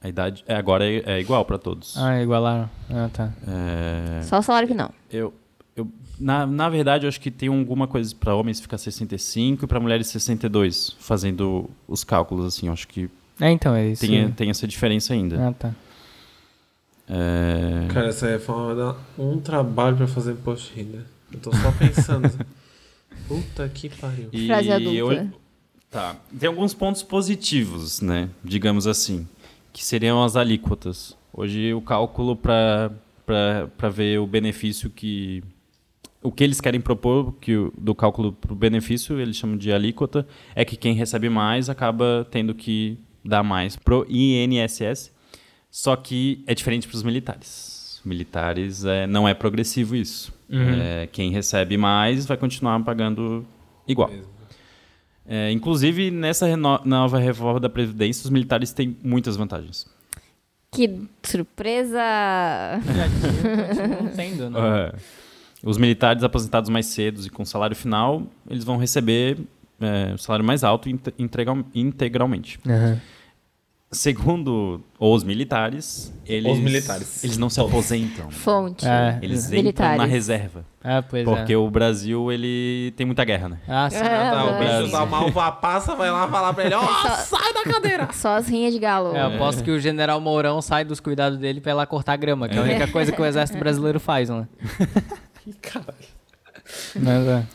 [SPEAKER 1] a idade é, agora é, é igual para todos.
[SPEAKER 4] Ah, igualaram. Ah, tá.
[SPEAKER 1] É,
[SPEAKER 7] Só o salário que não.
[SPEAKER 1] Eu, eu, na, na verdade, eu acho que tem alguma coisa para homens ficar 65 e para mulheres 62, fazendo os cálculos, assim. Eu acho que
[SPEAKER 4] É, então, é isso.
[SPEAKER 1] tem, tem essa diferença ainda.
[SPEAKER 4] Ah, tá.
[SPEAKER 1] É,
[SPEAKER 2] Cara, essa reforma vai dar um trabalho pra fazer imposto de renda. Eu tô só pensando. Puta que pariu.
[SPEAKER 1] e
[SPEAKER 7] Frase adulta.
[SPEAKER 1] eu- tá. Tem alguns pontos positivos, né? Digamos assim, que seriam as alíquotas. Hoje, o cálculo para para ver o benefício que o que eles querem propor que o- do cálculo para o benefício, eles chamam de alíquota, é que quem recebe mais acaba tendo que dar mais pro INSS. Só que é diferente para os militares. Militares é, não é progressivo isso. É, quem recebe mais vai continuar pagando igual. É, inclusive, nessa reno- nova reforma da Previdência, os militares têm muitas vantagens.
[SPEAKER 7] Que surpresa!
[SPEAKER 4] Não tem ainda,
[SPEAKER 1] É. Os militares aposentados mais cedo e com salário final, eles vão receber é, o salário mais alto inte- integra- integralmente. Segundo os militares, eles,
[SPEAKER 2] Os militares.
[SPEAKER 1] eles não se aposentam.
[SPEAKER 7] Fonte.
[SPEAKER 4] É.
[SPEAKER 1] Eles entram
[SPEAKER 7] Militares.
[SPEAKER 1] na reserva.
[SPEAKER 4] Ah, pois
[SPEAKER 1] Porque
[SPEAKER 4] é.
[SPEAKER 1] o Brasil, ele tem muita guerra, né?
[SPEAKER 4] Ah, sim.
[SPEAKER 7] É,
[SPEAKER 2] Tá, o
[SPEAKER 7] vai.
[SPEAKER 2] bicho da malva passa, vai lá falar pra ele, ó, sai da cadeira! É.
[SPEAKER 7] Só as rinhas de galo.
[SPEAKER 4] Eu aposto que o general Mourão sai dos cuidados dele pra ir lá cortar grama, que é a única coisa que o exército brasileiro faz, né? Caralho.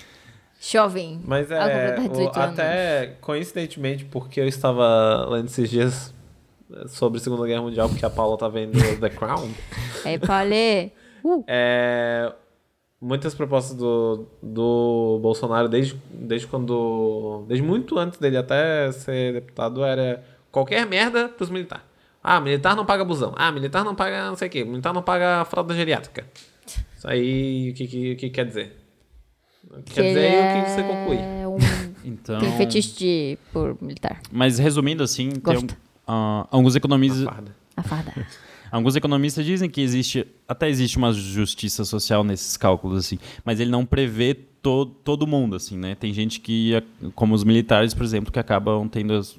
[SPEAKER 7] Jovem.
[SPEAKER 2] Mas
[SPEAKER 7] Ao
[SPEAKER 2] é,
[SPEAKER 7] completar
[SPEAKER 2] o-
[SPEAKER 7] 18 anos.
[SPEAKER 2] até coincidentemente, porque eu estava lendo esses dias eh, sobre a Segunda Guerra Mundial, porque a Paula tá vendo The Crown,
[SPEAKER 7] É palê. Uh,
[SPEAKER 2] é, muitas propostas do, do Bolsonaro, desde, desde quando. Desde muito antes dele até ser deputado, era qualquer merda pros militares. Ah, militar não paga busão. Ah, militar não paga não sei o quê. Militar não paga fralda geriátrica. Isso aí, o que, que, o que quer dizer? Quer
[SPEAKER 3] ele
[SPEAKER 2] dizer aí o que você conclui.
[SPEAKER 3] É um,
[SPEAKER 1] Então,
[SPEAKER 3] Tem fetiche de, por militar.
[SPEAKER 1] mas resumindo assim, tem
[SPEAKER 3] Gosto.
[SPEAKER 1] um- ah, alguns economistas,
[SPEAKER 2] Farda.
[SPEAKER 3] A farda.
[SPEAKER 1] Alguns economistas dizem que existe, até existe uma justiça social nesses cálculos, assim, mas ele não prevê to, todo mundo, assim, né? Tem gente que, a- como os militares, por exemplo, que acabam tendo as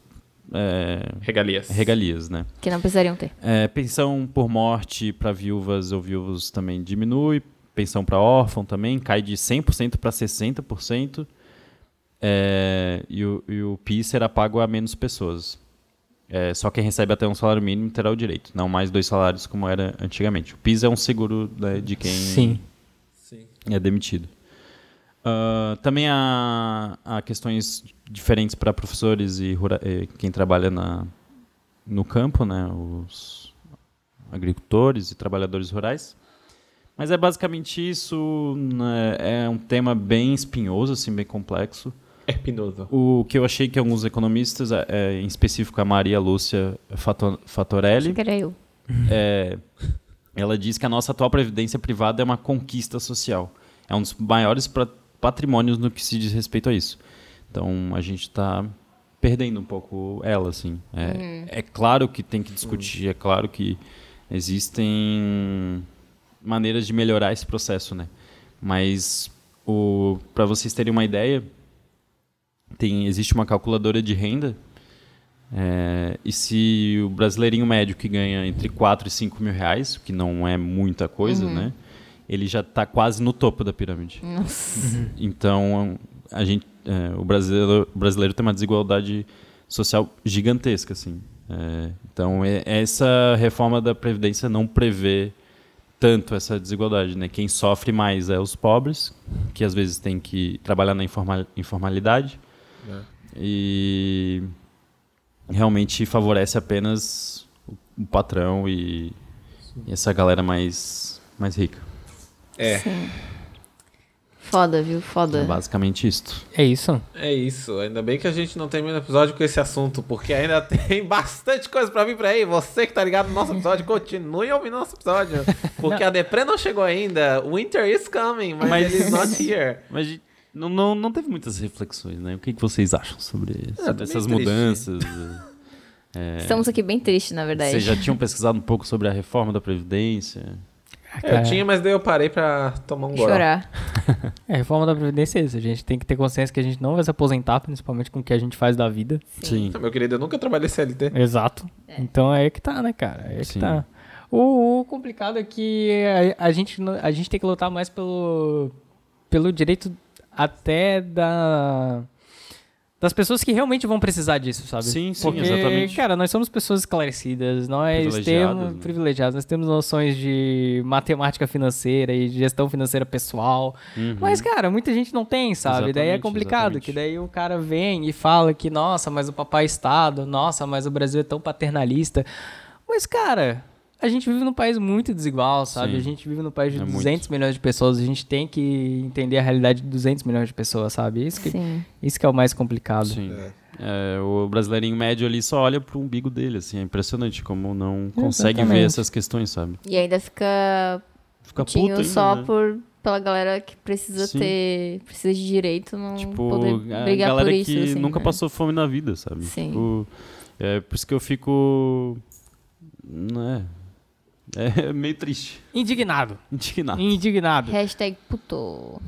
[SPEAKER 1] é,
[SPEAKER 2] Regalias.
[SPEAKER 1] regalias, né?
[SPEAKER 3] Que não precisariam ter.
[SPEAKER 1] É, pensão por morte para viúvas ou viúvos também diminui, pensão para órfão também cai de 100% para 60%, é, e, o, e o PIS será pago a menos pessoas. É, só quem recebe até um salário mínimo terá o direito, não mais dois salários como era antigamente. O PIS é um seguro né, de quem
[SPEAKER 4] Sim.
[SPEAKER 2] Sim.
[SPEAKER 1] é demitido. Ah, também há, há questões diferentes para professores e, rura- e quem trabalha na, no campo, né? os agricultores e trabalhadores rurais. Mas é basicamente isso. né, É um tema bem espinhoso, assim, bem complexo.
[SPEAKER 2] É pinoso.
[SPEAKER 1] O que eu achei que alguns economistas, eh, eh, em específico a Maria Lúcia Fato- Fatorelli,
[SPEAKER 3] Que era eu.
[SPEAKER 1] é, ela diz que a nossa atual previdência privada é uma conquista social. É um dos maiores pra- patrimônios no que se diz respeito a isso. Então a gente está perdendo um pouco ela, assim. É, é claro que tem que discutir, é claro que existem maneiras de melhorar esse processo, né? Mas para vocês terem uma ideia, tem, existe uma calculadora de renda é, e se o brasileirinho médio que ganha entre 4 e 5 mil reais, o que não é muita coisa, né? Ele já está quase no topo da pirâmide. Então, a gente, é, o, brasileiro, o brasileiro tem uma desigualdade social gigantesca, assim. É, então, é- essa reforma da Previdência não prevê tanto essa desigualdade, né? Quem sofre mais é os pobres, que às vezes tem que trabalhar na informa- informalidade. E realmente favorece apenas o, o patrão e, e essa galera mais, mais rica.
[SPEAKER 2] É.
[SPEAKER 3] Foda, viu?
[SPEAKER 1] É
[SPEAKER 3] Foda.
[SPEAKER 1] basicamente isto.
[SPEAKER 4] É isso.
[SPEAKER 2] É isso. Ainda bem que a gente não termina o episódio com esse assunto, porque ainda tem bastante coisa pra vir por aí. Você que tá ligado no nosso episódio, continue ouvindo nosso episódio. Porque a Depre não chegou ainda. Winter is coming, mas,
[SPEAKER 1] Mas-
[SPEAKER 2] it is not here.
[SPEAKER 1] Mas não, não, não teve muitas reflexões, né? O que, que vocês acham sobre,
[SPEAKER 2] Ah,
[SPEAKER 1] sobre
[SPEAKER 2] tô
[SPEAKER 1] essas
[SPEAKER 2] meio
[SPEAKER 1] mudanças? É,
[SPEAKER 3] Estamos aqui bem tristes, na verdade.
[SPEAKER 1] Vocês né? já tinham pesquisado um pouco sobre a reforma da Previdência?
[SPEAKER 2] Eu tinha, mas daí eu parei pra tomar um gole.
[SPEAKER 3] Chorar.
[SPEAKER 4] É, a reforma da Previdência é isso. A gente tem que ter consciência que a gente não vai se aposentar, principalmente com o que a gente faz da vida.
[SPEAKER 1] Sim.
[SPEAKER 2] Meu querido, eu nunca trabalhei CLT.
[SPEAKER 4] Exato. Então é aí que tá, né, cara? É aí
[SPEAKER 1] Sim.
[SPEAKER 4] que tá. O, o complicado é que a, a gente, não- a gente tem que lutar mais pelo, pelo direito até da, das pessoas que realmente vão precisar disso, sabe?
[SPEAKER 1] Sim, sim,
[SPEAKER 4] Porque,
[SPEAKER 1] exatamente.
[SPEAKER 4] cara, nós somos pessoas esclarecidas, nós
[SPEAKER 1] Privilegiadas,
[SPEAKER 4] temos
[SPEAKER 1] né?
[SPEAKER 4] privilegiados, nós temos noções de matemática financeira e de gestão financeira pessoal. Mas, cara, muita gente não tem, sabe? daí é
[SPEAKER 1] Uhum. Exatamente,
[SPEAKER 4] complicado,
[SPEAKER 1] exatamente.
[SPEAKER 4] que daí o cara vem e fala que, nossa, mas o papai é Estado, nossa, mas o Brasil é tão paternalista. Mas, cara, a gente vive num país muito desigual, sabe?
[SPEAKER 1] Sim.
[SPEAKER 4] A gente vive num país de
[SPEAKER 1] É muito.
[SPEAKER 4] 200 milhões de pessoas, a gente tem que entender a realidade de 200 milhões de pessoas, sabe? Isso que,
[SPEAKER 3] Sim.
[SPEAKER 4] isso que é o mais complicado.
[SPEAKER 1] Sim. É, o brasileirinho médio ali só olha pro umbigo dele, assim. É impressionante como não consegue ver
[SPEAKER 4] Exatamente.
[SPEAKER 1] essas questões, sabe?
[SPEAKER 3] E ainda fica
[SPEAKER 1] Fica puto
[SPEAKER 3] tinho
[SPEAKER 1] ainda,
[SPEAKER 3] um só
[SPEAKER 1] né?
[SPEAKER 3] por, pela galera que precisa
[SPEAKER 1] Sim.
[SPEAKER 3] ter. Precisa de direito, não
[SPEAKER 1] Tipo,
[SPEAKER 3] Hum, poder
[SPEAKER 1] a
[SPEAKER 3] brigar
[SPEAKER 1] galera
[SPEAKER 3] por isso.
[SPEAKER 1] que
[SPEAKER 3] assim,
[SPEAKER 1] nunca
[SPEAKER 3] né?
[SPEAKER 1] passou fome na vida, sabe?
[SPEAKER 3] Sim.
[SPEAKER 1] Tipo, é por isso que eu fico. Né? É meio triste.
[SPEAKER 4] Indignado.
[SPEAKER 1] Indignado.
[SPEAKER 4] Indignado.
[SPEAKER 3] Hashtag puto.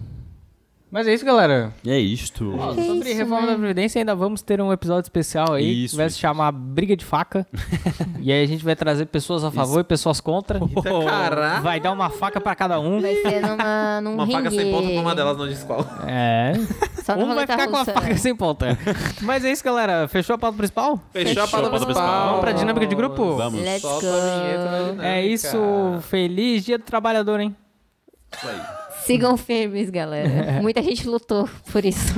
[SPEAKER 4] Mas é isso, galera.
[SPEAKER 1] E é isto.
[SPEAKER 4] Ó, sobre
[SPEAKER 3] isso,
[SPEAKER 4] reforma
[SPEAKER 3] né?
[SPEAKER 4] da Previdência, ainda vamos ter um episódio especial aí
[SPEAKER 1] Isso,
[SPEAKER 4] que vai
[SPEAKER 1] isso.
[SPEAKER 4] se chamar Briga de Faca. e aí a gente vai trazer pessoas a favor e pessoas contra.
[SPEAKER 2] caralho!
[SPEAKER 4] Vai dar uma faca pra cada um.
[SPEAKER 3] Vai ser numa, num
[SPEAKER 2] Uma faca sem
[SPEAKER 3] ringue.
[SPEAKER 2] ponta pra uma delas não diz qual.
[SPEAKER 4] É.
[SPEAKER 3] Só
[SPEAKER 4] Um
[SPEAKER 3] numa
[SPEAKER 4] vai ficar com a
[SPEAKER 3] roleta russa.
[SPEAKER 4] faca sem ponta. Mas é isso, galera. Fechou a pauta principal?
[SPEAKER 2] Fechou a
[SPEAKER 1] pauta
[SPEAKER 2] palavra
[SPEAKER 1] principal.
[SPEAKER 4] Vamos pra dinâmica de grupo?
[SPEAKER 1] Vamos.
[SPEAKER 3] Let's
[SPEAKER 2] Solta a vinheta né, da
[SPEAKER 3] go.
[SPEAKER 2] dinâmica.
[SPEAKER 4] É isso. Feliz dia do trabalhador, hein?
[SPEAKER 3] Sigam firmes, galera. Muita gente lutou por isso.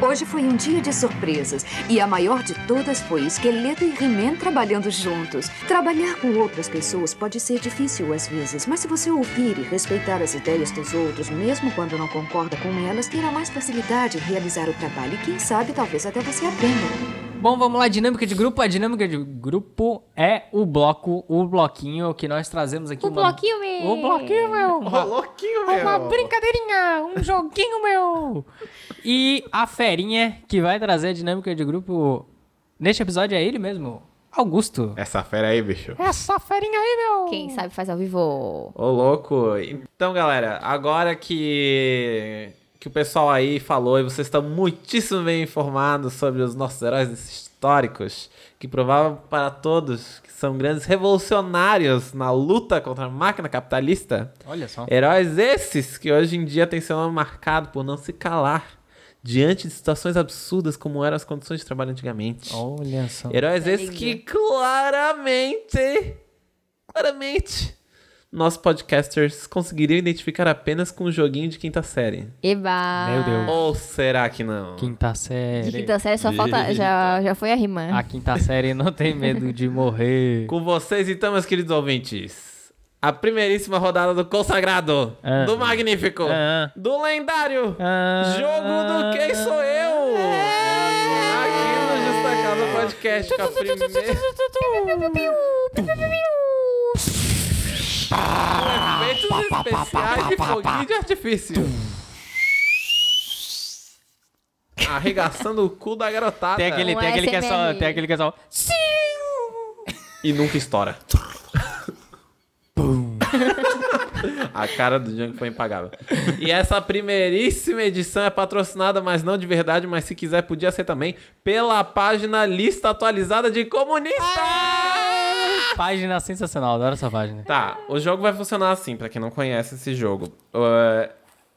[SPEAKER 8] Hoje foi um dia de surpresas e a maior de todas foi Esqueleto e He-Man trabalhando juntos. Trabalhar com outras pessoas pode ser difícil às vezes, mas se você ouvir e respeitar as ideias dos outros, mesmo quando não concorda com elas, terá mais facilidade em realizar o trabalho e, quem sabe, talvez até você aprenda.
[SPEAKER 4] Bom, vamos lá, dinâmica de grupo. A dinâmica de grupo é o bloco, o bloquinho que nós trazemos aqui.
[SPEAKER 3] O
[SPEAKER 4] uma-
[SPEAKER 3] bloquinho, meu.
[SPEAKER 4] O bloquinho, meu.
[SPEAKER 2] Ô, louquinho, meu.
[SPEAKER 4] É Uma brincadeirinha, um joguinho, meu. E a ferinha que vai trazer a dinâmica de grupo neste episódio é ele mesmo, Augusto.
[SPEAKER 2] Essa fera aí, bicho.
[SPEAKER 4] Essa ferinha aí, meu.
[SPEAKER 3] Quem sabe faz ao vivo.
[SPEAKER 2] Ô, louco. Então, galera, agora que que o pessoal aí falou e vocês estão muitíssimo bem informados sobre os nossos heróis históricos, que provavam para todos que são grandes revolucionários na luta contra a máquina capitalista.
[SPEAKER 4] Olha só.
[SPEAKER 2] Heróis esses que hoje em dia têm seu nome marcado por não se calar diante de situações absurdas como eram as condições de trabalho antigamente.
[SPEAKER 4] Olha só.
[SPEAKER 2] Heróis esses que claramente, claramente, nossos podcasters conseguiriam identificar apenas com o joguinho de quinta série.
[SPEAKER 3] Eba.
[SPEAKER 4] Meu Deus.
[SPEAKER 2] Ou será que não?
[SPEAKER 4] Quinta
[SPEAKER 3] De
[SPEAKER 4] série.
[SPEAKER 3] quinta série só falta. Já, já foi a rima.
[SPEAKER 4] A quinta série não tem medo de morrer.
[SPEAKER 2] Com vocês então, meus queridos ouvintes, a primeiríssima rodada do Consagrado,
[SPEAKER 4] Ah.
[SPEAKER 2] do Magnífico,
[SPEAKER 4] Ah.
[SPEAKER 2] do Lendário,
[SPEAKER 4] Ah.
[SPEAKER 2] Jogo do Quem Sou Eu! Aqui no Justa Causa Podcast, com a primeira... Com efeitos especiais de foguinho de artifício. Arregaçando o cu da garotada.
[SPEAKER 4] Tem aquele,
[SPEAKER 3] Um
[SPEAKER 4] tem aquele que é só.
[SPEAKER 3] SMR.
[SPEAKER 4] Tem aquele que é só. Sim!
[SPEAKER 2] E nunca estoura. A cara do Django foi impagável. E essa primeiríssima edição é patrocinada, mas não de verdade, mas se quiser podia ser também, pela página Lista Atualizada de Comunistas!
[SPEAKER 4] Página sensacional, adoro essa página.
[SPEAKER 2] Tá, o jogo vai funcionar assim, pra quem não conhece esse jogo. Uh,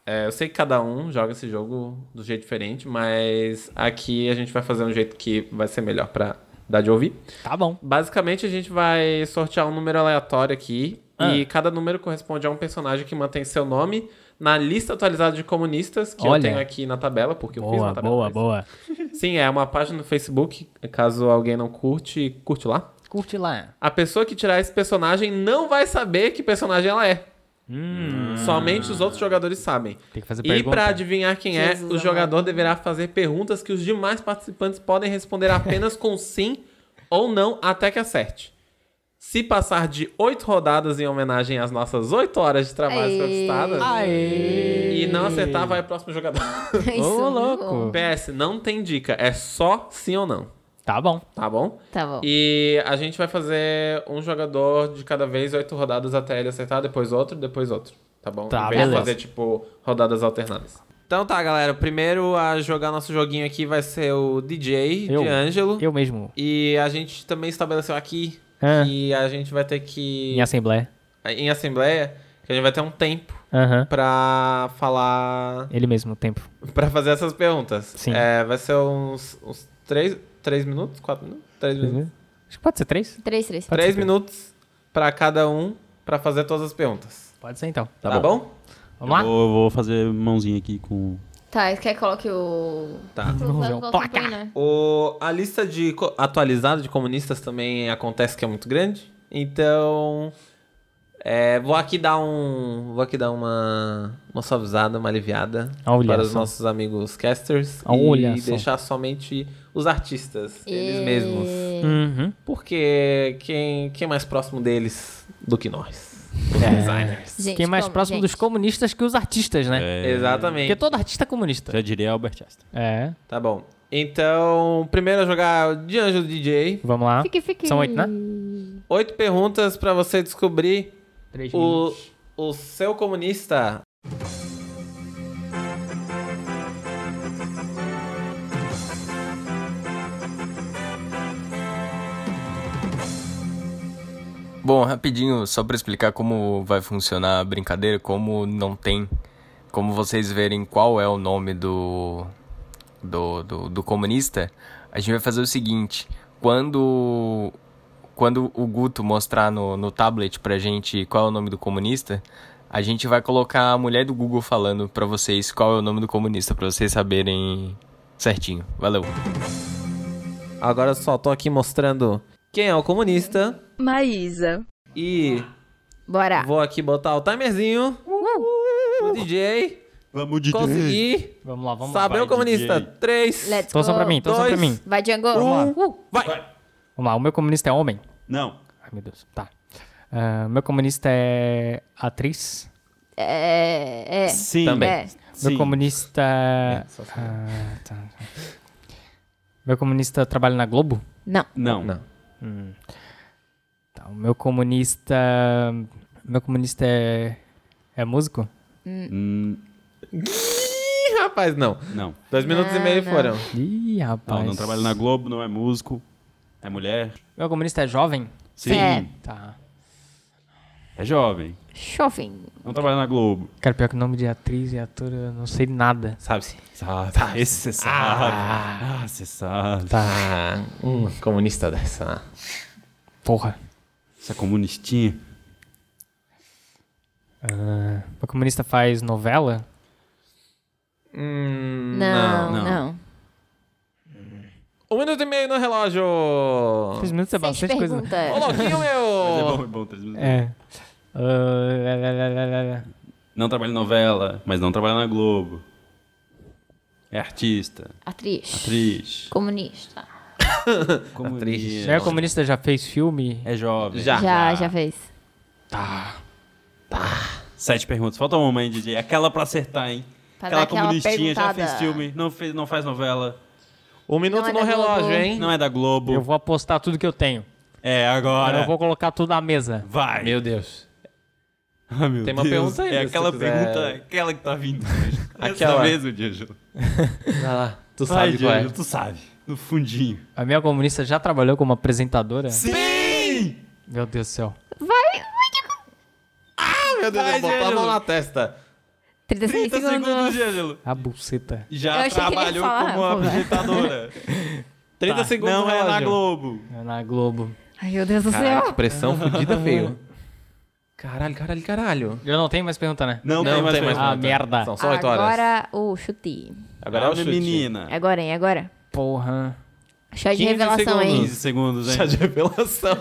[SPEAKER 2] é, eu sei que cada um joga esse jogo do jeito diferente, mas aqui a gente vai fazer um jeito que vai ser melhor pra dar de ouvir.
[SPEAKER 4] Tá bom.
[SPEAKER 2] Basicamente, a gente vai sortear um número aleatório aqui.
[SPEAKER 4] Ah.
[SPEAKER 2] E cada número corresponde a um personagem que mantém seu nome na lista atualizada de comunistas, que eu
[SPEAKER 4] Olha.
[SPEAKER 2] tenho aqui na tabela, porque eu fiz
[SPEAKER 4] Boa,
[SPEAKER 2] na tabela.
[SPEAKER 4] boa,
[SPEAKER 2] mas-
[SPEAKER 4] boa.
[SPEAKER 2] Sim, é uma página no Facebook. Caso alguém não curte, curte lá.
[SPEAKER 4] Curte lá.
[SPEAKER 2] A pessoa que tirar esse personagem não vai saber que personagem ela é.
[SPEAKER 4] Hum.
[SPEAKER 2] Somente os outros jogadores sabem.
[SPEAKER 4] Tem que fazer
[SPEAKER 2] E
[SPEAKER 4] pergunta.
[SPEAKER 2] pra adivinhar quem é, o jogador deverá fazer perguntas que os demais participantes podem responder apenas com sim ou não até que acerte. Se passar de oito rodadas em homenagem às nossas oito horas de trabalho conquistadas
[SPEAKER 4] Aê!
[SPEAKER 2] e não acertar, vai o próximo jogador.
[SPEAKER 3] Isso.
[SPEAKER 4] Ô, louco.
[SPEAKER 2] PS, não tem dica, é só sim ou não,
[SPEAKER 4] Tá bom.
[SPEAKER 2] tá bom?
[SPEAKER 3] Tá bom.
[SPEAKER 2] E a gente vai fazer um jogador de cada vez, oito rodadas até ele acertar, depois outro, depois outro. Tá bom?
[SPEAKER 4] Tá,
[SPEAKER 2] em vez de
[SPEAKER 4] beleza.
[SPEAKER 2] fazer, tipo, rodadas alternadas. Então tá, galera. Primeiro a jogar nosso joguinho aqui vai ser o DJ
[SPEAKER 4] Eu.
[SPEAKER 2] de Ângelo.
[SPEAKER 4] Eu mesmo.
[SPEAKER 2] E a gente também estabeleceu aqui
[SPEAKER 4] Ah.
[SPEAKER 2] que a gente vai ter que.
[SPEAKER 4] Em assembleia.
[SPEAKER 2] Em assembleia, que a gente vai ter um tempo
[SPEAKER 4] Aham.
[SPEAKER 2] pra falar.
[SPEAKER 4] Ele mesmo, o tempo.
[SPEAKER 2] pra fazer essas perguntas.
[SPEAKER 4] Sim.
[SPEAKER 2] É, vai ser uns, uns três, três minutos? Quatro minutos? Três minutos.
[SPEAKER 4] Acho que pode ser três.
[SPEAKER 3] Três, três.
[SPEAKER 2] Três minutos pra cada um pra fazer todas as perguntas.
[SPEAKER 4] Pode ser então.
[SPEAKER 2] Tá,
[SPEAKER 1] Tá
[SPEAKER 2] bom.
[SPEAKER 1] bom.
[SPEAKER 4] Vamos lá?
[SPEAKER 1] Eu vou, eu vou fazer mãozinha aqui com.
[SPEAKER 3] Tá, quer que coloque o.
[SPEAKER 2] Tá.
[SPEAKER 3] Vamos
[SPEAKER 4] ver um placar.
[SPEAKER 2] O, a lista de co- atualizada de comunistas também acontece que é muito grande. Então, é, vou aqui dar um, vou aqui dar uma, uma suavizada, uma aliviada
[SPEAKER 4] Ah, Olha
[SPEAKER 2] para os
[SPEAKER 4] só. Ah,
[SPEAKER 2] nossos amigos casters
[SPEAKER 4] Olha
[SPEAKER 2] e
[SPEAKER 4] só.
[SPEAKER 2] deixar somente os artistas, eles mesmos,
[SPEAKER 4] Uhum.
[SPEAKER 2] porque quem, quem é mais próximo deles do que nós, os designers.
[SPEAKER 4] Quem é mais próximo dos comunistas que os artistas, né?
[SPEAKER 1] É,
[SPEAKER 2] Exatamente.
[SPEAKER 4] Porque todo artista é comunista.
[SPEAKER 1] já diria Albert Einstein.
[SPEAKER 4] É.
[SPEAKER 2] Tá bom. Então, primeiro a jogar de Anjo DJ.
[SPEAKER 4] Vamos lá.
[SPEAKER 3] Fique, fique.
[SPEAKER 4] São oito, né?
[SPEAKER 2] Oito perguntas pra você descobrir
[SPEAKER 4] Três
[SPEAKER 2] o, o seu comunista.
[SPEAKER 9] Bom, rapidinho, só para explicar como vai funcionar a brincadeira, como não tem, como vocês verem qual é o nome do do, do, do comunista, a gente vai fazer o seguinte, quando quando o Guto mostrar no, no tablet pra gente qual é o nome do comunista, a gente vai colocar a mulher do Google falando pra vocês qual é o nome do comunista, pra vocês saberem certinho. Valeu.
[SPEAKER 2] Agora eu só tô aqui mostrando quem é o comunista.
[SPEAKER 10] Maísa,
[SPEAKER 2] E
[SPEAKER 3] Bora.
[SPEAKER 1] Ah. Uh.
[SPEAKER 2] vou aqui botar o timerzinho. O DJ.
[SPEAKER 1] Vamos de
[SPEAKER 2] Consegui.
[SPEAKER 4] Vamos lá, vamos lá.
[SPEAKER 2] Saber o comunista.
[SPEAKER 11] DJ.
[SPEAKER 2] 3.
[SPEAKER 3] Let's
[SPEAKER 4] Torçam
[SPEAKER 3] go.
[SPEAKER 4] Então pra mim, torçam pra
[SPEAKER 2] dois.
[SPEAKER 4] mim.
[SPEAKER 3] Vai, Django.
[SPEAKER 4] Vamos
[SPEAKER 3] Uh,
[SPEAKER 4] Vamos lá, o meu comunista é homem.
[SPEAKER 1] Não.
[SPEAKER 4] Ai, meu Deus. Tá. Ah, meu comunista é atriz.
[SPEAKER 3] É, é.
[SPEAKER 1] Sim.
[SPEAKER 2] Também.
[SPEAKER 3] É.
[SPEAKER 4] Meu
[SPEAKER 1] Sim.
[SPEAKER 4] comunista.
[SPEAKER 1] É.
[SPEAKER 4] Ah, tá. Meu comunista trabalha na Globo?
[SPEAKER 3] Não.
[SPEAKER 1] Não.
[SPEAKER 4] Tá, o meu comunista. Meu comunista é. É músico?
[SPEAKER 1] Hum,
[SPEAKER 2] Ih, rapaz, não.
[SPEAKER 1] Não.
[SPEAKER 2] Dois minutos e meio foram.
[SPEAKER 4] Ih, rapaz.
[SPEAKER 1] Não, não trabalha na Globo, não é músico. É mulher.
[SPEAKER 4] Meu comunista é jovem?
[SPEAKER 1] Sim.
[SPEAKER 3] É.
[SPEAKER 4] Tá.
[SPEAKER 1] É jovem.
[SPEAKER 3] Jovem.
[SPEAKER 1] Não trabalha na Globo.
[SPEAKER 4] Cara, pior que nome de atriz e ator, eu não sei nada.
[SPEAKER 2] Sabe-se.
[SPEAKER 1] Sabe. Esse você sabe. Ah, você sabe.
[SPEAKER 2] Ah, um comunista dessa.
[SPEAKER 4] Porra.
[SPEAKER 1] Você é comunistinha.
[SPEAKER 4] Ah, meu comunista faz novela?
[SPEAKER 2] Hum,
[SPEAKER 3] Não,
[SPEAKER 1] não.
[SPEAKER 3] não.
[SPEAKER 2] Um minuto e meio no relógio.
[SPEAKER 4] Três minutos é
[SPEAKER 3] Seis
[SPEAKER 4] bastante coisa. né?
[SPEAKER 3] perguntas.
[SPEAKER 2] Ô, louquinho,
[SPEAKER 1] Mas é
[SPEAKER 2] meu!
[SPEAKER 1] bom, é bom. três minutos.
[SPEAKER 4] É. Ah, lá, lá, lá, lá, lá.
[SPEAKER 1] Não trabalha em novela, mas não trabalha na Globo. É artista,
[SPEAKER 3] Atriz.
[SPEAKER 1] atriz,
[SPEAKER 3] Comunista.
[SPEAKER 1] comunista.
[SPEAKER 4] Meu comunista já fez filme?
[SPEAKER 1] É jovem.
[SPEAKER 4] Tá,
[SPEAKER 2] Já.
[SPEAKER 3] já, já fez.
[SPEAKER 1] Sete perguntas. Falta uma, hein, DJ? Aquela pra acertar, hein?
[SPEAKER 3] Pra
[SPEAKER 1] aquela
[SPEAKER 3] dar aquela
[SPEAKER 1] comunistinha, já
[SPEAKER 3] perguntada.
[SPEAKER 1] fez filme, não, fez, não faz novela,
[SPEAKER 2] Um minuto
[SPEAKER 3] Não é
[SPEAKER 2] no
[SPEAKER 3] da Globo.
[SPEAKER 2] relógio, hein?
[SPEAKER 1] não é da Globo.
[SPEAKER 4] Eu vou apostar tudo que eu tenho.
[SPEAKER 1] É, agora.
[SPEAKER 4] Eu vou colocar tudo na mesa.
[SPEAKER 1] Vai.
[SPEAKER 2] Meu Deus.
[SPEAKER 1] Ah, meu
[SPEAKER 2] Tem uma
[SPEAKER 1] Deus.
[SPEAKER 2] pergunta ainda,
[SPEAKER 1] É
[SPEAKER 2] se
[SPEAKER 1] aquela
[SPEAKER 2] você quiser.
[SPEAKER 1] pergunta, aquela que tá vindo. Essa
[SPEAKER 2] Aquela.
[SPEAKER 1] mesmo, Diego.
[SPEAKER 2] Vai lá. Tu
[SPEAKER 1] Vai,
[SPEAKER 2] sabe qual é.
[SPEAKER 1] Diego, tu sabe. No fundinho.
[SPEAKER 4] A minha comunista já trabalhou como apresentadora?
[SPEAKER 1] Sim!
[SPEAKER 4] Meu Deus do céu.
[SPEAKER 2] Ah, meu Deus,
[SPEAKER 1] Vai,
[SPEAKER 2] ele botou a mão
[SPEAKER 1] Diego.
[SPEAKER 2] na testa.
[SPEAKER 3] 36
[SPEAKER 4] é
[SPEAKER 1] 30 segundos,
[SPEAKER 3] segundos.
[SPEAKER 1] Diego.
[SPEAKER 4] A buceta.
[SPEAKER 3] Eu
[SPEAKER 1] Já
[SPEAKER 3] achei que ele ia
[SPEAKER 1] trabalhou como
[SPEAKER 3] falar, pô, vai.
[SPEAKER 1] apresentadora.
[SPEAKER 2] 30
[SPEAKER 4] Tá,
[SPEAKER 2] segundos
[SPEAKER 1] não
[SPEAKER 2] no
[SPEAKER 1] é
[SPEAKER 2] relógio.
[SPEAKER 1] na Globo.
[SPEAKER 4] É Na Globo.
[SPEAKER 3] Ai, meu Deus do
[SPEAKER 2] Caraca,
[SPEAKER 3] céu.
[SPEAKER 2] pressão fodida feio. Caralho, caralho, caralho.
[SPEAKER 4] Eu não tenho mais pergunta, né?
[SPEAKER 1] Não,
[SPEAKER 2] Não
[SPEAKER 1] tem mais
[SPEAKER 2] tem mais
[SPEAKER 1] pergunta.
[SPEAKER 4] Ah, merda.
[SPEAKER 2] São só 8 horas.
[SPEAKER 3] Agora o chute.
[SPEAKER 2] Agora é o chute.
[SPEAKER 1] menina.
[SPEAKER 3] Agora, hein? Agora.
[SPEAKER 4] Porra.
[SPEAKER 3] Chá de
[SPEAKER 2] 15
[SPEAKER 3] revelação, hein?
[SPEAKER 1] 15 segundos,
[SPEAKER 2] Chá
[SPEAKER 1] hein?
[SPEAKER 2] de revelação.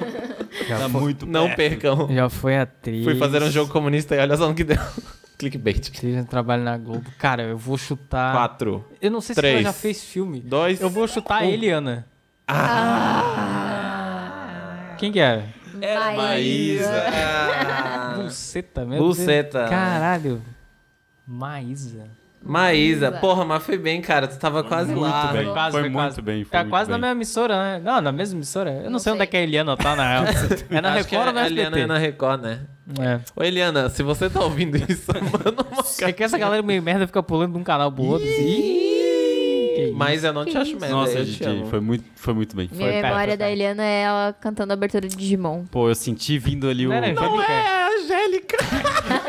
[SPEAKER 1] Tá muito
[SPEAKER 2] Não
[SPEAKER 1] perto.
[SPEAKER 2] percam.
[SPEAKER 4] Já foi atriz.
[SPEAKER 2] Fui fazer um jogo comunista e olha só no que deu. Clickbait.
[SPEAKER 4] Atriz já trabalha na Globo. Cara, eu vou chutar.
[SPEAKER 2] 4,
[SPEAKER 4] Eu não sei se
[SPEAKER 2] Três.
[SPEAKER 4] ela já fez filme.
[SPEAKER 2] 2,
[SPEAKER 4] Eu vou chutar a Eliana. Ah. Quem que é?
[SPEAKER 1] Maísa.
[SPEAKER 4] Buceta, meu
[SPEAKER 2] Buceta.
[SPEAKER 4] Deus. Caralho. Maísa.
[SPEAKER 2] Maísa. Porra, mas foi bem, cara. Tu tava quase lá.
[SPEAKER 1] bem.
[SPEAKER 4] Quase,
[SPEAKER 1] Foi
[SPEAKER 4] foi
[SPEAKER 1] muito
[SPEAKER 4] quase.
[SPEAKER 1] bem, foi
[SPEAKER 4] Tá
[SPEAKER 1] muito
[SPEAKER 4] quase na
[SPEAKER 1] bem.
[SPEAKER 4] mesma emissora, né? Não, na mesma emissora. Eu não, sei, onde é
[SPEAKER 3] sei.
[SPEAKER 4] que a Eliana tá, na real. é na
[SPEAKER 2] Acho que
[SPEAKER 4] Record ou na
[SPEAKER 2] a Eliana
[SPEAKER 4] SBT?
[SPEAKER 2] é na Record, né?
[SPEAKER 4] É.
[SPEAKER 2] Ô, Eliana, se você tá ouvindo isso, manda uma
[SPEAKER 4] É que essa galera meio merda fica pulando de um canal pro outro. Ih!
[SPEAKER 2] Mas eu não te acho merda.
[SPEAKER 1] Nossa,
[SPEAKER 2] eu te
[SPEAKER 1] DJ,
[SPEAKER 2] amo.
[SPEAKER 1] foi muito, foi muito bem.
[SPEAKER 3] Minha
[SPEAKER 4] Foi, cara,
[SPEAKER 3] memória
[SPEAKER 4] foi,
[SPEAKER 3] da
[SPEAKER 4] cara.
[SPEAKER 3] Eliana é ela cantando a abertura de Digimon.
[SPEAKER 1] Pô, eu senti vindo ali o...
[SPEAKER 4] Não era Angélica?
[SPEAKER 2] É, Angélica.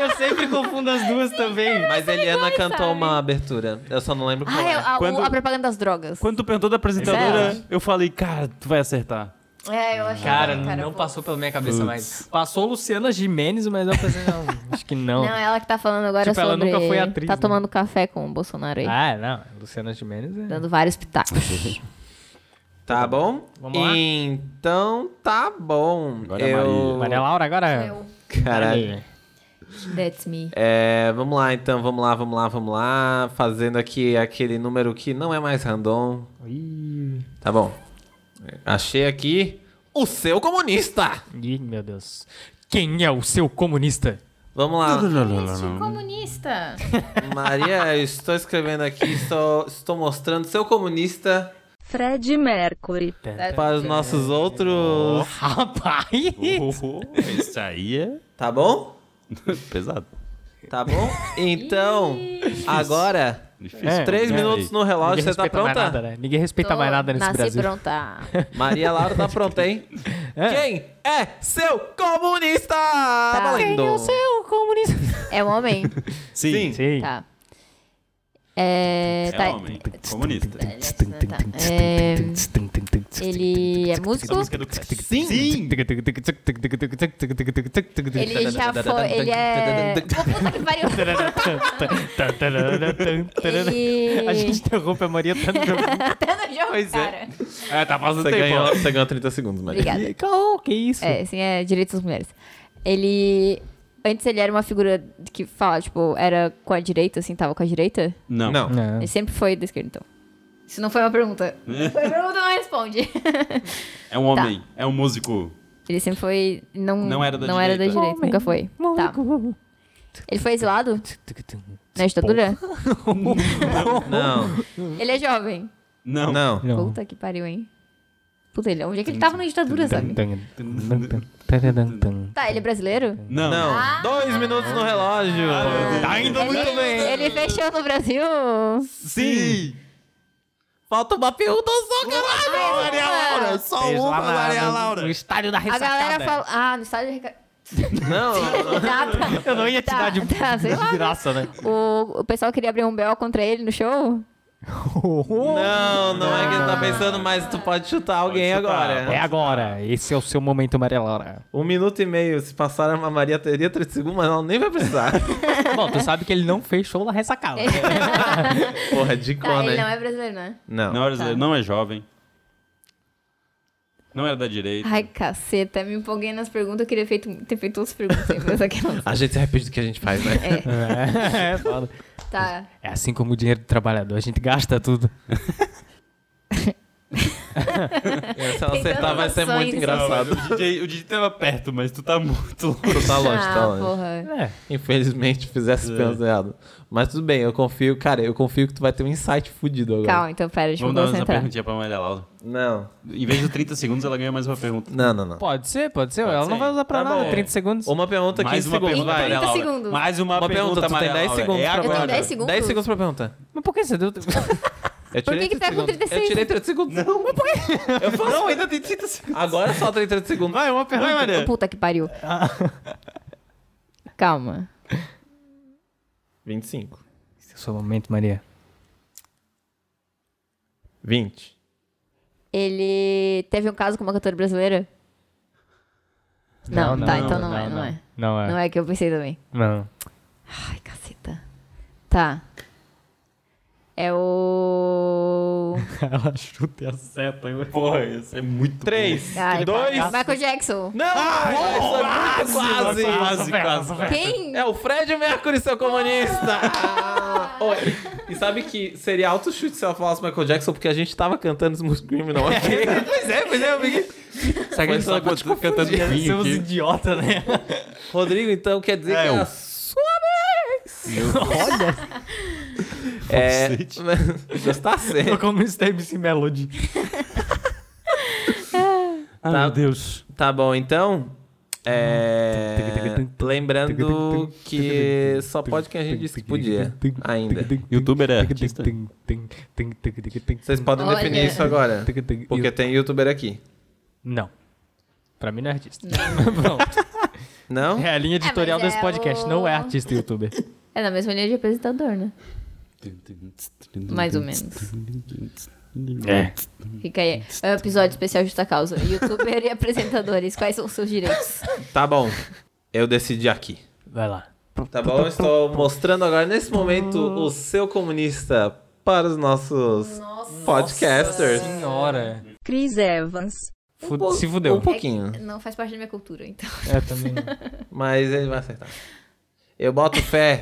[SPEAKER 4] Eu sempre confundo as duas também.
[SPEAKER 2] Mas a Eliana cantou uma abertura. Eu só não lembro qual
[SPEAKER 3] Ah, é,
[SPEAKER 2] é.
[SPEAKER 3] a, o-
[SPEAKER 1] Quando-
[SPEAKER 3] a propaganda das drogas.
[SPEAKER 1] Quando tu perguntou da apresentadora, eu falei, cara, tu vai acertar.
[SPEAKER 3] É, eu achei.
[SPEAKER 4] Cara,
[SPEAKER 3] que,
[SPEAKER 4] não
[SPEAKER 3] pô.
[SPEAKER 4] passou pela minha cabeça mais. Passou Luciana Jimenez, mas eu pensei, não, acho que não.
[SPEAKER 3] Não, ela que tá falando agora
[SPEAKER 4] Tipo, ela
[SPEAKER 3] sobre...
[SPEAKER 4] nunca foi atriz,
[SPEAKER 3] Tá
[SPEAKER 4] né?
[SPEAKER 3] tomando café com o Bolsonaro aí.
[SPEAKER 4] Ah, não. Luciana Jimenez é.
[SPEAKER 3] Dando vários pitacos.
[SPEAKER 2] Tá bom?
[SPEAKER 4] Vamos lá?
[SPEAKER 2] Então tá bom.
[SPEAKER 1] Agora é
[SPEAKER 2] eu...
[SPEAKER 1] Maria.
[SPEAKER 4] Maria Laura agora.
[SPEAKER 2] Caralho.
[SPEAKER 3] That's me.
[SPEAKER 2] É, vamos lá então, vamos lá, vamos lá, vamos lá. Fazendo aqui aquele número que não é mais random. Tá bom. Achei aqui o seu comunista.
[SPEAKER 4] Ih, meu Deus. Quem é o seu comunista?
[SPEAKER 2] Vamos lá.
[SPEAKER 12] Comunista.
[SPEAKER 2] Maria, eu estou escrevendo aqui, estou, estou mostrando seu comunista
[SPEAKER 13] Fred Mercury.
[SPEAKER 2] para os nossos outros.
[SPEAKER 4] Rapaz!
[SPEAKER 1] Oh, isso aí é
[SPEAKER 2] Tá bom?
[SPEAKER 1] pesado.
[SPEAKER 2] Tá bom? Então, agora,
[SPEAKER 1] Difícil.
[SPEAKER 4] É,
[SPEAKER 2] três
[SPEAKER 4] é.
[SPEAKER 2] minutos no relógio,
[SPEAKER 4] Ninguém
[SPEAKER 2] você tá
[SPEAKER 4] respeita mais
[SPEAKER 2] pronta?
[SPEAKER 4] nada, né? Ninguém respeita mais nada nesse
[SPEAKER 3] Nasci
[SPEAKER 4] Brasil.
[SPEAKER 3] pronta.
[SPEAKER 2] Maria Laura tá pronta, hein? Quem é seu comunista? Tá. Valendo.
[SPEAKER 4] seu comunista.
[SPEAKER 3] É um homem?
[SPEAKER 1] Sim,
[SPEAKER 4] Sim.
[SPEAKER 3] tá. É...
[SPEAKER 1] é
[SPEAKER 3] tá-
[SPEAKER 1] homem, comunista.
[SPEAKER 3] É, Ele é músico?
[SPEAKER 2] Sim.
[SPEAKER 3] Ele já foi... Ele é... Pô, puta que pariu. Ele...
[SPEAKER 4] A gente interrompe a Maria tanto
[SPEAKER 3] Até no jogo,
[SPEAKER 2] Pois é.
[SPEAKER 3] tá cara.
[SPEAKER 1] É, tá passando
[SPEAKER 2] Você ganhou, você ganhou 30 segundos, Maria.
[SPEAKER 3] Obrigada.
[SPEAKER 4] Oh, que é isso?
[SPEAKER 3] É, sim, é direitos das mulheres. Ele Antes ele era uma figura que fala, tipo, era com a direita, assim, tava com a direita?
[SPEAKER 14] Não. Não. Não.
[SPEAKER 4] É.
[SPEAKER 3] Ele sempre foi da esquerda, então. Isso não foi uma pergunta. Foi uma pergunta, não responde.
[SPEAKER 14] É um homem, é um músico.
[SPEAKER 3] Ele sempre foi. Não,
[SPEAKER 14] Não era da
[SPEAKER 3] não
[SPEAKER 14] direita.
[SPEAKER 3] Era da direita nunca foi. Tá. Ele foi exilado? Na ditadura?
[SPEAKER 2] Não.
[SPEAKER 3] Ele é jovem.
[SPEAKER 14] Não.
[SPEAKER 2] Não.
[SPEAKER 3] Puta que pariu, hein? Puta, ele, onde é que ele tava na ditadura, sabe? Tá, ele é brasileiro?
[SPEAKER 14] Não.
[SPEAKER 4] Ah.
[SPEAKER 2] Dois minutos no relógio.
[SPEAKER 3] Ah.
[SPEAKER 14] Tá indo
[SPEAKER 3] ele, ele fechou no Brasil?
[SPEAKER 2] Sim. Falta uma pergunta só, caralho, É. Maria Laura. Só uma,
[SPEAKER 4] é
[SPEAKER 2] Maria Laura.
[SPEAKER 4] No estádio da
[SPEAKER 3] A
[SPEAKER 4] ressacada.
[SPEAKER 3] galera fala. Ah, no estádio de reca...
[SPEAKER 2] Não.
[SPEAKER 3] Tá, tá.
[SPEAKER 4] Eu não ia te
[SPEAKER 3] Tá,
[SPEAKER 4] dar de
[SPEAKER 3] tá, sei lá, né?
[SPEAKER 4] graça, né?
[SPEAKER 3] O, o pessoal queria abrir um BO contra ele no show?
[SPEAKER 4] Uhum.
[SPEAKER 2] Não, não é que ele
[SPEAKER 3] Ah.
[SPEAKER 2] tá pensando, mas tu pode chutar alguém
[SPEAKER 14] chutar,
[SPEAKER 2] agora.
[SPEAKER 4] É agora. Esse é o seu momento, Maria Laura.
[SPEAKER 2] Um minuto e meio. Se passar a Maria teria 30 segundos, mas ela nem vai precisar.
[SPEAKER 4] Bom, tu sabe que ele não fez show na ressacada.
[SPEAKER 2] Porra, de
[SPEAKER 3] Tá,
[SPEAKER 2] cona,
[SPEAKER 3] ele
[SPEAKER 2] hein?
[SPEAKER 3] não é brasileiro, né?
[SPEAKER 2] Não.
[SPEAKER 14] Não era brasileiro, não é jovem. Não era da direita.
[SPEAKER 3] Ai, caceta, me empolguei nas perguntas, eu queria feito, ter feito outras perguntas, hein, mas aquelas.
[SPEAKER 2] A gente se arrepende do que a gente faz, né?
[SPEAKER 4] É, é foda.
[SPEAKER 3] Tá.
[SPEAKER 4] É assim como o dinheiro do trabalhador, a gente gasta tudo.
[SPEAKER 2] Se ela acertar, vai ser
[SPEAKER 3] Tentando
[SPEAKER 2] muito
[SPEAKER 3] ações.
[SPEAKER 2] engraçado.
[SPEAKER 14] O DJ, o DJ tava perto, mas tu tá muito longe.
[SPEAKER 2] Tu tá longe, tá
[SPEAKER 3] ah,
[SPEAKER 2] longe.
[SPEAKER 3] porra.
[SPEAKER 4] É.
[SPEAKER 2] Infelizmente, fizesse pensado. Mas tudo bem, eu confio, cara, eu confio que tu vai ter um insight fudido agora.
[SPEAKER 3] Calma, então, pera, deixa eu
[SPEAKER 14] Vamos dar uma
[SPEAKER 3] concentrar.
[SPEAKER 14] perguntinha pra Maria Laura.
[SPEAKER 2] Não,
[SPEAKER 14] Em vez de 30 segundos, ela ganha mais uma pergunta.
[SPEAKER 2] não, não, não.
[SPEAKER 4] Pode ser, pode ser. Ela
[SPEAKER 14] ser.
[SPEAKER 4] não vai usar pra
[SPEAKER 2] Tá
[SPEAKER 4] nada,
[SPEAKER 2] bom.
[SPEAKER 4] 30 segundos.
[SPEAKER 2] Uma pergunta,
[SPEAKER 14] Mais
[SPEAKER 2] 15
[SPEAKER 14] uma
[SPEAKER 2] segundos,
[SPEAKER 14] pergunta,
[SPEAKER 2] vai.
[SPEAKER 14] Maria
[SPEAKER 3] 30
[SPEAKER 14] Laura.
[SPEAKER 3] segundos.
[SPEAKER 14] Mais uma,
[SPEAKER 2] Uma pergunta, tu tem
[SPEAKER 14] Maria
[SPEAKER 2] 10
[SPEAKER 14] Laura.
[SPEAKER 2] segundos
[SPEAKER 14] É
[SPEAKER 2] pra
[SPEAKER 14] agora.
[SPEAKER 3] Eu tenho 10 segundos.
[SPEAKER 2] 10 segundos pra perguntar.
[SPEAKER 4] Mas por que você deu...
[SPEAKER 2] Eu
[SPEAKER 3] Por
[SPEAKER 2] tirei
[SPEAKER 3] que
[SPEAKER 2] 30
[SPEAKER 3] que tá com
[SPEAKER 2] segundos.
[SPEAKER 3] 36?
[SPEAKER 2] Eu tirei 30 segundos. Não, eu faço... não ainda tem 30 segundos. Agora só tem 30 segundos. Vai, uma pergunta.
[SPEAKER 14] Maria.
[SPEAKER 3] Puta que pariu. Calma.
[SPEAKER 2] 25.
[SPEAKER 4] Esse é o seu momento, Maria.
[SPEAKER 2] 20.
[SPEAKER 3] Ele teve um caso com uma cantora brasileira? Não, tá, então não, é, não, é.
[SPEAKER 4] Não
[SPEAKER 3] Não
[SPEAKER 4] é.
[SPEAKER 3] é que eu pensei também.
[SPEAKER 4] Não.
[SPEAKER 3] Ai, caceta. Tá. É o.
[SPEAKER 4] Ela chuta e acerta.
[SPEAKER 14] Porra, isso é muito
[SPEAKER 2] 3.
[SPEAKER 3] Ai,
[SPEAKER 2] 2.
[SPEAKER 3] Michael Jackson.
[SPEAKER 2] Não! Ai, isso é muito quase, quase.
[SPEAKER 3] Quem?
[SPEAKER 2] É o Fred Mercury, seu comunista! Ah! Oi. E sabe que seria alto chute se ela falasse Michael Jackson, porque a gente tava cantando Smooth Criminal aqui. pois é, pois é, amigo. Será que a gente tava cantando, cantando Queen
[SPEAKER 4] Seus
[SPEAKER 2] aqui?
[SPEAKER 4] idiota, né?
[SPEAKER 2] Rodrigo, então, quer dizer que é a sua vez! Olha! É... tá Gostasse.
[SPEAKER 4] Como isso tem MC Melody. Ai,
[SPEAKER 2] Tá.
[SPEAKER 4] Ah, meu Deus.
[SPEAKER 2] Tá bom, então. É... Lembrando que só pode quem a gente disse que podia, ainda.
[SPEAKER 14] Youtuber é artista?
[SPEAKER 2] Vocês podem
[SPEAKER 3] Olha.
[SPEAKER 2] definir isso agora, porque tem youtuber aqui.
[SPEAKER 4] Não. Pra mim não é artista. Pronto.
[SPEAKER 2] Não?
[SPEAKER 4] É a linha editorial
[SPEAKER 3] mas é
[SPEAKER 4] desse podcast.
[SPEAKER 3] o-
[SPEAKER 4] Não é artista e youtuber.
[SPEAKER 3] É na mesma linha de apresentador, né? Mais ou menos.
[SPEAKER 14] É.
[SPEAKER 3] Fica aí. É um episódio especial Justa Causa. Youtuber e apresentadores, quais são os seus direitos?
[SPEAKER 2] Tá bom. Eu decidi aqui.
[SPEAKER 4] Vai lá.
[SPEAKER 2] Tá bom? Estou mostrando agora, nesse momento, o seu comunista para os nossos podcasters.
[SPEAKER 4] Senhora.
[SPEAKER 5] Chris Evans.
[SPEAKER 4] Fu-
[SPEAKER 2] pou-
[SPEAKER 4] se fudeu.
[SPEAKER 2] Um pouquinho.
[SPEAKER 3] Não faz parte da minha cultura, então.
[SPEAKER 4] É, também.
[SPEAKER 2] Mas ele vai acertar. Eu boto fé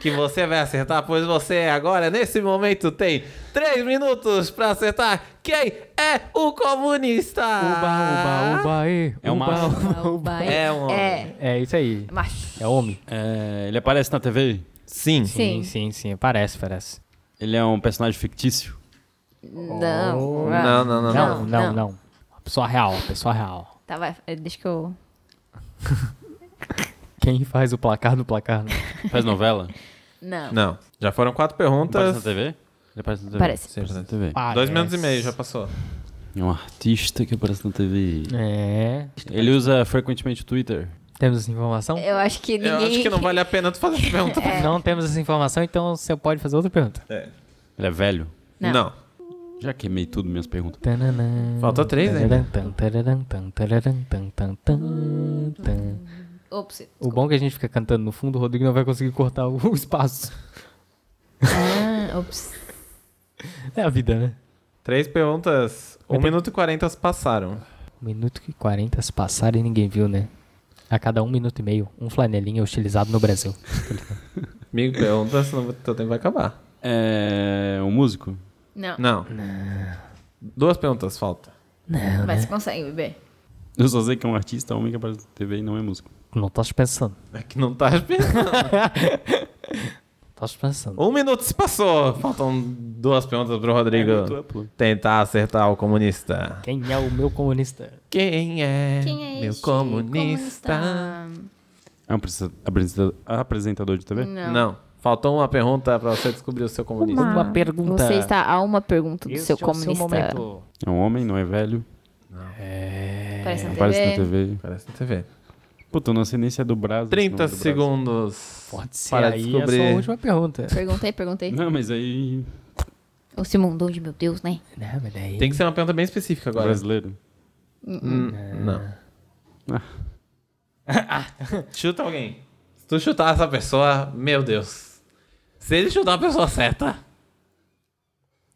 [SPEAKER 2] que você vai acertar, pois você agora, nesse momento, tem três minutos pra acertar quem é o comunista. Ah.
[SPEAKER 4] Uba, uba, uba, e.
[SPEAKER 14] É um macho.
[SPEAKER 2] É um homem.
[SPEAKER 3] É.
[SPEAKER 4] É isso aí.
[SPEAKER 3] Macho.
[SPEAKER 4] É homem.
[SPEAKER 14] É, ele aparece na TV?
[SPEAKER 2] Sim.
[SPEAKER 3] Sim.
[SPEAKER 4] sim, sim. Parece, parece.
[SPEAKER 14] Ele é um personagem fictício?
[SPEAKER 2] Não,
[SPEAKER 3] Não.
[SPEAKER 2] não, não, não.
[SPEAKER 4] Não, não, não. Pessoa real, pessoa real.
[SPEAKER 3] Tá, vai. é, Deixa que eu.
[SPEAKER 4] Quem faz o placar do placar? né?
[SPEAKER 14] Faz novela? Ele
[SPEAKER 3] Não.
[SPEAKER 2] Não. Já foram quatro perguntas.
[SPEAKER 14] aparece na TV? Ele aparece na TV?
[SPEAKER 3] Parece.
[SPEAKER 14] Ele aparece na TV.
[SPEAKER 1] Ah.
[SPEAKER 4] Ah, é.
[SPEAKER 2] Dois minutos e meio, já passou.
[SPEAKER 14] É um artista que aparece na TV.
[SPEAKER 4] É.
[SPEAKER 14] Ele usa frequentemente o Twitter.
[SPEAKER 4] Temos essa informação?
[SPEAKER 3] Eu acho que ninguém.
[SPEAKER 2] Eu acho que não vale a pena tu fazer essa pergunta.
[SPEAKER 15] É.
[SPEAKER 4] Não temos essa informação, então você pode fazer outra pergunta.
[SPEAKER 14] Ele é velho?
[SPEAKER 3] Não.
[SPEAKER 14] Já queimei tudo minhas perguntas.
[SPEAKER 4] Tananã.
[SPEAKER 2] Faltou três ainda.
[SPEAKER 4] Tararantam, tararantam, tararantam, tam, tam, tam.
[SPEAKER 3] Ops.
[SPEAKER 4] O bom é que a gente fica cantando no fundo, o Rodrigo não vai conseguir cortar o espaço.
[SPEAKER 3] Ah, ops.
[SPEAKER 4] É a vida, né?
[SPEAKER 2] Três perguntas. Um minuto e quarenta passaram.
[SPEAKER 4] Um minuto e 40 se passaram e ninguém viu, né? A cada um minuto e meio, um flanelinha hostilizado no Brasil.
[SPEAKER 2] Amigo, pergunta se o teu tempo vai acabar.
[SPEAKER 1] É. um músico?
[SPEAKER 15] Não.
[SPEAKER 2] Não. Duas perguntas falta.
[SPEAKER 15] Não,
[SPEAKER 2] né?
[SPEAKER 15] Mas consegue, bebê.
[SPEAKER 1] Eu só sei que é um artista, homem que aparece na TV e não é músico.
[SPEAKER 4] Não estás pensando.
[SPEAKER 2] É que não estás pensando.
[SPEAKER 4] Estás pensando.
[SPEAKER 2] Um minuto se passou. Faltam duas perguntas pro Rodrigo
[SPEAKER 4] É muito amplo.
[SPEAKER 2] tentar acertar o comunista.
[SPEAKER 4] Quem é o meu comunista?
[SPEAKER 2] Quem é,
[SPEAKER 15] Quem é
[SPEAKER 2] meu
[SPEAKER 15] este
[SPEAKER 2] comunista?
[SPEAKER 1] É um apresen- apresen- apresentador de TV?
[SPEAKER 3] É.
[SPEAKER 15] Não.
[SPEAKER 2] Não. Faltou uma pergunta pra você descobrir o seu comunista.
[SPEAKER 15] Uma Você está a uma pergunta do
[SPEAKER 4] Este
[SPEAKER 15] seu
[SPEAKER 4] é o seu
[SPEAKER 15] comunista.
[SPEAKER 4] momento.
[SPEAKER 1] É um homem, não é velho.
[SPEAKER 15] Parece na
[SPEAKER 1] Aparece
[SPEAKER 15] TV.
[SPEAKER 1] É, na TV.
[SPEAKER 2] Parece na TV.
[SPEAKER 1] Puta, eu não sei nem se é do Brasil.
[SPEAKER 2] 30 segundos.
[SPEAKER 4] Pode ser
[SPEAKER 2] para
[SPEAKER 4] aí é
[SPEAKER 2] descobrir.
[SPEAKER 4] a sua última pergunta.
[SPEAKER 3] Perguntei, perguntei.
[SPEAKER 1] Não, mas aí.
[SPEAKER 3] O Simão Doge, meu Deus, né?
[SPEAKER 4] Não, mas daí...
[SPEAKER 2] Tem que ser uma pergunta bem específica agora.
[SPEAKER 1] Brasileiro.
[SPEAKER 2] Hum,
[SPEAKER 4] É.
[SPEAKER 2] não.
[SPEAKER 4] Ah.
[SPEAKER 2] Chuta alguém. Se tu chutar essa pessoa, meu Deus. Se ele chutar a pessoa certa.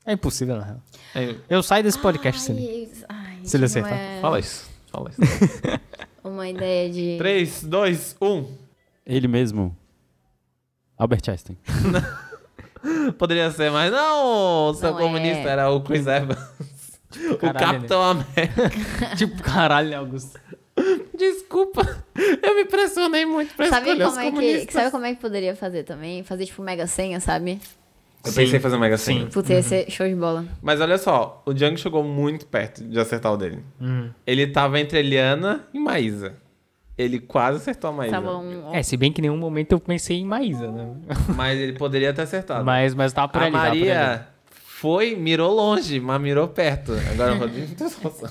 [SPEAKER 4] É impossível, na real.
[SPEAKER 2] aí-
[SPEAKER 4] Eu saio desse podcast, Cine.
[SPEAKER 15] Ai, ai,
[SPEAKER 4] Se ele
[SPEAKER 15] isso não
[SPEAKER 4] acertar.
[SPEAKER 15] é
[SPEAKER 2] Fala isso. Fala isso.
[SPEAKER 3] Uma ideia de.
[SPEAKER 2] 3, 2, 1.
[SPEAKER 1] Ele mesmo. Albert Einstein.
[SPEAKER 2] Poderia ser, mas não. O seu
[SPEAKER 3] Não é.
[SPEAKER 2] comunista era o Chris Evans. o
[SPEAKER 4] Caralho, né?
[SPEAKER 2] Capitão América.
[SPEAKER 4] Tipo, caralho, Augusto.
[SPEAKER 2] Desculpa. Eu me impressionei muito pra
[SPEAKER 3] Sabe
[SPEAKER 2] escolher
[SPEAKER 3] como,
[SPEAKER 2] os
[SPEAKER 3] é que,
[SPEAKER 2] comunistas.
[SPEAKER 3] sabe como é que poderia fazer também? Fazer tipo mega senha, sabe?
[SPEAKER 2] Eu pensei em fazer um mega
[SPEAKER 4] Sim.
[SPEAKER 3] Puta, ia ser show de bola.
[SPEAKER 2] Mas olha só, o Django chegou muito perto de acertar o dele.
[SPEAKER 4] Hum.
[SPEAKER 2] Ele tava entre Eliana e Maísa. Ele quase acertou a Maísa.
[SPEAKER 3] Tava um.
[SPEAKER 4] É, se bem que em nenhum momento eu pensei em Maísa, né?
[SPEAKER 2] Mas ele poderia ter acertado.
[SPEAKER 4] Mas, mas tava por
[SPEAKER 2] a
[SPEAKER 4] ali, tava por ali.
[SPEAKER 2] Maria foi, mirou longe, mas mirou perto. Agora o Rodrigo tem noção.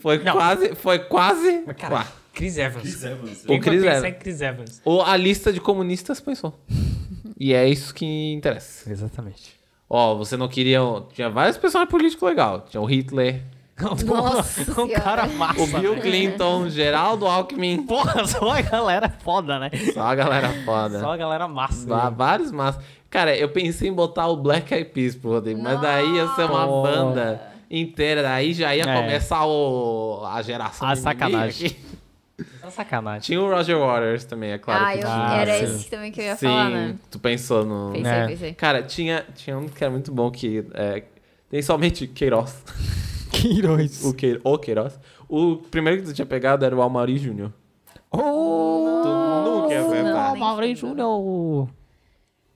[SPEAKER 2] Foi quase, foi quase. Quá.
[SPEAKER 4] Chris Evans. Chris Evans. né?
[SPEAKER 2] O Chris Evans.
[SPEAKER 4] Chris Evans.
[SPEAKER 2] Ou a lista de comunistas pensou. e é isso que interessa.
[SPEAKER 4] Exatamente.
[SPEAKER 2] Ó, você não queria. Tinha vários personagens políticos legais. Tinha o Hitler,
[SPEAKER 3] Nossa! senhora.
[SPEAKER 2] o Bill Clinton, Geraldo Alckmin.
[SPEAKER 4] Porra, só a galera foda, né?
[SPEAKER 2] Só a galera foda.
[SPEAKER 4] Só a galera massa.
[SPEAKER 2] Vá-
[SPEAKER 4] né?
[SPEAKER 2] Vários massas. Cara, eu pensei em botar o Black Eyed Peas pro Rodrigo, mas daí ia ser uma
[SPEAKER 4] Nossa.
[SPEAKER 2] banda inteira. Daí já ia
[SPEAKER 4] É.
[SPEAKER 2] começar o, a geração.
[SPEAKER 4] A
[SPEAKER 2] de mimimi.
[SPEAKER 4] Ah, sacanagem. Só Tá sacanagem.
[SPEAKER 2] Tinha o Roger Waters também, é claro.
[SPEAKER 3] ah,
[SPEAKER 2] que
[SPEAKER 3] eu,
[SPEAKER 2] tinha.
[SPEAKER 4] Ah,
[SPEAKER 3] era
[SPEAKER 4] sim.
[SPEAKER 3] esse também que eu ia
[SPEAKER 2] Sim,
[SPEAKER 3] falar, né?
[SPEAKER 2] tu pensou no.
[SPEAKER 3] Pensei,
[SPEAKER 4] É.
[SPEAKER 3] pensei.
[SPEAKER 2] Cara, tinha, tinha um que era muito bom que. é, tem somente Queiroz.
[SPEAKER 4] Queiroz.
[SPEAKER 2] O, Queir, o Queiroz. O primeiro que tu tinha pegado era o Almari Júnior.
[SPEAKER 4] Oh,
[SPEAKER 2] Tu nunca ia
[SPEAKER 3] não.
[SPEAKER 2] pegar.
[SPEAKER 4] Maurício Júnior.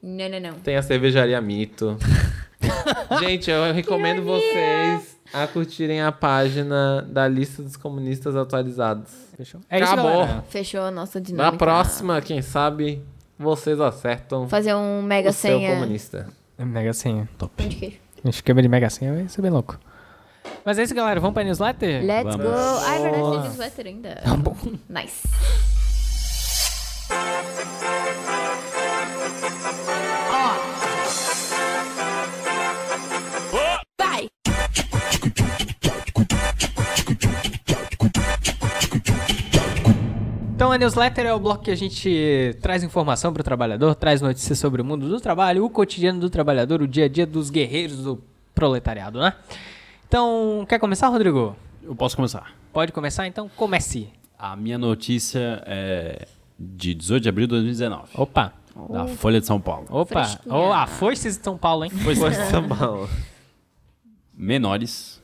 [SPEAKER 3] Não, não, não.
[SPEAKER 2] Tem a cervejaria Mito. Gente, eu recomendo vocês a curtirem a página da lista dos comunistas atualizados.
[SPEAKER 4] Fechou? É
[SPEAKER 2] Acabou.
[SPEAKER 4] galera.
[SPEAKER 3] Fechou a nossa
[SPEAKER 2] Na
[SPEAKER 3] dinâmica.
[SPEAKER 2] próxima, quem sabe, vocês acertam
[SPEAKER 3] Fazer um mega
[SPEAKER 2] o seu
[SPEAKER 3] senha.
[SPEAKER 2] comunista.
[SPEAKER 4] É Mega senha. Top.
[SPEAKER 3] Pão de queijo.
[SPEAKER 4] Um esquema de mega senha vai ser bem louco. Mas é isso, galera. Vamos pra newsletter?
[SPEAKER 3] Let's
[SPEAKER 1] Vamos.
[SPEAKER 3] go! Ah, é verdade, tem newsletter ainda. Tá bom. Nice. Vai!
[SPEAKER 4] Então a newsletter é o bloco que a gente traz informação para o trabalhador, traz notícias sobre o mundo do trabalho, o cotidiano do trabalhador, o dia a dia dos guerreiros do proletariado, né? Então, quer começar, Rodrigo?
[SPEAKER 1] Eu posso começar.
[SPEAKER 4] Pode começar, então comece.
[SPEAKER 1] A minha notícia é de 18 de abril de 2019.
[SPEAKER 4] Opa,
[SPEAKER 1] Da Folha de São Paulo.
[SPEAKER 4] opa.
[SPEAKER 3] Fresquinha.
[SPEAKER 4] Oh, a foices de São Paulo, hein?
[SPEAKER 2] Força mal.
[SPEAKER 1] Menores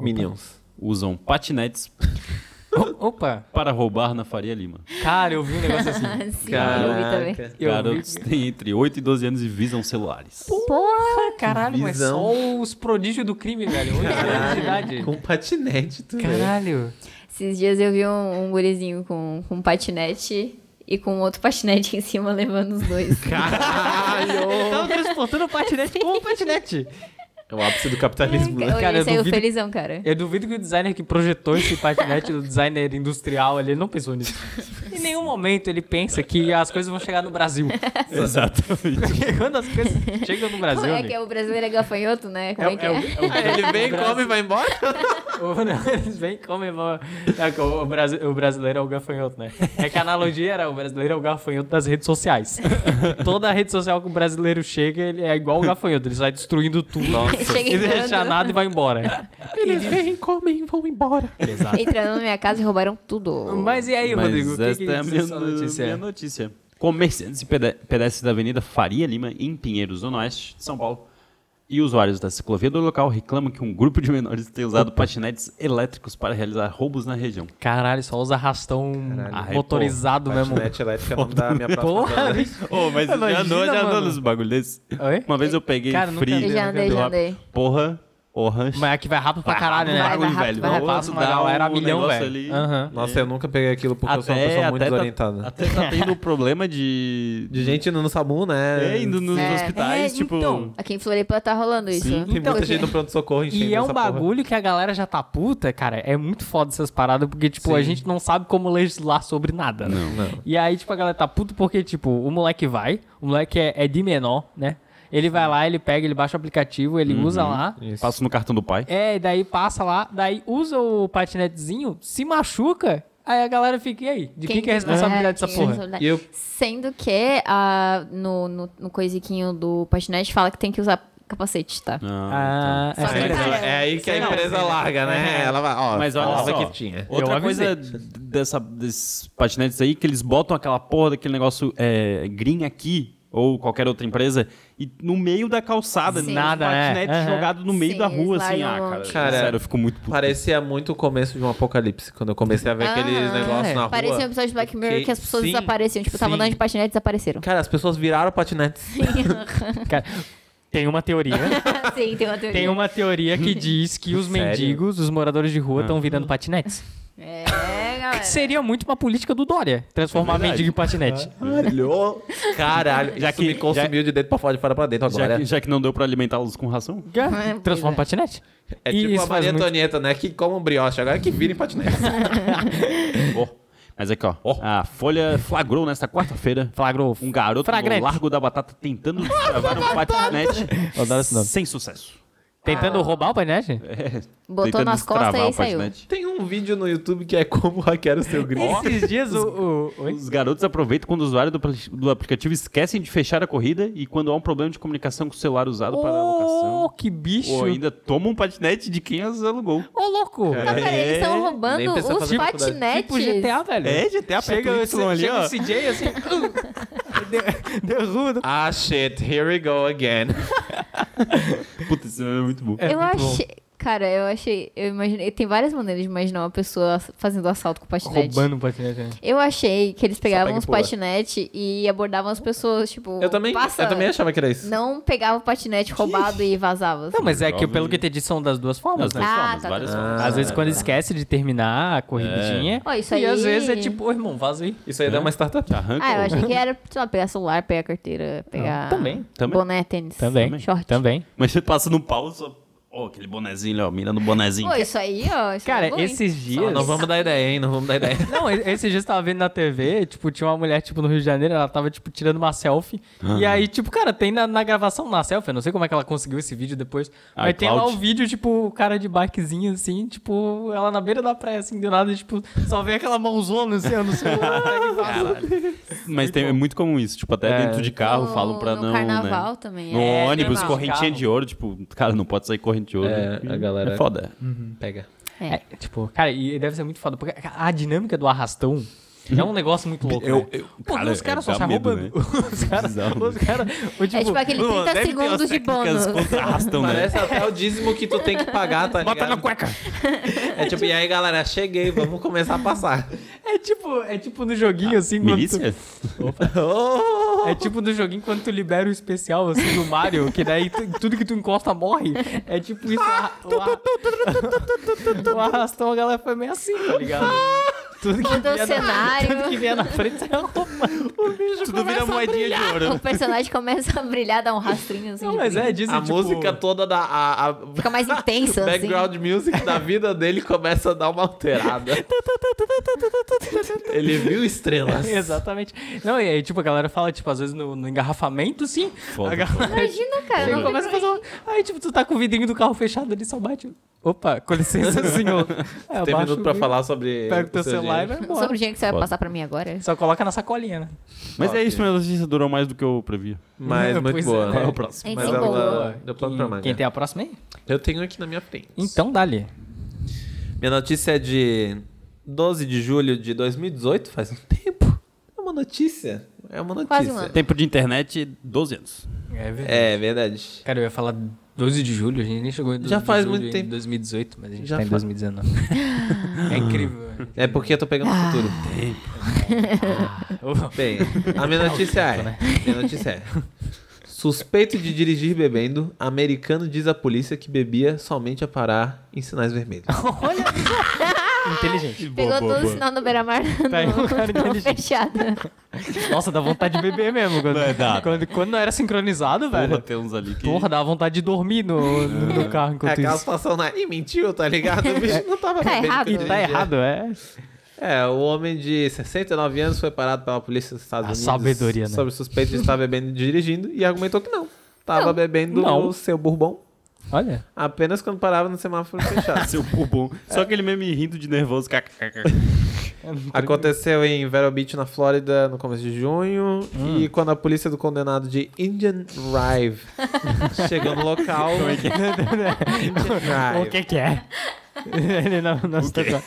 [SPEAKER 2] Minions.
[SPEAKER 1] usam patinetes
[SPEAKER 4] O- Opa,
[SPEAKER 1] para roubar na Faria Lima.
[SPEAKER 4] cara, eu vi um negócio assim.
[SPEAKER 3] Sim, eu vi também.
[SPEAKER 4] Eu
[SPEAKER 1] Garotos têm entre 8 e 12 anos e visam celulares.
[SPEAKER 4] Porra, caralho, mas
[SPEAKER 2] visão.
[SPEAKER 4] só os prodígios do crime, velho. Oito anos de idade.
[SPEAKER 2] Com patinete, tu vê.
[SPEAKER 4] Caralho.
[SPEAKER 3] Esses dias eu vi um, um gurizinho com, com um patinete e com outro patinete em cima levando os dois.
[SPEAKER 4] Tava transportando o patinete com o patinete.
[SPEAKER 2] É o ápice do capitalismo. né?
[SPEAKER 3] Eu
[SPEAKER 4] Cara, eu
[SPEAKER 3] ele saiu
[SPEAKER 4] duvido-
[SPEAKER 3] felizão, cara.
[SPEAKER 4] Eu duvido que o designer que projetou esse patinete, o designer industrial ali, ele não pensou nisso. Em nenhum momento ele pensa que as coisas vão chegar no Brasil.
[SPEAKER 1] Exatamente.
[SPEAKER 4] Porque quando as coisas chegam no Brasil,
[SPEAKER 3] Como é
[SPEAKER 4] amigo,
[SPEAKER 3] que é? O brasileiro é gafanhoto, né? Como é, que é?
[SPEAKER 2] Ele vem, come e vai embora?
[SPEAKER 4] o- não, eles vêm comem. É O, Brasi- o brasileiro é o gafanhoto, né? É que a analogia era o brasileiro é o gafanhoto das redes sociais. Toda rede social que o brasileiro chega, ele é igual o gafanhoto, ele sai destruindo tudo.
[SPEAKER 3] Chega
[SPEAKER 4] E
[SPEAKER 3] entrando.
[SPEAKER 4] deixa nada e vai embora.
[SPEAKER 2] Eles vêm, comem e vão embora.
[SPEAKER 4] Exato.
[SPEAKER 3] Entraram na minha casa e roubaram tudo.
[SPEAKER 4] Mas e aí,
[SPEAKER 1] Mas
[SPEAKER 4] Rodrigo? O que
[SPEAKER 1] esta
[SPEAKER 4] que,
[SPEAKER 1] Essa é a minha, notícia. minha notícia. Comerciantes e pede- pedestres da Avenida Faria Lima, em Pinheiros, Zona Oeste, de São Paulo, e usuários da ciclovia do local reclamam que um grupo de menores tem usado patinetes elétricos para realizar roubos na região.
[SPEAKER 4] Caralho, só usa arrastão
[SPEAKER 1] Caralho.
[SPEAKER 4] motorizado
[SPEAKER 1] Pô,
[SPEAKER 4] mesmo.
[SPEAKER 1] patinete
[SPEAKER 2] é elétrica não dá a minha próxima
[SPEAKER 4] Porra,
[SPEAKER 2] vez.
[SPEAKER 1] Ô, mas já andou, já andou nos bagulho desse.
[SPEAKER 4] Oi?
[SPEAKER 1] Uma vez eu peguei
[SPEAKER 4] Cara, nunca
[SPEAKER 1] frio.
[SPEAKER 4] andei, Já andei,
[SPEAKER 1] do-
[SPEAKER 4] já andei.
[SPEAKER 1] Porra, porra.
[SPEAKER 4] Mas aqui vai rápido pra
[SPEAKER 1] Vai
[SPEAKER 4] caralho,
[SPEAKER 1] rápido,
[SPEAKER 4] né?
[SPEAKER 1] Ah, vai rápido, vai rápido, vai rápido.
[SPEAKER 4] Passa uma
[SPEAKER 1] Dá
[SPEAKER 4] galera a
[SPEAKER 1] um
[SPEAKER 4] milhão,
[SPEAKER 1] negócio
[SPEAKER 4] velho.
[SPEAKER 1] ali.
[SPEAKER 4] Aham.
[SPEAKER 2] Nossa, eu nunca peguei aquilo porque eu sou uma
[SPEAKER 1] Até-
[SPEAKER 2] pessoa muito
[SPEAKER 1] até tá-
[SPEAKER 2] desorientada.
[SPEAKER 1] até tá tendo problema de...
[SPEAKER 2] De gente indo no SAMU, né?
[SPEAKER 1] É, indo nos
[SPEAKER 3] É,
[SPEAKER 1] hospitais,
[SPEAKER 3] é,
[SPEAKER 1] tipo...
[SPEAKER 3] então, aqui em Floripa tá rolando isso.
[SPEAKER 2] Sim, tem muita
[SPEAKER 3] Então, aqui-
[SPEAKER 2] gente no pronto-socorro enchendo
[SPEAKER 4] E é um
[SPEAKER 2] essa porra.
[SPEAKER 4] bagulho que a galera já tá puta, cara. É muito foda essas paradas, porque, tipo, a
[SPEAKER 2] Sim.
[SPEAKER 4] gente não sabe como legislar sobre nada, né?
[SPEAKER 1] Não, não.
[SPEAKER 4] E aí, tipo, a galera tá puta porque, tipo, o moleque vai, o moleque é, é de menor, né? Ele vai lá, ele pega, ele baixa o aplicativo, ele usa
[SPEAKER 1] Uhum.
[SPEAKER 4] lá.
[SPEAKER 1] Passo no cartão do pai.
[SPEAKER 4] É, e daí passa lá, daí usa o patinetezinho, se machuca, aí a galera fica, e aí? De quem, que é a responsabilidade dessa
[SPEAKER 3] quem é a
[SPEAKER 4] porra?
[SPEAKER 3] responsabilidade? Sendo que ah, no, no, no coisiquinho do patinete fala que tem que usar capacete, tá?
[SPEAKER 4] Ah,
[SPEAKER 2] Só é, mas é aí que a empresa larga, né?
[SPEAKER 9] É.
[SPEAKER 2] Ela vai,
[SPEAKER 9] Ah,
[SPEAKER 2] ó,
[SPEAKER 1] Mas olha
[SPEAKER 2] falava
[SPEAKER 1] só,
[SPEAKER 2] que tinha.
[SPEAKER 1] outra
[SPEAKER 2] Eu
[SPEAKER 1] coisa
[SPEAKER 2] avisei.
[SPEAKER 1] dessa, desses patinetes aí, que eles botam aquela porra daquele negócio é, green aqui, ou qualquer outra empresa, e no meio da calçada,
[SPEAKER 4] Sim.
[SPEAKER 1] nada,
[SPEAKER 4] Nada,
[SPEAKER 1] um
[SPEAKER 4] né?
[SPEAKER 1] patinete
[SPEAKER 4] Aham.
[SPEAKER 1] jogado no meio da rua,
[SPEAKER 4] eles
[SPEAKER 1] assim, ah,
[SPEAKER 4] largam um
[SPEAKER 1] cara,
[SPEAKER 4] monte.
[SPEAKER 1] sério, eu fico muito puto.
[SPEAKER 2] Parecia muito o começo de um apocalipse, quando eu comecei a ver aqueles
[SPEAKER 3] Ah,
[SPEAKER 2] negócios na rua.
[SPEAKER 3] Parecia um episódio de Black Mirror que,
[SPEAKER 2] Que-
[SPEAKER 3] as pessoas
[SPEAKER 2] sim,
[SPEAKER 3] desapareciam. Tipo, tava
[SPEAKER 2] sim.
[SPEAKER 3] andando de patinete e desapareceram.
[SPEAKER 2] Cara, as pessoas viraram patinetes.
[SPEAKER 4] é, Cara, tem uma teoria.
[SPEAKER 3] Sim, tem uma teoria.
[SPEAKER 4] Tem uma teoria que diz que os
[SPEAKER 2] Sério?
[SPEAKER 4] mendigos, os moradores de rua, estão virando patinetes.
[SPEAKER 3] É, galera.
[SPEAKER 4] Seria muito uma política do Dória transformar mendigo em patinete.
[SPEAKER 2] Caralho. Caralho, já que me consumiu de dentro pra fora, de fora pra dentro
[SPEAKER 1] Já
[SPEAKER 2] agora.
[SPEAKER 1] que, já que não deu pra alimentá-los com ração?
[SPEAKER 4] Transforma em patinete.
[SPEAKER 2] É
[SPEAKER 4] E
[SPEAKER 2] tipo
[SPEAKER 4] isso
[SPEAKER 2] a
[SPEAKER 4] faz
[SPEAKER 2] Maria
[SPEAKER 4] muito-
[SPEAKER 2] Antonieta, né? Que come um brioche, agora que vira em patinete.
[SPEAKER 1] Ó. Mas aqui, ó. A Folha flagrou nesta quarta-feira.
[SPEAKER 4] Flagrou.
[SPEAKER 1] Um garoto
[SPEAKER 4] Fragrante.
[SPEAKER 1] no Largo da Batata tentando desbravar um patinete sem sucesso.
[SPEAKER 4] Tentando roubar o patinete?
[SPEAKER 3] Botou
[SPEAKER 1] Tentando
[SPEAKER 3] nas costas
[SPEAKER 1] destravar
[SPEAKER 3] e
[SPEAKER 1] o
[SPEAKER 3] saiu.
[SPEAKER 1] patinete.
[SPEAKER 2] Tem um vídeo no YouTube que é como hackear o seu grid.
[SPEAKER 4] Esses dias o. o- oi?
[SPEAKER 1] Os garotos aproveitam quando o usuário do, apli- do aplicativo esquecem de fechar a corrida e quando há um problema de comunicação com o celular usado para a alocação.
[SPEAKER 4] Oh, que bicho!
[SPEAKER 1] Ou ainda toma um patinete de quem as alugou.
[SPEAKER 4] Ô, louco! Tá
[SPEAKER 3] Não, peraí, eles estão roubando
[SPEAKER 1] nem precisa
[SPEAKER 3] os
[SPEAKER 1] fazer faculdade.
[SPEAKER 3] patinetes.
[SPEAKER 4] Tipo GTA, velho.
[SPEAKER 1] É, GTA aperta
[SPEAKER 4] Chega,
[SPEAKER 1] o
[SPEAKER 4] esse-
[SPEAKER 1] Y ali,
[SPEAKER 4] chega
[SPEAKER 1] ó.
[SPEAKER 4] o CJ assim. Derruda.
[SPEAKER 2] Ah, shit, here we go again.
[SPEAKER 1] Puta, isso é muito bom.
[SPEAKER 3] eu achei. Cara, eu achei. Eu imaginei. Tem várias maneiras de imaginar uma pessoa ass- fazendo assalto com patinete.
[SPEAKER 4] Roubando o patinete. né?
[SPEAKER 3] Eu achei que eles pegavam
[SPEAKER 2] pega e
[SPEAKER 3] os
[SPEAKER 2] pula.
[SPEAKER 3] patinetes e abordavam as pessoas, tipo.
[SPEAKER 2] Eu também,
[SPEAKER 3] passa-
[SPEAKER 2] eu também achava que era isso.
[SPEAKER 3] Não pegava o patinete roubado e vazava. assim.
[SPEAKER 4] Não, mas é que
[SPEAKER 1] Jovem.
[SPEAKER 4] pelo que eu entendi são das duas formas,
[SPEAKER 1] Das
[SPEAKER 4] né?
[SPEAKER 1] duas
[SPEAKER 3] Ah,
[SPEAKER 1] formas,
[SPEAKER 3] tá,
[SPEAKER 1] várias
[SPEAKER 3] tá.
[SPEAKER 1] formas.
[SPEAKER 4] Às vezes quando esquece de terminar a corridinha.
[SPEAKER 3] Ó, isso
[SPEAKER 4] E
[SPEAKER 3] aí-
[SPEAKER 4] às vezes é tipo, ô irmão, vaza aí.
[SPEAKER 2] Isso aí dá uma startup.
[SPEAKER 1] Arranca
[SPEAKER 3] Ah, eu
[SPEAKER 1] o-
[SPEAKER 3] achei que era, sei lá, pegar celular, pegar carteira, pegar.
[SPEAKER 4] também,
[SPEAKER 1] também.
[SPEAKER 3] Boné, tênis.
[SPEAKER 4] Também,
[SPEAKER 3] Short.
[SPEAKER 4] também.
[SPEAKER 1] Mas você passa no pau, só... Ó, aquele bonezinho ali, ó. Mira no bonezinho.
[SPEAKER 3] Pô, isso aí, ó. isso é
[SPEAKER 4] Cara,
[SPEAKER 3] bom, hein?
[SPEAKER 4] esses
[SPEAKER 2] Não,
[SPEAKER 4] dias...
[SPEAKER 2] não vamos dar ideia, hein? Não vamos dar ideia.
[SPEAKER 4] Não, e- esses dias eu tava vendo na TV, tipo, tinha uma mulher, tipo, no Rio de Janeiro, ela tava, tipo, tirando uma selfie. E aí, tipo, cara, tem na, na gravação, na selfie, eu não sei como é que ela conseguiu esse vídeo depois. Mas
[SPEAKER 1] iCloud.
[SPEAKER 4] tem lá um vídeo, tipo, o cara de bikezinho, assim, tipo, ela na beira da praia, assim, do nada, tipo, só vem aquela mãozona, assim, ó, no celular. pega e passa.
[SPEAKER 1] Mas tem, é muito comum isso. Tipo, até
[SPEAKER 4] É.
[SPEAKER 1] dentro de carro
[SPEAKER 3] No-
[SPEAKER 1] falam pra
[SPEAKER 3] no
[SPEAKER 1] não...
[SPEAKER 3] carnaval
[SPEAKER 1] né?
[SPEAKER 3] também,
[SPEAKER 1] No
[SPEAKER 3] é
[SPEAKER 1] ônibus,
[SPEAKER 3] normal.
[SPEAKER 1] correntinha de ouro. Tipo, cara, não pode sair corrente de ouro.
[SPEAKER 2] É, a galera-
[SPEAKER 1] É foda.
[SPEAKER 2] Pega.
[SPEAKER 4] É, tipo, cara, e deve ser muito foda, porque a dinâmica do arrastão é um negócio muito louco, né? Porque
[SPEAKER 1] Uhum. cara,
[SPEAKER 4] os
[SPEAKER 1] é,
[SPEAKER 4] caras só
[SPEAKER 1] dá
[SPEAKER 4] se
[SPEAKER 1] medo,
[SPEAKER 4] roubando. Os caras,
[SPEAKER 1] Bizarro,
[SPEAKER 4] os caras, o tipo,
[SPEAKER 3] É tipo aquele 30 segundos de bônus.
[SPEAKER 1] Arrastão, né?
[SPEAKER 2] Parece até o dízimo que tu tem que pagar, tá
[SPEAKER 1] Bota
[SPEAKER 2] ligado?
[SPEAKER 1] na cueca.
[SPEAKER 2] É tipo, e aí galera, cheguei, vamos começar a passar.
[SPEAKER 4] é tipo, é tipo no joguinho, assim, quando tu-
[SPEAKER 1] Ah, Milícia?
[SPEAKER 2] Oh!
[SPEAKER 4] É tipo no joguinho quando tu libera o especial assim do Mario, que daí tu- tudo que tu encosta morre. É tipo isso. Ah, o, ar- o arrastão, a galera foi meio assim, tá ligado?
[SPEAKER 2] Ah.
[SPEAKER 4] Tudo que,
[SPEAKER 3] Mudou o
[SPEAKER 4] vier na,
[SPEAKER 3] cenário.
[SPEAKER 4] tudo que vier na frente é você arruma.
[SPEAKER 1] Tudo vira moedinha de ouro.
[SPEAKER 3] O personagem começa a brilhar, dar um rastrinho
[SPEAKER 4] né?
[SPEAKER 3] assim.
[SPEAKER 4] Não,
[SPEAKER 3] de
[SPEAKER 4] mas
[SPEAKER 3] brilho.
[SPEAKER 4] é, dizem
[SPEAKER 2] a
[SPEAKER 4] tipo,
[SPEAKER 2] música toda da. A, a-
[SPEAKER 3] Fica mais intensa, assim.
[SPEAKER 2] background music da vida dele começa a dar uma alterada. Ele viu estrelas.
[SPEAKER 4] Exatamente. Não, e aí, tipo, a galera fala, tipo, às vezes no, no engarrafamento, sim.
[SPEAKER 1] Foda,
[SPEAKER 4] a galera
[SPEAKER 3] Imagina, cara.
[SPEAKER 4] Não
[SPEAKER 3] Não
[SPEAKER 4] é. começa a fazer. uma- Aí, tipo, tu tá com o vidrinho do carro fechado ali, só bate. Opa, com licença, senhor. É,
[SPEAKER 2] Tem
[SPEAKER 4] abaixa
[SPEAKER 2] minuto
[SPEAKER 4] o
[SPEAKER 2] pra
[SPEAKER 4] vidro,
[SPEAKER 2] falar sobre.
[SPEAKER 4] Pega o teu
[SPEAKER 2] o seu
[SPEAKER 4] celular né? e vai
[SPEAKER 2] dinheiro.
[SPEAKER 4] embora.
[SPEAKER 3] Sobre o dinheiro que você vai
[SPEAKER 1] Foda.
[SPEAKER 3] passar pra mim agora.
[SPEAKER 4] Só coloca na sacolinha, né?
[SPEAKER 1] Mas é
[SPEAKER 2] Ok.
[SPEAKER 1] isso, minha notícia durou mais do que eu previa.
[SPEAKER 2] Mas muito
[SPEAKER 4] Pois
[SPEAKER 2] boa.
[SPEAKER 4] é.
[SPEAKER 2] né?
[SPEAKER 4] Qual é o
[SPEAKER 3] A gente
[SPEAKER 2] Mas
[SPEAKER 3] se empolgou.
[SPEAKER 2] ela Tá, deu plano pra
[SPEAKER 4] Quem
[SPEAKER 2] manga.
[SPEAKER 4] tem a próxima aí?
[SPEAKER 2] Eu tenho aqui na minha frente.
[SPEAKER 4] Então dá-lhe.
[SPEAKER 2] Minha notícia é de 12 de julho de 2018, faz um tempo. uma notícia. É uma notícia.
[SPEAKER 3] Quase um ano.
[SPEAKER 1] Tempo de internet, 12 anos.
[SPEAKER 16] É verdade.
[SPEAKER 2] É verdade.
[SPEAKER 16] Cara, eu ia falar 12 de julho, a gente nem chegou em 12
[SPEAKER 2] Já
[SPEAKER 16] de
[SPEAKER 2] faz
[SPEAKER 16] julho,
[SPEAKER 2] muito
[SPEAKER 16] em
[SPEAKER 2] tempo.
[SPEAKER 16] 2018, mas a gente
[SPEAKER 2] Já
[SPEAKER 16] tá em
[SPEAKER 2] fa-
[SPEAKER 16] 2019. é incrível. velho.
[SPEAKER 2] É porque eu tô pegando o
[SPEAKER 3] Ah.
[SPEAKER 2] futuro. Bem, a minha notícia é. Minha notícia é. Suspeito de dirigir bebendo, americano diz à polícia que bebia somente a parar em sinais vermelhos.
[SPEAKER 4] Inteligente.
[SPEAKER 17] Pegou todo o sinal no beira-mar
[SPEAKER 4] Tá aí um cara
[SPEAKER 17] no, no
[SPEAKER 4] inteligente.
[SPEAKER 17] fechado.
[SPEAKER 4] Nossa, dá vontade de beber mesmo. Quando
[SPEAKER 1] É, dá.
[SPEAKER 4] quando, quando não era sincronizado,
[SPEAKER 1] Porra,
[SPEAKER 4] velho.
[SPEAKER 1] tem uns ali que...
[SPEAKER 4] Porra, dá vontade de dormir no, no, no carro
[SPEAKER 2] É
[SPEAKER 4] enquanto
[SPEAKER 2] aquela
[SPEAKER 4] isso.
[SPEAKER 2] situação na. Ih, mentiu, tá ligado? O bicho não tava
[SPEAKER 17] Tá
[SPEAKER 2] bebendo
[SPEAKER 17] errado.
[SPEAKER 2] quando
[SPEAKER 17] E
[SPEAKER 4] Tá
[SPEAKER 3] né?
[SPEAKER 2] dirigia.
[SPEAKER 4] errado, é.
[SPEAKER 2] É, o homem de 69 anos foi parado pela polícia dos Estados
[SPEAKER 4] A
[SPEAKER 2] Unidos
[SPEAKER 4] sabedoria, né?
[SPEAKER 2] sobre suspeito de estar bebendo e dirigindo e argumentou que não. Tava bebendo
[SPEAKER 4] não.
[SPEAKER 2] o seu bourbon
[SPEAKER 4] Olha.
[SPEAKER 2] apenas quando parava no semáforo fechado.
[SPEAKER 1] tá Seu bubum. Só aquele meme rindo de nervoso.
[SPEAKER 2] Aconteceu em Vero Beach, na Flórida, no começo de junho.
[SPEAKER 4] Hum.
[SPEAKER 2] E quando a polícia do condenado de Indian Drive chegou no local.
[SPEAKER 4] é
[SPEAKER 2] Indian Drive.
[SPEAKER 4] O que que é? Ele não, não se tocou.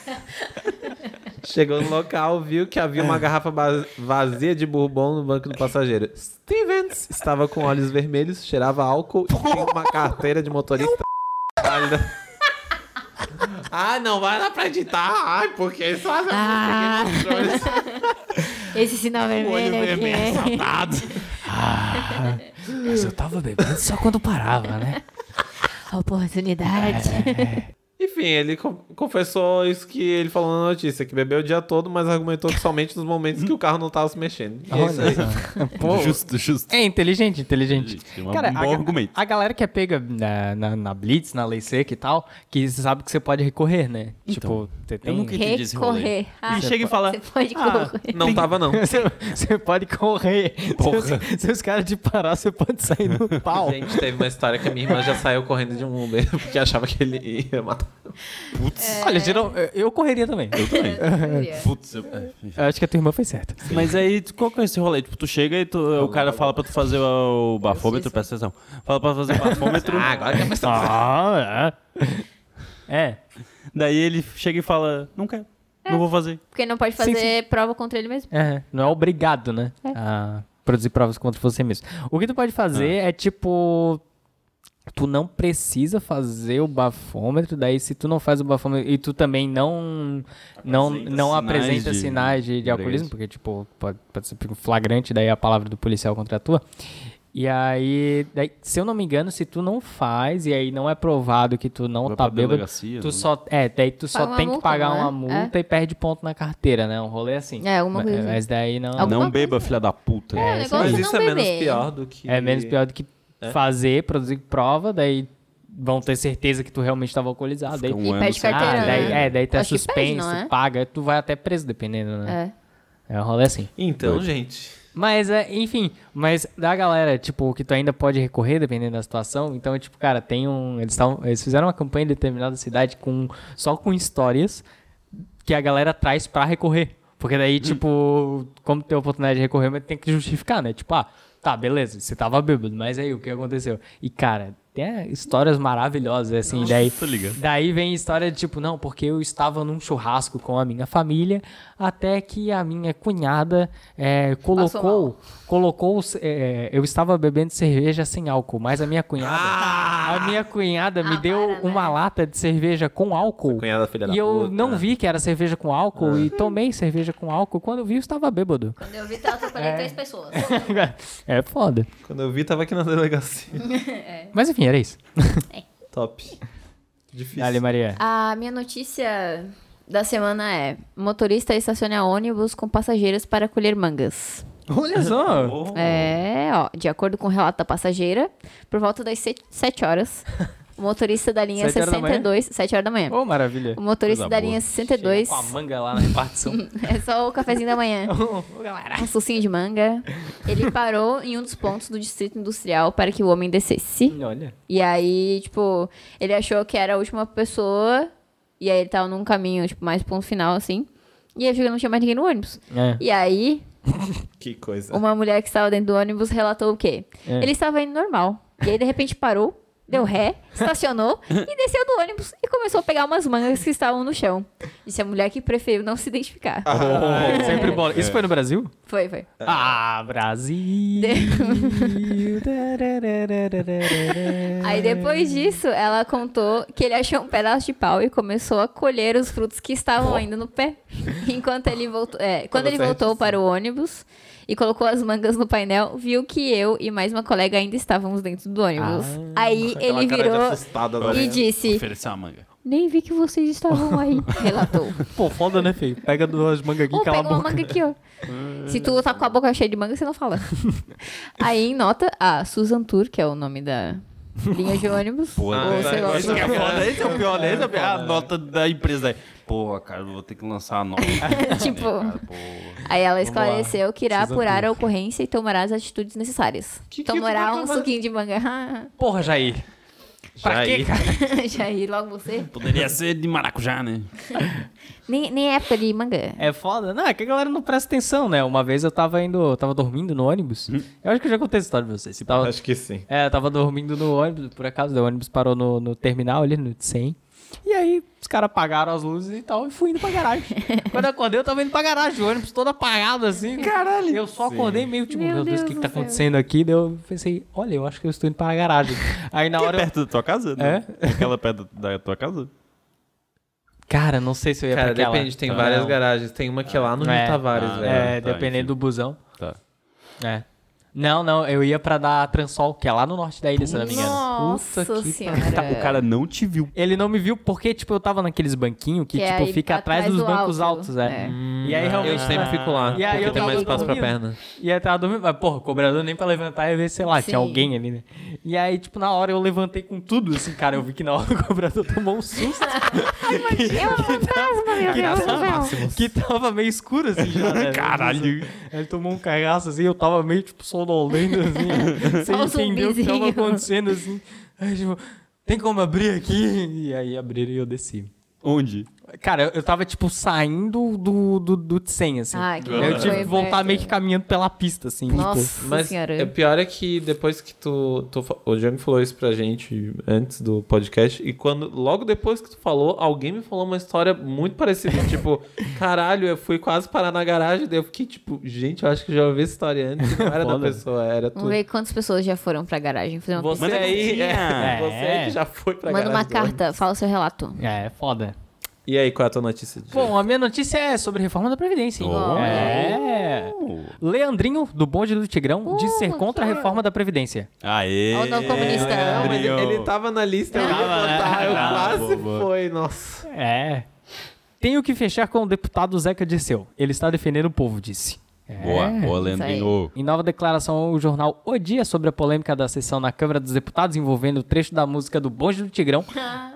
[SPEAKER 2] Chegou no local, viu que havia uma garrafa ba- vazia de bourbon no banco do passageiro. Stevens estava com olhos vermelhos, cheirava álcool e tinha uma carteira de motorista. válida. Ah, não, vai lá pra editar. Ai, porque eles fazem
[SPEAKER 17] Ah. Esse sinal vermelho aqui. é.
[SPEAKER 4] Mas eu tava bebendo só quando parava, né?
[SPEAKER 17] Oportunidade.
[SPEAKER 2] Enfim, ele co- confessou isso que ele falou na notícia, que bebeu o dia todo, mas argumentou que somente nos momentos que o carro não tava se mexendo. E é isso aí.
[SPEAKER 1] Justo, justo.
[SPEAKER 4] É inteligente, inteligente.
[SPEAKER 1] Tem um
[SPEAKER 4] Cara,
[SPEAKER 1] bom
[SPEAKER 4] a, ga-
[SPEAKER 1] argumento.
[SPEAKER 4] a galera que é pega na, na, na Blitz, na Lei Seca e tal, que você sabe que você pode recorrer, né? tipo, você tem...
[SPEAKER 1] Eu nunca entendi esse rolê.
[SPEAKER 17] Recorrer. Ah,
[SPEAKER 1] E chega e fala...
[SPEAKER 17] Você
[SPEAKER 2] "Ah,
[SPEAKER 17] pode correr.
[SPEAKER 2] Não tava, não.
[SPEAKER 4] Você, você pode correr. Se, os- se os caras te parar, você pode sair no pau.
[SPEAKER 2] Gente, teve uma história que a minha irmã já saiu correndo de um Uber porque achava que ele ia matar.
[SPEAKER 4] Olha, geral, eu- eu correria também.
[SPEAKER 1] Eu também. Putz, eu...
[SPEAKER 4] Eu acho que a tua irmã foi certa.
[SPEAKER 1] É. Mas aí, tu- qual que é esse rolê? Tipo, tu chega e tu- o cara fala pra tu fazer o bafômetro, presta atenção. Fala pra fazer o bafômetro.
[SPEAKER 2] Ah, agora que a pessoa.
[SPEAKER 4] Ah, é.
[SPEAKER 1] Daí ele chega e fala, não quero, não vou fazer.
[SPEAKER 17] Porque não pode fazer prova contra ele mesmo.
[SPEAKER 4] É, é. Não é obrigado, né? A produzir provas contra você mesmo. O que tu pode fazer
[SPEAKER 1] Ah.
[SPEAKER 4] é tipo. Tu não precisa fazer o bafômetro, daí se tu não faz o bafômetro e tu também não não,
[SPEAKER 1] Apresenta
[SPEAKER 4] não
[SPEAKER 1] sinais
[SPEAKER 4] apresenta
[SPEAKER 1] de-
[SPEAKER 4] sinais de, de alcoolismo, porque tipo, pode, pode ser flagrante daí a palavra do policial contra a tua. E aí, daí, se eu não me engano, se tu não faz e aí não é provado que tu não
[SPEAKER 1] Vai
[SPEAKER 4] tá
[SPEAKER 1] pra
[SPEAKER 4] bêbado,
[SPEAKER 1] delegacia,
[SPEAKER 4] tu
[SPEAKER 1] né?
[SPEAKER 4] só é, daí tu só
[SPEAKER 17] Paga uma
[SPEAKER 4] tem que
[SPEAKER 17] multa,
[SPEAKER 4] pagar
[SPEAKER 17] não é?
[SPEAKER 4] uma multa e perde ponto na carteira, né? Um rolê assim.
[SPEAKER 17] É, alguma
[SPEAKER 4] Ma-
[SPEAKER 17] coisa.
[SPEAKER 4] Mas daí não
[SPEAKER 17] Alguma
[SPEAKER 1] não beba, filha da puta.
[SPEAKER 3] um
[SPEAKER 17] É, o
[SPEAKER 4] isso
[SPEAKER 17] negócio
[SPEAKER 2] Mas
[SPEAKER 17] é
[SPEAKER 2] isso
[SPEAKER 17] não
[SPEAKER 2] é menos
[SPEAKER 17] beber.
[SPEAKER 2] pior do que.
[SPEAKER 4] é menos pior do que fazer, produzir prova, daí vão ter certeza que tu realmente estava alcoolizado. Daí,
[SPEAKER 1] Fica um
[SPEAKER 17] E
[SPEAKER 1] ano
[SPEAKER 17] pede
[SPEAKER 1] sem
[SPEAKER 17] carteira,
[SPEAKER 4] ah,
[SPEAKER 1] beber.
[SPEAKER 4] daí,
[SPEAKER 17] né?
[SPEAKER 4] é, daí tu é
[SPEAKER 17] Acho que
[SPEAKER 4] suspenso,
[SPEAKER 17] pede, não é?
[SPEAKER 4] paga, tu vai até preso, dependendo, né?
[SPEAKER 17] É.
[SPEAKER 4] É, um rolê assim.
[SPEAKER 2] Então, gente.
[SPEAKER 4] Mas, é, enfim, mas da galera, tipo, que tu ainda pode recorrer, dependendo da situação. Então, tipo, cara, tem um. Eles, tavam, eles fizeram uma campanha em determinada cidade com, só com histórias que a galera traz pra recorrer. Porque daí, tipo, como tem a oportunidade de recorrer, mas tem que justificar, né? Tipo, ah, tá, beleza, você tava bêbado, mas aí o que aconteceu? E, cara, tem é, histórias maravilhosas, assim, daí.
[SPEAKER 1] Tô ligado.
[SPEAKER 4] Daí vem a história de tipo, não, porque eu estava num churrasco com a minha família, até que a minha cunhada é, colocou. Colocou. é, eu estava bebendo cerveja sem álcool, mas a minha cunhada.
[SPEAKER 2] Ah!
[SPEAKER 4] A minha cunhada me deu uma lata de cerveja com álcool.
[SPEAKER 2] Cunhada filha da
[SPEAKER 4] E eu
[SPEAKER 2] puta. né? Ah.
[SPEAKER 4] não vi que era cerveja com álcool e tomei cerveja com álcool. Quando eu vi, eu estava bêbado.
[SPEAKER 3] Quando eu vi, tava atropelando três pessoas.
[SPEAKER 4] é foda.
[SPEAKER 2] Quando eu vi, tava aqui na delegacia.
[SPEAKER 4] Mas enfim, era isso.
[SPEAKER 2] Top. Difícil.
[SPEAKER 4] Dali, Maria.
[SPEAKER 3] A minha notícia da semana é: motorista estaciona ônibus com passageiros para colher mangas.
[SPEAKER 4] Olha só.
[SPEAKER 3] É, ó, de acordo com o relato da passageira, por volta das 7 horas, o motorista da linha
[SPEAKER 4] Sete horas da manhã?
[SPEAKER 3] 62, 7 horas da manhã.
[SPEAKER 4] Ô, maravilha.
[SPEAKER 3] O motorista
[SPEAKER 1] Coisa
[SPEAKER 3] da
[SPEAKER 1] boa.
[SPEAKER 3] linha 62,
[SPEAKER 16] Com a manga lá na repartição.
[SPEAKER 3] é só o cafezinho da manhã. Um sucinho de manga. Ele parou em um dos pontos do distrito industrial para que o homem descesse.
[SPEAKER 4] Olha.
[SPEAKER 3] E aí, tipo, ele achou que era a última pessoa. E aí ele tava num caminho, tipo, mais pro ponto final, assim. E aí viu que não tinha mais ninguém no ônibus.
[SPEAKER 4] É.
[SPEAKER 3] E aí,
[SPEAKER 2] Que coisa.
[SPEAKER 3] uma mulher que estava dentro do ônibus relatou o quê?
[SPEAKER 4] É.
[SPEAKER 3] Ele estava indo normal. E aí, de repente, parou. deu ré, estacionou e desceu do ônibus e começou a pegar umas mangas que estavam no chão. Disse a mulher que preferiu não se identificar.
[SPEAKER 1] Ah.
[SPEAKER 4] é sempre bom. Isso foi no Brasil?
[SPEAKER 3] Foi, foi.
[SPEAKER 4] Ah, Brasil!
[SPEAKER 1] É.
[SPEAKER 3] Aí depois disso, ela contou que ele achou um pedaço de pau e começou a colher os frutos que estavam ainda no pé. Enquanto ele voltou, é, quando ele
[SPEAKER 18] certo.
[SPEAKER 3] voltou para o ônibus e colocou as mangas no painel, viu que eu e mais uma colega ainda estávamos dentro do ônibus. Aí
[SPEAKER 1] Ah, então Aquela
[SPEAKER 3] ele
[SPEAKER 1] cara de
[SPEAKER 3] virou
[SPEAKER 1] assustada da
[SPEAKER 3] e
[SPEAKER 1] mulher.
[SPEAKER 3] disse:
[SPEAKER 1] Ofereceu uma manga.
[SPEAKER 3] "Nem vi que vocês estavam aí", relatou.
[SPEAKER 4] Pô, foda, né, feio? Pega duas mangas aqui e
[SPEAKER 3] Ou
[SPEAKER 4] cala a
[SPEAKER 3] pega uma
[SPEAKER 4] boca.
[SPEAKER 3] manga aqui, ó. Se tu tá com a boca cheia de manga, você não fala. Aí, em nota, a Susan Tour, que é o nome da linha de ônibus.
[SPEAKER 1] Pô,
[SPEAKER 3] ou sei lá,
[SPEAKER 1] esse
[SPEAKER 3] o
[SPEAKER 1] que é
[SPEAKER 3] nome.
[SPEAKER 1] foda, esse é o pior, né? Esse é o pior. a nota da empresa aí. Pô, cara, eu vou ter que lançar a nota.
[SPEAKER 3] tipo. Aí
[SPEAKER 1] Vamos
[SPEAKER 3] ela
[SPEAKER 1] lá.
[SPEAKER 3] esclareceu que irá
[SPEAKER 1] Susan
[SPEAKER 3] apurar
[SPEAKER 1] Tour.
[SPEAKER 3] a ocorrência e tomará as atitudes necessárias. Tomará um suquinho de manga.
[SPEAKER 4] Porra, Jair.
[SPEAKER 1] Pra quê, cara?
[SPEAKER 3] Jair, logo você.
[SPEAKER 1] Poderia ser de maracujá, né?
[SPEAKER 3] Nem, nem é época de manga.
[SPEAKER 4] É foda. Não, é que a galera não presta atenção, né? Uma vez eu tava indo, eu tava dormindo no ônibus. Eu acho que eu já contei essa história pra vocês. Eu tava-
[SPEAKER 2] Acho que sim.
[SPEAKER 4] É, eu tava dormindo no ônibus, por acaso, o ônibus parou no, no terminal ali, no 100. E aí, os caras apagaram as luzes e tal, e fui indo pra garagem. Quando eu acordei, eu tava indo pra garagem, o ônibus todo apagado, assim. Caralho! Eu só acordei meio, tipo, meu, Deus, o que que tá acontecendo aqui? Daí eu pensei, olha, eu acho que eu estou indo pra garagem. Aí na hora... eu-
[SPEAKER 1] Perto da tua casa, né? É? Aquela perto da tua casa?
[SPEAKER 4] Cara, não sei se eu ia
[SPEAKER 2] Cara,
[SPEAKER 4] pra aquela.
[SPEAKER 2] depende, tem várias garagens. Tem uma que é lá no Rio Tavares,
[SPEAKER 4] ah,
[SPEAKER 2] velho.
[SPEAKER 4] É,
[SPEAKER 2] Tá,
[SPEAKER 4] dependendo
[SPEAKER 2] enfim.
[SPEAKER 4] do busão.
[SPEAKER 1] Tá.
[SPEAKER 4] É. Não, não, eu ia pra dar Transol, que é lá no norte da ilha, se eu não me engano.
[SPEAKER 3] Nossa
[SPEAKER 4] Puta que
[SPEAKER 3] senhora.
[SPEAKER 4] pariu.
[SPEAKER 1] O Tá cara não te viu.
[SPEAKER 4] Ele não me viu porque, tipo, eu tava naqueles banquinhos que,
[SPEAKER 3] Que
[SPEAKER 4] tipo,
[SPEAKER 3] aí
[SPEAKER 4] fica atrás,
[SPEAKER 3] atrás
[SPEAKER 4] dos
[SPEAKER 3] do
[SPEAKER 4] bancos
[SPEAKER 3] alto,
[SPEAKER 4] altos, é.
[SPEAKER 3] é.
[SPEAKER 4] E aí
[SPEAKER 2] Hum, Eu
[SPEAKER 4] realmente.
[SPEAKER 2] sempre fico lá,
[SPEAKER 4] e aí
[SPEAKER 2] porque
[SPEAKER 4] eu
[SPEAKER 2] tem
[SPEAKER 4] tava
[SPEAKER 2] mais espaço pra
[SPEAKER 4] dormindo.
[SPEAKER 2] perna.
[SPEAKER 4] E aí eu tava dormindo, mas, porra, o cobrador nem pra levantar e ver, sei lá, tinha
[SPEAKER 3] Sim.
[SPEAKER 4] alguém ali, né? E aí, tipo, na hora eu levantei com tudo, assim, cara, eu vi que na hora o cobrador tomou um susto.
[SPEAKER 3] É um fantasma, meu
[SPEAKER 4] que,
[SPEAKER 3] Deus do
[SPEAKER 4] tava,
[SPEAKER 3] céu.
[SPEAKER 4] que tava meio escuro, assim, já, né?
[SPEAKER 1] Caralho.
[SPEAKER 4] Ele tomou um cagaço, assim, eu tava meio, tipo, sonolento, assim,
[SPEAKER 3] Só
[SPEAKER 4] sem
[SPEAKER 3] um
[SPEAKER 4] entender o que tava
[SPEAKER 3] zumbizinho.
[SPEAKER 4] acontecendo, assim. Aí, tipo, tem como abrir aqui? E aí abriram e eu desci.
[SPEAKER 1] Onde?
[SPEAKER 4] Cara, eu, eu tava, tipo, saindo do, do, do Tsen, assim.
[SPEAKER 3] Ah, que
[SPEAKER 4] eu
[SPEAKER 3] bom.
[SPEAKER 4] tive que
[SPEAKER 3] Foi
[SPEAKER 4] voltar
[SPEAKER 3] perto.
[SPEAKER 4] meio que caminhando pela pista, assim. Tipo,
[SPEAKER 3] Nossa
[SPEAKER 2] Mas
[SPEAKER 3] senhora.
[SPEAKER 2] é pior é que depois que tu, tu fa- O Django falou isso pra gente antes do podcast. E quando. Logo depois que tu falou, alguém me falou uma história muito parecida. tipo, caralho, eu fui quase parar na garagem. Daí eu fiquei, tipo, gente, eu acho que eu já ouvi essa história antes. Não era da
[SPEAKER 4] Foda.
[SPEAKER 2] pessoa, era tu.
[SPEAKER 3] Vamos ver quantas pessoas já foram pra garagem. Fazer uma
[SPEAKER 2] Você
[SPEAKER 1] Manda
[SPEAKER 2] aí,
[SPEAKER 1] cartinha.
[SPEAKER 2] é, você aí
[SPEAKER 4] É.
[SPEAKER 2] que já foi pra
[SPEAKER 3] Manda uma
[SPEAKER 2] garagem.
[SPEAKER 3] carta, fala o seu relato.
[SPEAKER 4] é, foda.
[SPEAKER 2] E aí, qual é a tua notícia? De...
[SPEAKER 4] Bom, a minha notícia é sobre reforma da Previdência, hein?
[SPEAKER 1] Oh.
[SPEAKER 4] É. Leandrinho, do Bonde do Tigrão, diz ser
[SPEAKER 3] que
[SPEAKER 4] contra a
[SPEAKER 3] legal.
[SPEAKER 4] reforma da Previdência.
[SPEAKER 1] Aê!
[SPEAKER 3] Olha o novo comunista.
[SPEAKER 2] não, mas ele,
[SPEAKER 1] tá-
[SPEAKER 2] ele tava na lista, eu ia
[SPEAKER 4] Tava, né?
[SPEAKER 2] botar, eu
[SPEAKER 4] Tava,
[SPEAKER 2] quase
[SPEAKER 1] boa, boa.
[SPEAKER 2] foi, nossa.
[SPEAKER 4] É. Tenho que fechar com o deputado Zeca Dirceu. Ele está defendendo o povo, disse.
[SPEAKER 1] Boa, boa, Leandrinho.
[SPEAKER 4] Em nova declaração, o jornal O Dia sobre a polêmica da sessão na Câmara dos Deputados envolvendo o trecho da música do Bonde do Tigrão,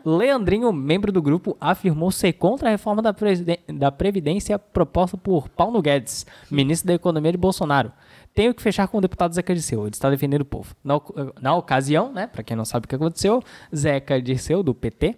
[SPEAKER 4] Leandrinho, membro do grupo, afirmou ser contra a reforma da, presiden- da Previdência proposta por Paulo Guedes, ministro da Economia de Bolsonaro. Tenho que fechar com o deputado Zeca Dirceu, ele está defendendo o povo. Na, oc- na ocasião, né, para quem não sabe o que aconteceu, Zeca Dirceu, do PT,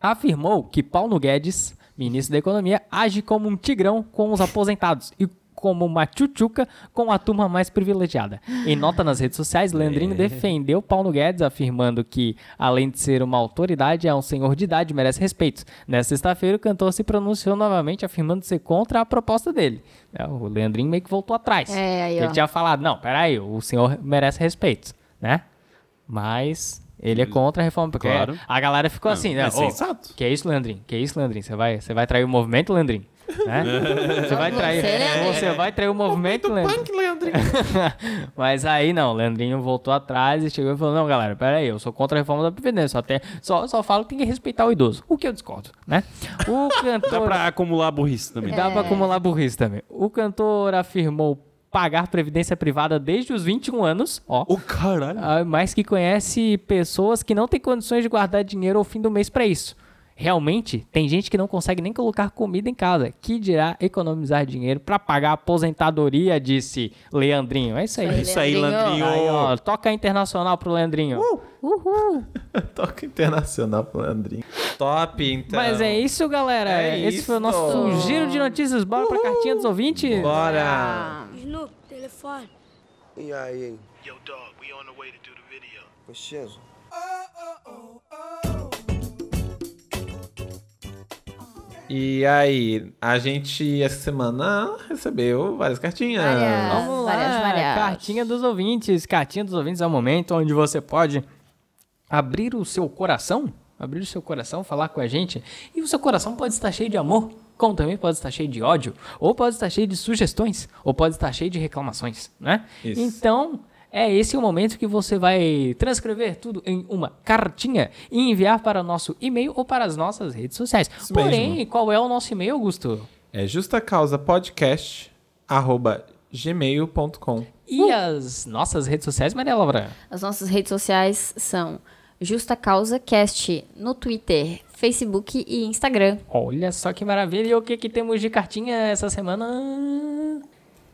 [SPEAKER 4] afirmou que Paulo Guedes, ministro da Economia, age como um tigrão com os aposentados e como uma tchutchuca com a turma mais privilegiada. Em nota nas redes sociais, Leandrinho defendeu Paulo Guedes, afirmando que, além de ser uma autoridade, é um senhor de idade e merece respeito. Nesta sexta-feira, o cantor se pronunciou novamente, afirmando ser contra a proposta dele. É, O Leandrinho meio que voltou atrás.
[SPEAKER 3] É, aí,
[SPEAKER 4] Ele
[SPEAKER 3] ó.
[SPEAKER 4] tinha falado, não, peraí, o senhor merece respeito, né? Mas ele é contra a reforma, porque
[SPEAKER 1] Claro.
[SPEAKER 4] a galera ficou assim, né?
[SPEAKER 1] é
[SPEAKER 4] Ô,
[SPEAKER 1] sensato.
[SPEAKER 4] Que é isso, Leandrinho? Que é isso, Leandrinho? Você vai, você vai trair o movimento, Leandrinho? Né? Você vai trair,
[SPEAKER 3] Você, Leandrinho.
[SPEAKER 4] você vai trair o movimento, Leandrinho? Mas aí não, o Leandrinho voltou atrás e chegou e falou: Não, galera, peraí, eu sou contra a reforma da Previdência. Só, tem, só, só falo que tem que respeitar o idoso. O que eu discordo, né? O
[SPEAKER 1] Dá
[SPEAKER 4] cantor.
[SPEAKER 1] pra acumular burrice também.
[SPEAKER 3] É.
[SPEAKER 4] Dá pra acumular burrice também. O cantor afirmou pagar previdência privada desde os 21 anos, ó.
[SPEAKER 1] O caralho.
[SPEAKER 4] Ah, Mas que conhece pessoas que não têm condições de guardar dinheiro ao fim do mês pra isso. Realmente, tem gente que não consegue nem colocar comida em casa. Que dirá economizar dinheiro pra pagar a aposentadoria, disse Leandrinho. É isso aí.
[SPEAKER 3] É
[SPEAKER 1] Isso aí,
[SPEAKER 3] Leandrinho.
[SPEAKER 1] Leandrinho.
[SPEAKER 4] Aí, ó, toca internacional pro Leandrinho.
[SPEAKER 2] Então.
[SPEAKER 3] Uhul.
[SPEAKER 2] Toca internacional pro Leandrinho. Top, então.
[SPEAKER 4] Mas é isso, galera.
[SPEAKER 2] É
[SPEAKER 4] Esse foi o
[SPEAKER 2] isso.
[SPEAKER 4] nosso giro de notícias. Bora pra cartinha dos ouvintes.
[SPEAKER 2] Bora!
[SPEAKER 5] Snoop, telefone.
[SPEAKER 19] E aí, hein?
[SPEAKER 20] Yo, dog, we on the way to do the video.
[SPEAKER 19] Preciso.
[SPEAKER 2] E aí, a gente essa semana recebeu várias cartinhas.
[SPEAKER 3] Várias.
[SPEAKER 4] Vamos
[SPEAKER 3] Várias,
[SPEAKER 4] lá,
[SPEAKER 3] várias.
[SPEAKER 4] cartinha dos ouvintes. Cartinha dos ouvintes é o momento onde você pode abrir o seu coração, abrir o seu coração, falar com a gente. E o seu coração pode estar cheio de amor, como também pode estar cheio de ódio, ou pode estar cheio de sugestões, ou pode estar cheio de reclamações, né?
[SPEAKER 2] Isso.
[SPEAKER 4] Então, é esse o momento que você vai transcrever tudo em uma cartinha e enviar para o nosso e-mail ou para as nossas redes sociais.
[SPEAKER 2] Isso
[SPEAKER 4] Porém,
[SPEAKER 2] mesmo.
[SPEAKER 4] qual é o nosso e-mail, Augusto?
[SPEAKER 2] É justacausapodcast.gmail.com.
[SPEAKER 4] E as nossas redes sociais, Maria Laura?
[SPEAKER 3] As nossas redes sociais são Justa Causa Cast no Twitter, Facebook e Instagram.
[SPEAKER 4] Olha só que maravilha. E o que, que temos de cartinha essa semana?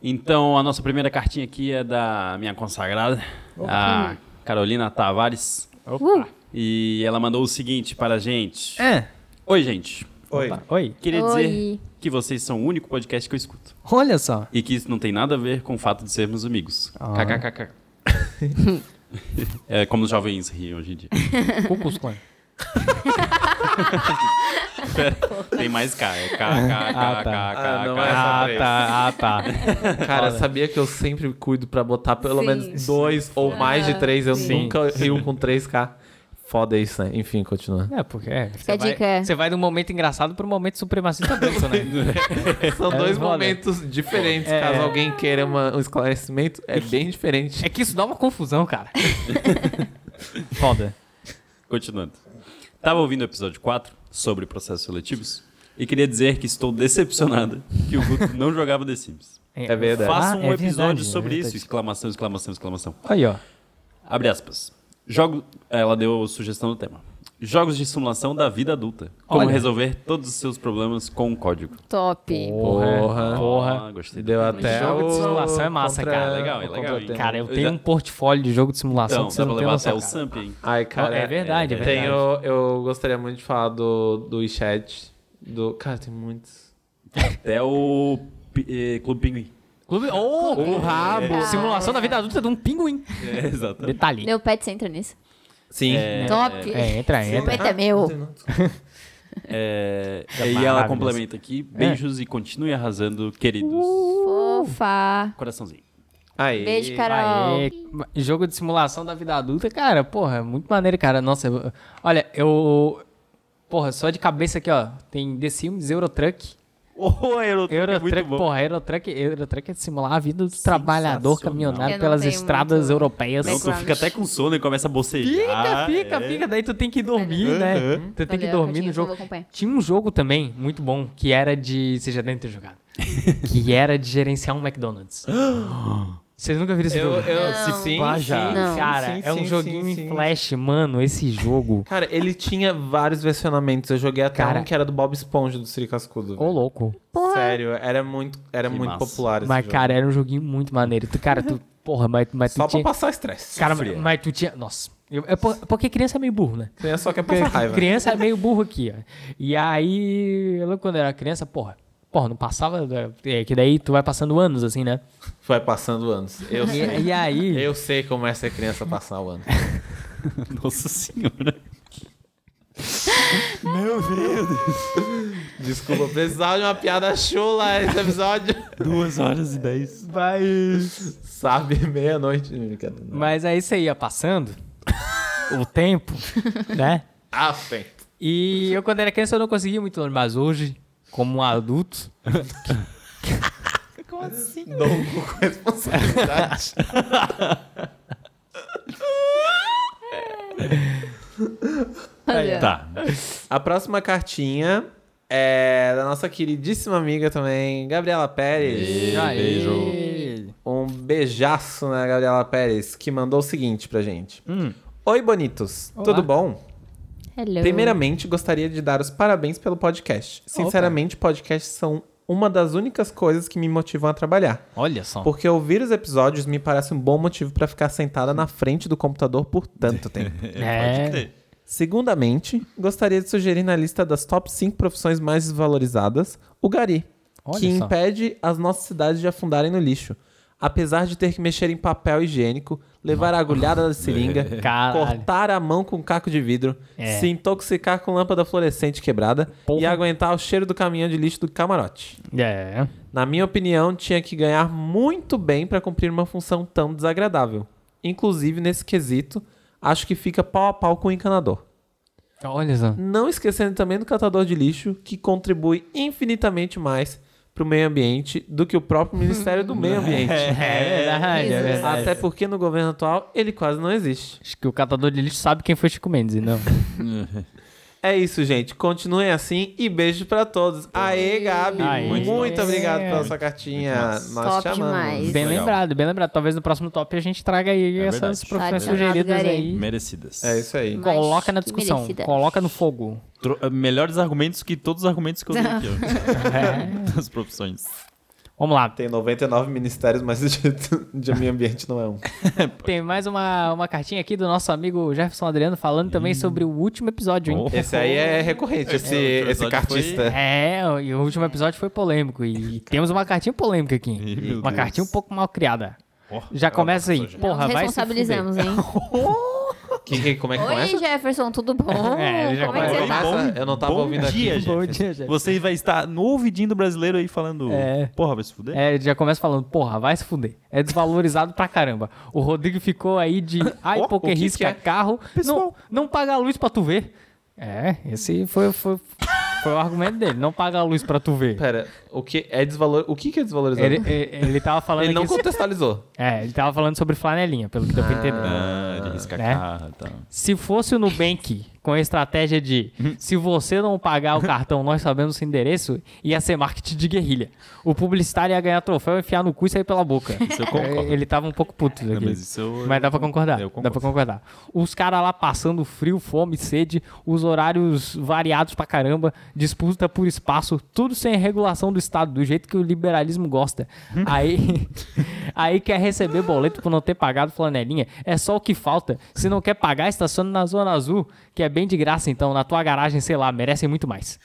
[SPEAKER 1] Então, a nossa primeira cartinha aqui é da minha consagrada, a Carolina Tavares.
[SPEAKER 3] Uh,
[SPEAKER 1] E ela mandou o seguinte para a gente.
[SPEAKER 4] É.
[SPEAKER 1] Oi, gente.
[SPEAKER 2] Oi.
[SPEAKER 4] Oi.
[SPEAKER 1] Queria
[SPEAKER 3] Oi.
[SPEAKER 1] dizer que vocês são o único podcast que eu escuto.
[SPEAKER 4] Olha
[SPEAKER 2] Ah.
[SPEAKER 4] só.
[SPEAKER 1] E que isso não tem nada a ver com o fato de sermos amigos. KKKK. é como os jovens riem hoje em dia.
[SPEAKER 4] Cucus Clan.
[SPEAKER 1] Tem mais K. É K, K, K, K, K,
[SPEAKER 2] Ah, tá. não
[SPEAKER 1] K.
[SPEAKER 2] é só três.
[SPEAKER 4] tá, ah, tá.
[SPEAKER 2] Cara, sabia que eu sempre cuido pra botar pelo
[SPEAKER 3] Sim. Ah,
[SPEAKER 2] menos dois ou mais de três? Eu
[SPEAKER 4] Sim.
[SPEAKER 2] nunca rio com 3K. Foda isso, né? Enfim, continua.
[SPEAKER 4] É, porque. é, Você
[SPEAKER 3] a
[SPEAKER 4] vai,
[SPEAKER 3] dica é-
[SPEAKER 4] você vai do momento engraçado pro momento supremacista branco, né?
[SPEAKER 2] São
[SPEAKER 4] É,
[SPEAKER 2] dois
[SPEAKER 4] foda.
[SPEAKER 2] momentos diferentes.
[SPEAKER 4] É.
[SPEAKER 2] Caso alguém queira uma- um esclarecimento, é bem diferente.
[SPEAKER 4] É que isso dá uma confusão, cara. Foda.
[SPEAKER 1] Continuando. Tava ouvindo o episódio 4 sobre processos seletivos e queria dizer que estou decepcionada que o Guto não jogava The Sims.
[SPEAKER 2] É verdade.
[SPEAKER 1] Faça
[SPEAKER 4] Ah,
[SPEAKER 1] um
[SPEAKER 4] é
[SPEAKER 1] episódio
[SPEAKER 4] verdade, é
[SPEAKER 1] sobre isso.
[SPEAKER 4] verdade.
[SPEAKER 1] Exclamação, exclamação, exclamação.
[SPEAKER 4] Aí, ó.
[SPEAKER 1] Abre aspas. Jogo... Ela deu sugestão do tema. Jogos de simulação da vida adulta. Como
[SPEAKER 4] Olha.
[SPEAKER 1] resolver todos os seus problemas com um código.
[SPEAKER 3] top.
[SPEAKER 2] Porra.
[SPEAKER 4] Porra. é.
[SPEAKER 1] Ah, gostei.
[SPEAKER 2] Deu até
[SPEAKER 4] Jogo de
[SPEAKER 2] o-
[SPEAKER 4] simulação é massa,
[SPEAKER 2] contra-
[SPEAKER 4] cara.
[SPEAKER 1] Legal, é
[SPEAKER 2] o
[SPEAKER 1] legal, hein?
[SPEAKER 2] contratempo.
[SPEAKER 4] Cara, eu
[SPEAKER 1] Eu
[SPEAKER 4] tenho
[SPEAKER 1] já-
[SPEAKER 4] um portfólio de jogo de simulação
[SPEAKER 1] Então,
[SPEAKER 4] que você
[SPEAKER 1] dá pra
[SPEAKER 4] não tem
[SPEAKER 1] levar até
[SPEAKER 4] noção,
[SPEAKER 1] o
[SPEAKER 4] cara.
[SPEAKER 1] Samp, hein?
[SPEAKER 2] Ai, cara.
[SPEAKER 4] É verdade, é verdade.
[SPEAKER 2] Tenho, eu gostaria muito de falar do, do chat do Cara, tem muitos.
[SPEAKER 1] Até o P- eh, Clube Pinguim.
[SPEAKER 4] Clube... Oh,
[SPEAKER 2] O rabo.
[SPEAKER 4] Simulação da vida adulta de um pinguim.
[SPEAKER 1] É, exatamente.
[SPEAKER 4] Detalhe.
[SPEAKER 3] Meu pet, você entra nisso.
[SPEAKER 2] Sim.
[SPEAKER 3] top.
[SPEAKER 4] É, entra,
[SPEAKER 3] Meu
[SPEAKER 4] entra.
[SPEAKER 3] pet é meu.
[SPEAKER 1] É, e
[SPEAKER 4] É
[SPEAKER 1] ela
[SPEAKER 4] maravilhoso. É.
[SPEAKER 1] complementa aqui. Beijos e continue arrasando,
[SPEAKER 4] Uh.
[SPEAKER 1] queridos.
[SPEAKER 3] Fofa.
[SPEAKER 1] Coraçãozinho.
[SPEAKER 2] Aí.
[SPEAKER 3] Beijo, Carol.
[SPEAKER 4] Aê, jogo de simulação da vida adulta, cara, porra, é muito maneiro, cara. Nossa, eu- olha, eu. Porra, só de cabeça aqui, ó. Tem The Sims, Eurotruck.
[SPEAKER 1] Oh,
[SPEAKER 4] Eurotruck, porra, Eurotruck, Eurotruck é simular a vida do trabalhador
[SPEAKER 3] Eu
[SPEAKER 4] caminhonar
[SPEAKER 3] não
[SPEAKER 4] pelas
[SPEAKER 3] tenho
[SPEAKER 4] estradas
[SPEAKER 3] muito
[SPEAKER 4] europeias.
[SPEAKER 1] Não, tu
[SPEAKER 3] Background.
[SPEAKER 1] fica até com sono e começa a
[SPEAKER 4] Fica,
[SPEAKER 1] bocejar.
[SPEAKER 4] fica, fica. Daí tu tem que dormir, né? Tu tem que
[SPEAKER 3] Valeu,
[SPEAKER 4] dormir no
[SPEAKER 3] Ratinho,
[SPEAKER 4] jogo.
[SPEAKER 3] eu vou acompanhar.
[SPEAKER 4] Tinha um jogo também, muito bom, que era de. Você já deve ter jogado. que era de gerenciar um McDonald's. Vocês nunca viram esse
[SPEAKER 2] Eu,
[SPEAKER 4] jogo?
[SPEAKER 2] eu, sim, sim,
[SPEAKER 4] Pá, já.
[SPEAKER 2] sim,
[SPEAKER 3] Não.
[SPEAKER 2] sim,
[SPEAKER 4] Cara,
[SPEAKER 2] sim,
[SPEAKER 4] é um
[SPEAKER 2] sim,
[SPEAKER 4] joguinho
[SPEAKER 2] sim,
[SPEAKER 4] em
[SPEAKER 2] sim.
[SPEAKER 4] flash, mano, esse jogo.
[SPEAKER 2] Cara, ele tinha vários versionamentos. Eu joguei até
[SPEAKER 4] Cara.
[SPEAKER 2] um que era do Bob Esponja do Siri Cascudo.
[SPEAKER 4] Ô, louco.
[SPEAKER 2] velho. Sério, era muito, era
[SPEAKER 1] Que
[SPEAKER 2] muito
[SPEAKER 1] massa.
[SPEAKER 2] popular esse
[SPEAKER 4] Mas,
[SPEAKER 2] jogo.
[SPEAKER 4] cara, era um joguinho muito maneiro. Tu, cara, tu. Porra, mas, mas
[SPEAKER 2] Só
[SPEAKER 4] tu
[SPEAKER 2] pra
[SPEAKER 4] tinha.
[SPEAKER 2] passar o estresse.
[SPEAKER 4] Cara, mas, mas tu tinha. Nossa. Eu- é por- porque criança é meio burro, né?
[SPEAKER 2] Criança só quer passar
[SPEAKER 4] Porque
[SPEAKER 2] raiva.
[SPEAKER 4] Criança é meio burro aqui, ó. E aí, eu lembro quando eu era criança, porra. Porra, não passava. É, que daí tu vai passando anos, assim, né?
[SPEAKER 2] Vai passando anos. Eu sei.
[SPEAKER 4] E, e aí.
[SPEAKER 2] Eu sei como é ser criança passar o ano.
[SPEAKER 1] Nossa senhora.
[SPEAKER 2] Desculpa, precisava de uma piada chula esse episódio.
[SPEAKER 1] Duas horas e dez.
[SPEAKER 2] Sabe, meia-noite. brincadeira.
[SPEAKER 4] Mas aí você ia passando o tempo, né?
[SPEAKER 2] Ah, sim.
[SPEAKER 4] E eu, quando era criança, eu não conseguia muito longe, mas hoje, como um adulto.
[SPEAKER 2] Dou com responsabilidade.
[SPEAKER 1] Tá.
[SPEAKER 2] A próxima cartinha é da nossa queridíssima amiga também, Gabriela Pérez.
[SPEAKER 4] Beijo.
[SPEAKER 2] Um beijaço na Gabriela Pérez, que mandou o seguinte pra gente. Oi, bonitos.
[SPEAKER 4] Olá.
[SPEAKER 2] Tudo bom?
[SPEAKER 3] Hello.
[SPEAKER 2] Primeiramente, gostaria de dar os parabéns pelo podcast. Sinceramente, podcasts são uma das únicas coisas que me motivam a trabalhar.
[SPEAKER 4] Olha só.
[SPEAKER 2] Porque ouvir os episódios me parece um bom motivo pra ficar sentada na frente do computador por tanto tempo.
[SPEAKER 4] É,
[SPEAKER 2] Segundamente, gostaria de sugerir na lista das top 5 profissões mais desvalorizadas o gari,
[SPEAKER 4] Olha
[SPEAKER 2] que
[SPEAKER 4] só.
[SPEAKER 2] impede as nossas cidades de afundarem no lixo. apesar de ter que mexer em papel higiênico, levar a agulhada da seringa,
[SPEAKER 4] Caralho.
[SPEAKER 2] cortar a mão com um caco de vidro,
[SPEAKER 4] É.
[SPEAKER 2] se intoxicar com lâmpada fluorescente quebrada e aguentar o cheiro do caminhão de lixo do camarote.
[SPEAKER 4] É.
[SPEAKER 2] Na minha opinião, tinha que ganhar muito bem para cumprir uma função tão desagradável. Inclusive, nesse quesito, acho que fica pau a pau com o encanador.
[SPEAKER 4] Olha só.
[SPEAKER 2] Não esquecendo também do catador de lixo, que contribui infinitamente mais para o meio ambiente do que o próprio Ministério do Meio Ambiente.
[SPEAKER 4] verdade, é verdade.
[SPEAKER 2] Até porque no governo atual ele quase não existe.
[SPEAKER 4] Acho que o catador de lixo sabe quem foi Chico Mendes, então. e não.
[SPEAKER 2] É isso, gente. Continuem assim e beijo pra todos. Aê, Gabi.
[SPEAKER 4] Aê.
[SPEAKER 2] Muito
[SPEAKER 4] Muito
[SPEAKER 2] obrigado
[SPEAKER 4] bom.
[SPEAKER 2] pela sua cartinha. Nós
[SPEAKER 3] Top
[SPEAKER 2] chamamos.
[SPEAKER 3] demais.
[SPEAKER 4] Bem
[SPEAKER 1] Legal.
[SPEAKER 4] lembrado, bem lembrado. Talvez no próximo top a gente traga aí
[SPEAKER 1] É
[SPEAKER 4] essas
[SPEAKER 1] verdade.
[SPEAKER 4] profissões
[SPEAKER 3] Tá ligado,
[SPEAKER 4] sugeridas
[SPEAKER 3] Garei.
[SPEAKER 4] aí.
[SPEAKER 1] Merecidas.
[SPEAKER 2] É isso aí.
[SPEAKER 3] Mas
[SPEAKER 4] Coloca na discussão,
[SPEAKER 3] merecida.
[SPEAKER 4] coloca no fogo.
[SPEAKER 1] Tro- eh, melhores argumentos que todos os argumentos que eu dei aqui. ó. Das profissões.
[SPEAKER 4] Vamos lá,
[SPEAKER 2] Tem 99 ministérios, mas de, de meio ambiente não é um.
[SPEAKER 4] tem mais uma, uma cartinha aqui do nosso amigo Jefferson Adriano falando também sobre o último episódio, hein?
[SPEAKER 1] Oh.
[SPEAKER 2] Esse aí é recorrente, esse,
[SPEAKER 1] outro
[SPEAKER 2] esse
[SPEAKER 1] episódio
[SPEAKER 2] cartista.
[SPEAKER 4] É, e o último episódio foi polêmico. E temos uma cartinha polêmica aqui.
[SPEAKER 1] meu
[SPEAKER 4] uma
[SPEAKER 1] Deus.
[SPEAKER 4] cartinha um pouco mal criada.
[SPEAKER 1] Ó,
[SPEAKER 2] É
[SPEAKER 4] Já começa aí.
[SPEAKER 3] Não
[SPEAKER 4] Porra,
[SPEAKER 3] nos
[SPEAKER 4] vai. se
[SPEAKER 3] responsabilizamos, hein?
[SPEAKER 2] Que- que- como é que
[SPEAKER 3] Oi,
[SPEAKER 2] começa?
[SPEAKER 3] Jefferson, tudo bom?
[SPEAKER 4] É, já
[SPEAKER 3] Como é que
[SPEAKER 4] começa.
[SPEAKER 3] você tá?
[SPEAKER 2] Nossa, eu não tava
[SPEAKER 1] bom
[SPEAKER 2] ouvindo
[SPEAKER 1] dia,
[SPEAKER 2] aqui.
[SPEAKER 4] fuder. Bom dia, Jefferson.
[SPEAKER 1] Você vai estar no ouvidinho do brasileiro aí falando.
[SPEAKER 4] É.
[SPEAKER 1] Porra, vai se fuder?
[SPEAKER 4] É, já começa falando, porra, vai se fuder. É desvalorizado pra caramba. O Rodrigo ficou aí de, ai,
[SPEAKER 2] Ó,
[SPEAKER 4] porque
[SPEAKER 2] o que
[SPEAKER 4] risca
[SPEAKER 2] que é?
[SPEAKER 4] carro, não,
[SPEAKER 1] Pessoal.
[SPEAKER 4] não paga a luz pra tu ver. É, esse foi, foi, foi o argumento dele, não paga a luz pra tu ver.
[SPEAKER 2] Pera, o que é desvalor... O que que é desvalorizado?
[SPEAKER 4] Ele,
[SPEAKER 2] Ele,
[SPEAKER 4] ele, ele tava falando
[SPEAKER 2] não
[SPEAKER 4] aqui-
[SPEAKER 2] contextualizou.
[SPEAKER 4] É, ele tava falando sobre flanelinha, pelo que deu pra entender.
[SPEAKER 1] Ah, de riscar
[SPEAKER 4] Né?
[SPEAKER 1] carro e tal.
[SPEAKER 4] Se fosse o Nubank com a estratégia de
[SPEAKER 1] Uhum.
[SPEAKER 4] se você não pagar o cartão, nós sabemos o seu endereço, ia ser marketing de guerrilha. O publicitário ia ganhar troféu, enfiar no cu e sair pela boca.
[SPEAKER 1] Isso eu concordo.
[SPEAKER 4] Ele tava um pouco puto aqui.
[SPEAKER 1] Não, mas isso eu-
[SPEAKER 4] Mas dá pra concordar.
[SPEAKER 1] eu
[SPEAKER 4] Dá
[SPEAKER 1] concordo.
[SPEAKER 4] pra concordar. Os caras lá passando frio, fome, sede, os horários variados pra caramba, disputa por espaço, tudo sem regulação do Estado, do jeito que o liberalismo gosta.
[SPEAKER 1] Hum.
[SPEAKER 4] aí, aí quer receber boleto por não ter pagado flanelinha. É só o que falta. Se não quer pagar, estaciona na Zona Azul, que é bem de graça então, na tua garagem, sei lá, merecem muito mais.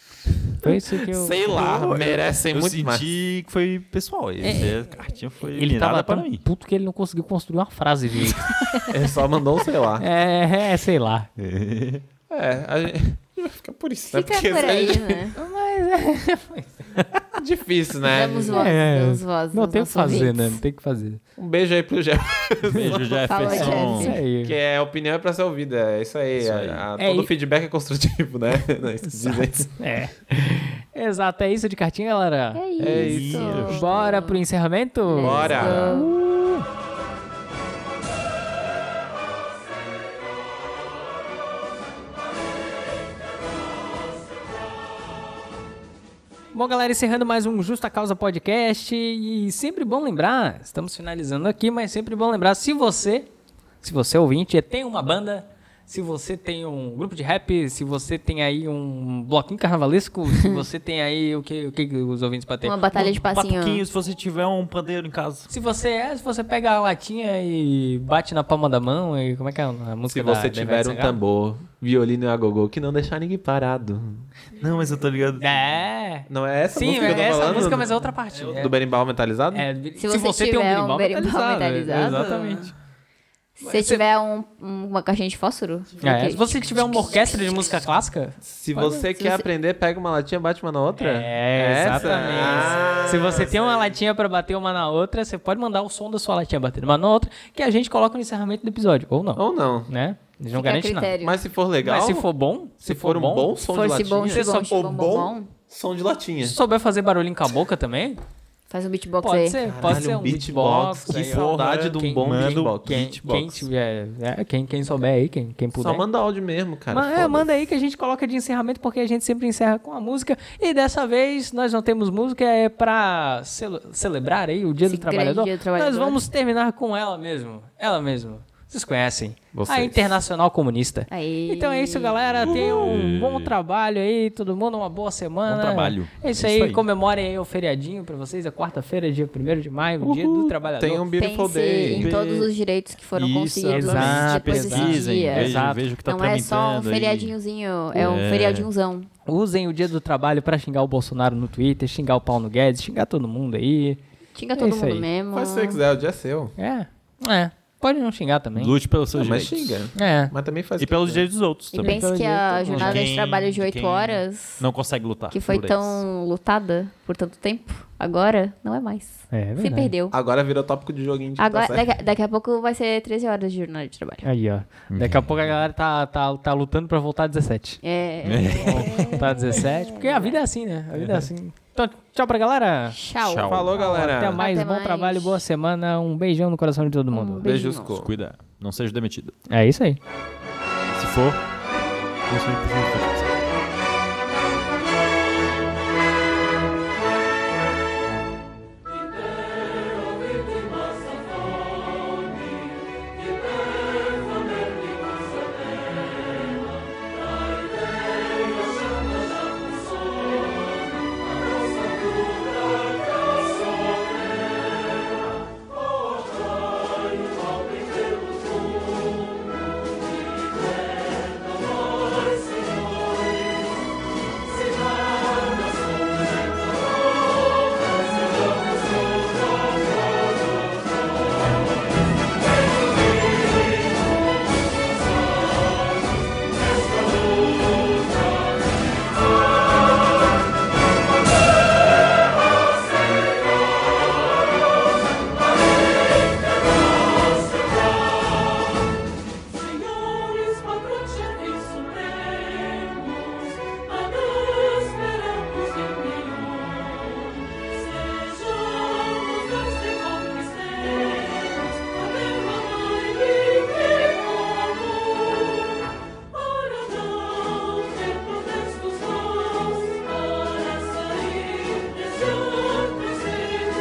[SPEAKER 4] Foi isso que eu...
[SPEAKER 2] Sei lá, merecem
[SPEAKER 1] eu
[SPEAKER 2] muito
[SPEAKER 1] senti
[SPEAKER 2] mais.
[SPEAKER 1] que foi pessoal. Esse, A cartinha foi
[SPEAKER 4] Ele tava
[SPEAKER 1] para
[SPEAKER 4] tão
[SPEAKER 1] mim.
[SPEAKER 4] puto que ele não conseguiu construir uma frase direito.
[SPEAKER 2] Ele só mandou um sei lá.
[SPEAKER 4] é, é, sei lá.
[SPEAKER 2] É, a gente vai ficar por isso, né?
[SPEAKER 3] Fica por
[SPEAKER 2] isso
[SPEAKER 3] aí,
[SPEAKER 2] é
[SPEAKER 3] né?
[SPEAKER 2] difícil, né?
[SPEAKER 3] Damos voz,
[SPEAKER 4] É,
[SPEAKER 3] damos voz.
[SPEAKER 4] Não
[SPEAKER 3] aos
[SPEAKER 4] tem o que
[SPEAKER 3] nossos
[SPEAKER 4] fazer,
[SPEAKER 3] ouvintes.
[SPEAKER 4] né? Não tem o que fazer.
[SPEAKER 2] Um beijo aí pro Jeff.
[SPEAKER 1] Beijo,
[SPEAKER 3] Fala,
[SPEAKER 1] Jefferson.
[SPEAKER 3] Jeff.
[SPEAKER 4] Isso aí.
[SPEAKER 2] Que é opinião é pra ser ouvida, é isso aí.
[SPEAKER 1] Isso aí.
[SPEAKER 2] a- a-
[SPEAKER 4] É,
[SPEAKER 2] todo
[SPEAKER 4] e-
[SPEAKER 2] feedback é construtivo, né? Não, isso que dizem.
[SPEAKER 4] É. Exato, é isso de cartinha, galera.
[SPEAKER 3] É
[SPEAKER 2] É
[SPEAKER 3] isso. É.
[SPEAKER 4] Bora pro encerramento?
[SPEAKER 2] Bora!
[SPEAKER 4] Bom, galera, encerrando mais um Justa Causa Podcast. E sempre bom lembrar, estamos finalizando aqui, mas sempre bom lembrar, se você, se você é ouvinte, tem uma banda, se você tem um grupo de rap, se você tem aí um bloquinho carnavalesco, se você tem aí o que, o que os ouvintes batem?
[SPEAKER 3] Uma batalha de passinho.
[SPEAKER 1] se você tiver um pandeiro em casa.
[SPEAKER 4] Se você é, se você pega a latinha e bate na palma da mão, e como é que é a música
[SPEAKER 2] Se
[SPEAKER 4] da-
[SPEAKER 2] você
[SPEAKER 4] da
[SPEAKER 2] tiver
[SPEAKER 4] Ivete
[SPEAKER 2] um
[SPEAKER 4] Sangalo?
[SPEAKER 2] tambor, violino e agogô, que não deixar ninguém parado.
[SPEAKER 1] Não, mas eu tô ligado.
[SPEAKER 4] É.
[SPEAKER 2] Não é essa
[SPEAKER 4] Sim,
[SPEAKER 2] música que eu
[SPEAKER 4] é
[SPEAKER 2] tô
[SPEAKER 4] essa
[SPEAKER 2] falando?
[SPEAKER 4] música, mas é outra parte. É,
[SPEAKER 2] Do berimbau metalizado?
[SPEAKER 4] é,
[SPEAKER 3] Se você tiver um berimbau metalizado.
[SPEAKER 4] Exatamente.
[SPEAKER 3] Se tiver um, um- uma caixinha de fósforo.
[SPEAKER 4] É,
[SPEAKER 3] ok.
[SPEAKER 4] se você tiver uma orquestra de música clássica,
[SPEAKER 2] Se você quer aprender, pega uma latinha, bate uma na outra.
[SPEAKER 4] é,
[SPEAKER 2] Essa?
[SPEAKER 4] exatamente.
[SPEAKER 2] Ah,
[SPEAKER 4] se você tem uma latinha pra bater uma na outra, você pode mandar o som da sua latinha batendo uma na outra, que a gente coloca no encerramento do episódio. Ou não,
[SPEAKER 2] Ou não.
[SPEAKER 4] né? Eles não
[SPEAKER 3] Fica a
[SPEAKER 4] garantem nada.
[SPEAKER 3] critério.
[SPEAKER 2] Mas se for Oh. legal,
[SPEAKER 4] Mas se for bom, se,
[SPEAKER 2] se for um bom,
[SPEAKER 3] se
[SPEAKER 2] som de
[SPEAKER 3] fosse
[SPEAKER 2] latinha,
[SPEAKER 3] bom,
[SPEAKER 4] Você
[SPEAKER 3] se
[SPEAKER 4] só-
[SPEAKER 3] bom, se
[SPEAKER 2] ou
[SPEAKER 3] bom,
[SPEAKER 2] bom,
[SPEAKER 3] bom, bom,
[SPEAKER 2] som de latinha.
[SPEAKER 4] se souber fazer barulho em caboca também,
[SPEAKER 3] faz um beatbox
[SPEAKER 4] pode
[SPEAKER 3] aí.
[SPEAKER 4] ser, pode
[SPEAKER 2] Caralho,
[SPEAKER 4] ser um
[SPEAKER 2] um beatbox,
[SPEAKER 4] beatbox.
[SPEAKER 2] que
[SPEAKER 4] aí, ó.
[SPEAKER 2] saudade de um
[SPEAKER 4] Quem-
[SPEAKER 2] bom
[SPEAKER 4] manda-
[SPEAKER 2] beatbox.
[SPEAKER 4] Quem, quem,
[SPEAKER 2] Beatbox.
[SPEAKER 4] tiver, é, quem, quem souber aí, quem, quem puder.
[SPEAKER 2] Só manda áudio mesmo, cara.
[SPEAKER 4] Ma- é,
[SPEAKER 2] foda-se.
[SPEAKER 4] manda aí que a gente coloca de encerramento, porque a gente sempre encerra com a música. E dessa vez nós não temos música, é pra cele- celebrar aí o Dia,
[SPEAKER 3] Esse
[SPEAKER 4] do
[SPEAKER 3] grande
[SPEAKER 4] trabalhador.
[SPEAKER 3] Dia do Trabalhador.
[SPEAKER 4] Nós vamos terminar com ela mesmo. Ela mesmo. Vocês conhecem. A
[SPEAKER 2] Vocês.
[SPEAKER 4] Internacional Comunista.
[SPEAKER 3] Aí.
[SPEAKER 4] Então é isso, galera. Tenham um bom trabalho aí, todo mundo. Uma boa semana.
[SPEAKER 1] Bom trabalho.
[SPEAKER 4] É isso,
[SPEAKER 1] É
[SPEAKER 4] aí.
[SPEAKER 1] isso aí.
[SPEAKER 4] Comemorem aí o feriadinho pra vocês. É quarta-feira, dia 1 de maio, dia do trabalhador.
[SPEAKER 2] Tem um Beautiful
[SPEAKER 3] Pense
[SPEAKER 4] é
[SPEAKER 2] Day.
[SPEAKER 3] em todos os direitos que foram
[SPEAKER 1] Isso,
[SPEAKER 3] conseguidos
[SPEAKER 4] exato,
[SPEAKER 3] um né? depois desse
[SPEAKER 1] Pesquisem,
[SPEAKER 3] dia.
[SPEAKER 1] veja,
[SPEAKER 4] Exato.
[SPEAKER 1] veja o que tá
[SPEAKER 3] Não é só um
[SPEAKER 1] tramitando aí.
[SPEAKER 3] feriadinhozinho, é um
[SPEAKER 1] É.
[SPEAKER 3] feriadinhozão.
[SPEAKER 4] Usem o dia do trabalho pra xingar o Bolsonaro no Twitter, xingar o Paulo Guedes, xingar todo mundo aí.
[SPEAKER 3] Xinga
[SPEAKER 4] É
[SPEAKER 3] todo
[SPEAKER 4] isso
[SPEAKER 3] mundo
[SPEAKER 4] aí.
[SPEAKER 3] mesmo.
[SPEAKER 2] Faz o que você quiser, o dia é seu.
[SPEAKER 4] É. É. Pode não xingar também.
[SPEAKER 1] Lute pelos
[SPEAKER 2] Não,
[SPEAKER 1] seus
[SPEAKER 2] mas
[SPEAKER 1] direitos.
[SPEAKER 2] xinga.
[SPEAKER 4] É.
[SPEAKER 2] Mas também faz.
[SPEAKER 1] E pelos direitos dos outros
[SPEAKER 3] E
[SPEAKER 1] também.
[SPEAKER 3] pense que a
[SPEAKER 4] Quem-
[SPEAKER 3] jornada de trabalho de
[SPEAKER 1] de
[SPEAKER 3] 8
[SPEAKER 1] quem-
[SPEAKER 3] horas,
[SPEAKER 1] Não consegue lutar.
[SPEAKER 3] que foi
[SPEAKER 1] por eles.
[SPEAKER 3] tão lutada por tanto tempo, agora não é mais.
[SPEAKER 4] É,
[SPEAKER 3] Se perdeu.
[SPEAKER 2] Agora virou tópico de joguinho de
[SPEAKER 3] Agora,
[SPEAKER 2] tá certo.
[SPEAKER 3] daqui, daqui a pouco vai ser 13 horas de jornada de trabalho.
[SPEAKER 4] Aí, ó. Daqui a pouco a galera tá, tá, tá lutando pra voltar a 17.
[SPEAKER 3] É.
[SPEAKER 4] Voltar a 17. Porque a vida é assim, né? A vida é assim. Então, tchau pra galera.
[SPEAKER 3] Tchau.
[SPEAKER 1] Tchau.
[SPEAKER 2] Falou, galera.
[SPEAKER 4] Até mais.
[SPEAKER 3] Até
[SPEAKER 4] Bom
[SPEAKER 3] mais. Uhum.
[SPEAKER 4] trabalho, boa semana. Um beijão no coração de todo mundo.
[SPEAKER 2] Beijos,
[SPEAKER 3] Beijinho.
[SPEAKER 2] cu.
[SPEAKER 1] Cuida. Não seja demitido.
[SPEAKER 4] É isso aí.
[SPEAKER 1] Se for, você precisa ficar.
[SPEAKER 5] Senhores, patrocinadores supremos, a Deus esperamos em união. Sejamos nós que conquistemos a terra livre comum, para não ter protestos nós, para sair desse opressão.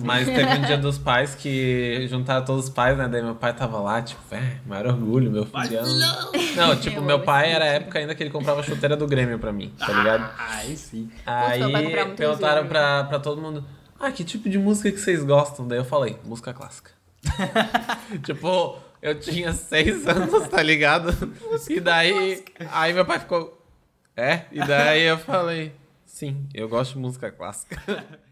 [SPEAKER 2] Mas teve um dia dos pais que juntaram todos os pais, né? Daí meu pai tava lá, tipo, é, maior orgulho, meu filhão. Não, tipo, meu pai era a época ainda que ele comprava a chuteira do Grêmio pra mim, tá ligado?
[SPEAKER 6] Ah, Aí sim.
[SPEAKER 3] meu pai comprava
[SPEAKER 2] Aí
[SPEAKER 3] muito
[SPEAKER 2] perguntaram
[SPEAKER 3] resumo.
[SPEAKER 2] pra, pra todo mundo: Ah, que tipo de música que vocês gostam? Daí eu falei: Música clássica. tipo, eu tinha seis anos, tá ligado? e daí. Aí meu pai ficou: É? E daí eu falei: Sim, eu gosto de música clássica.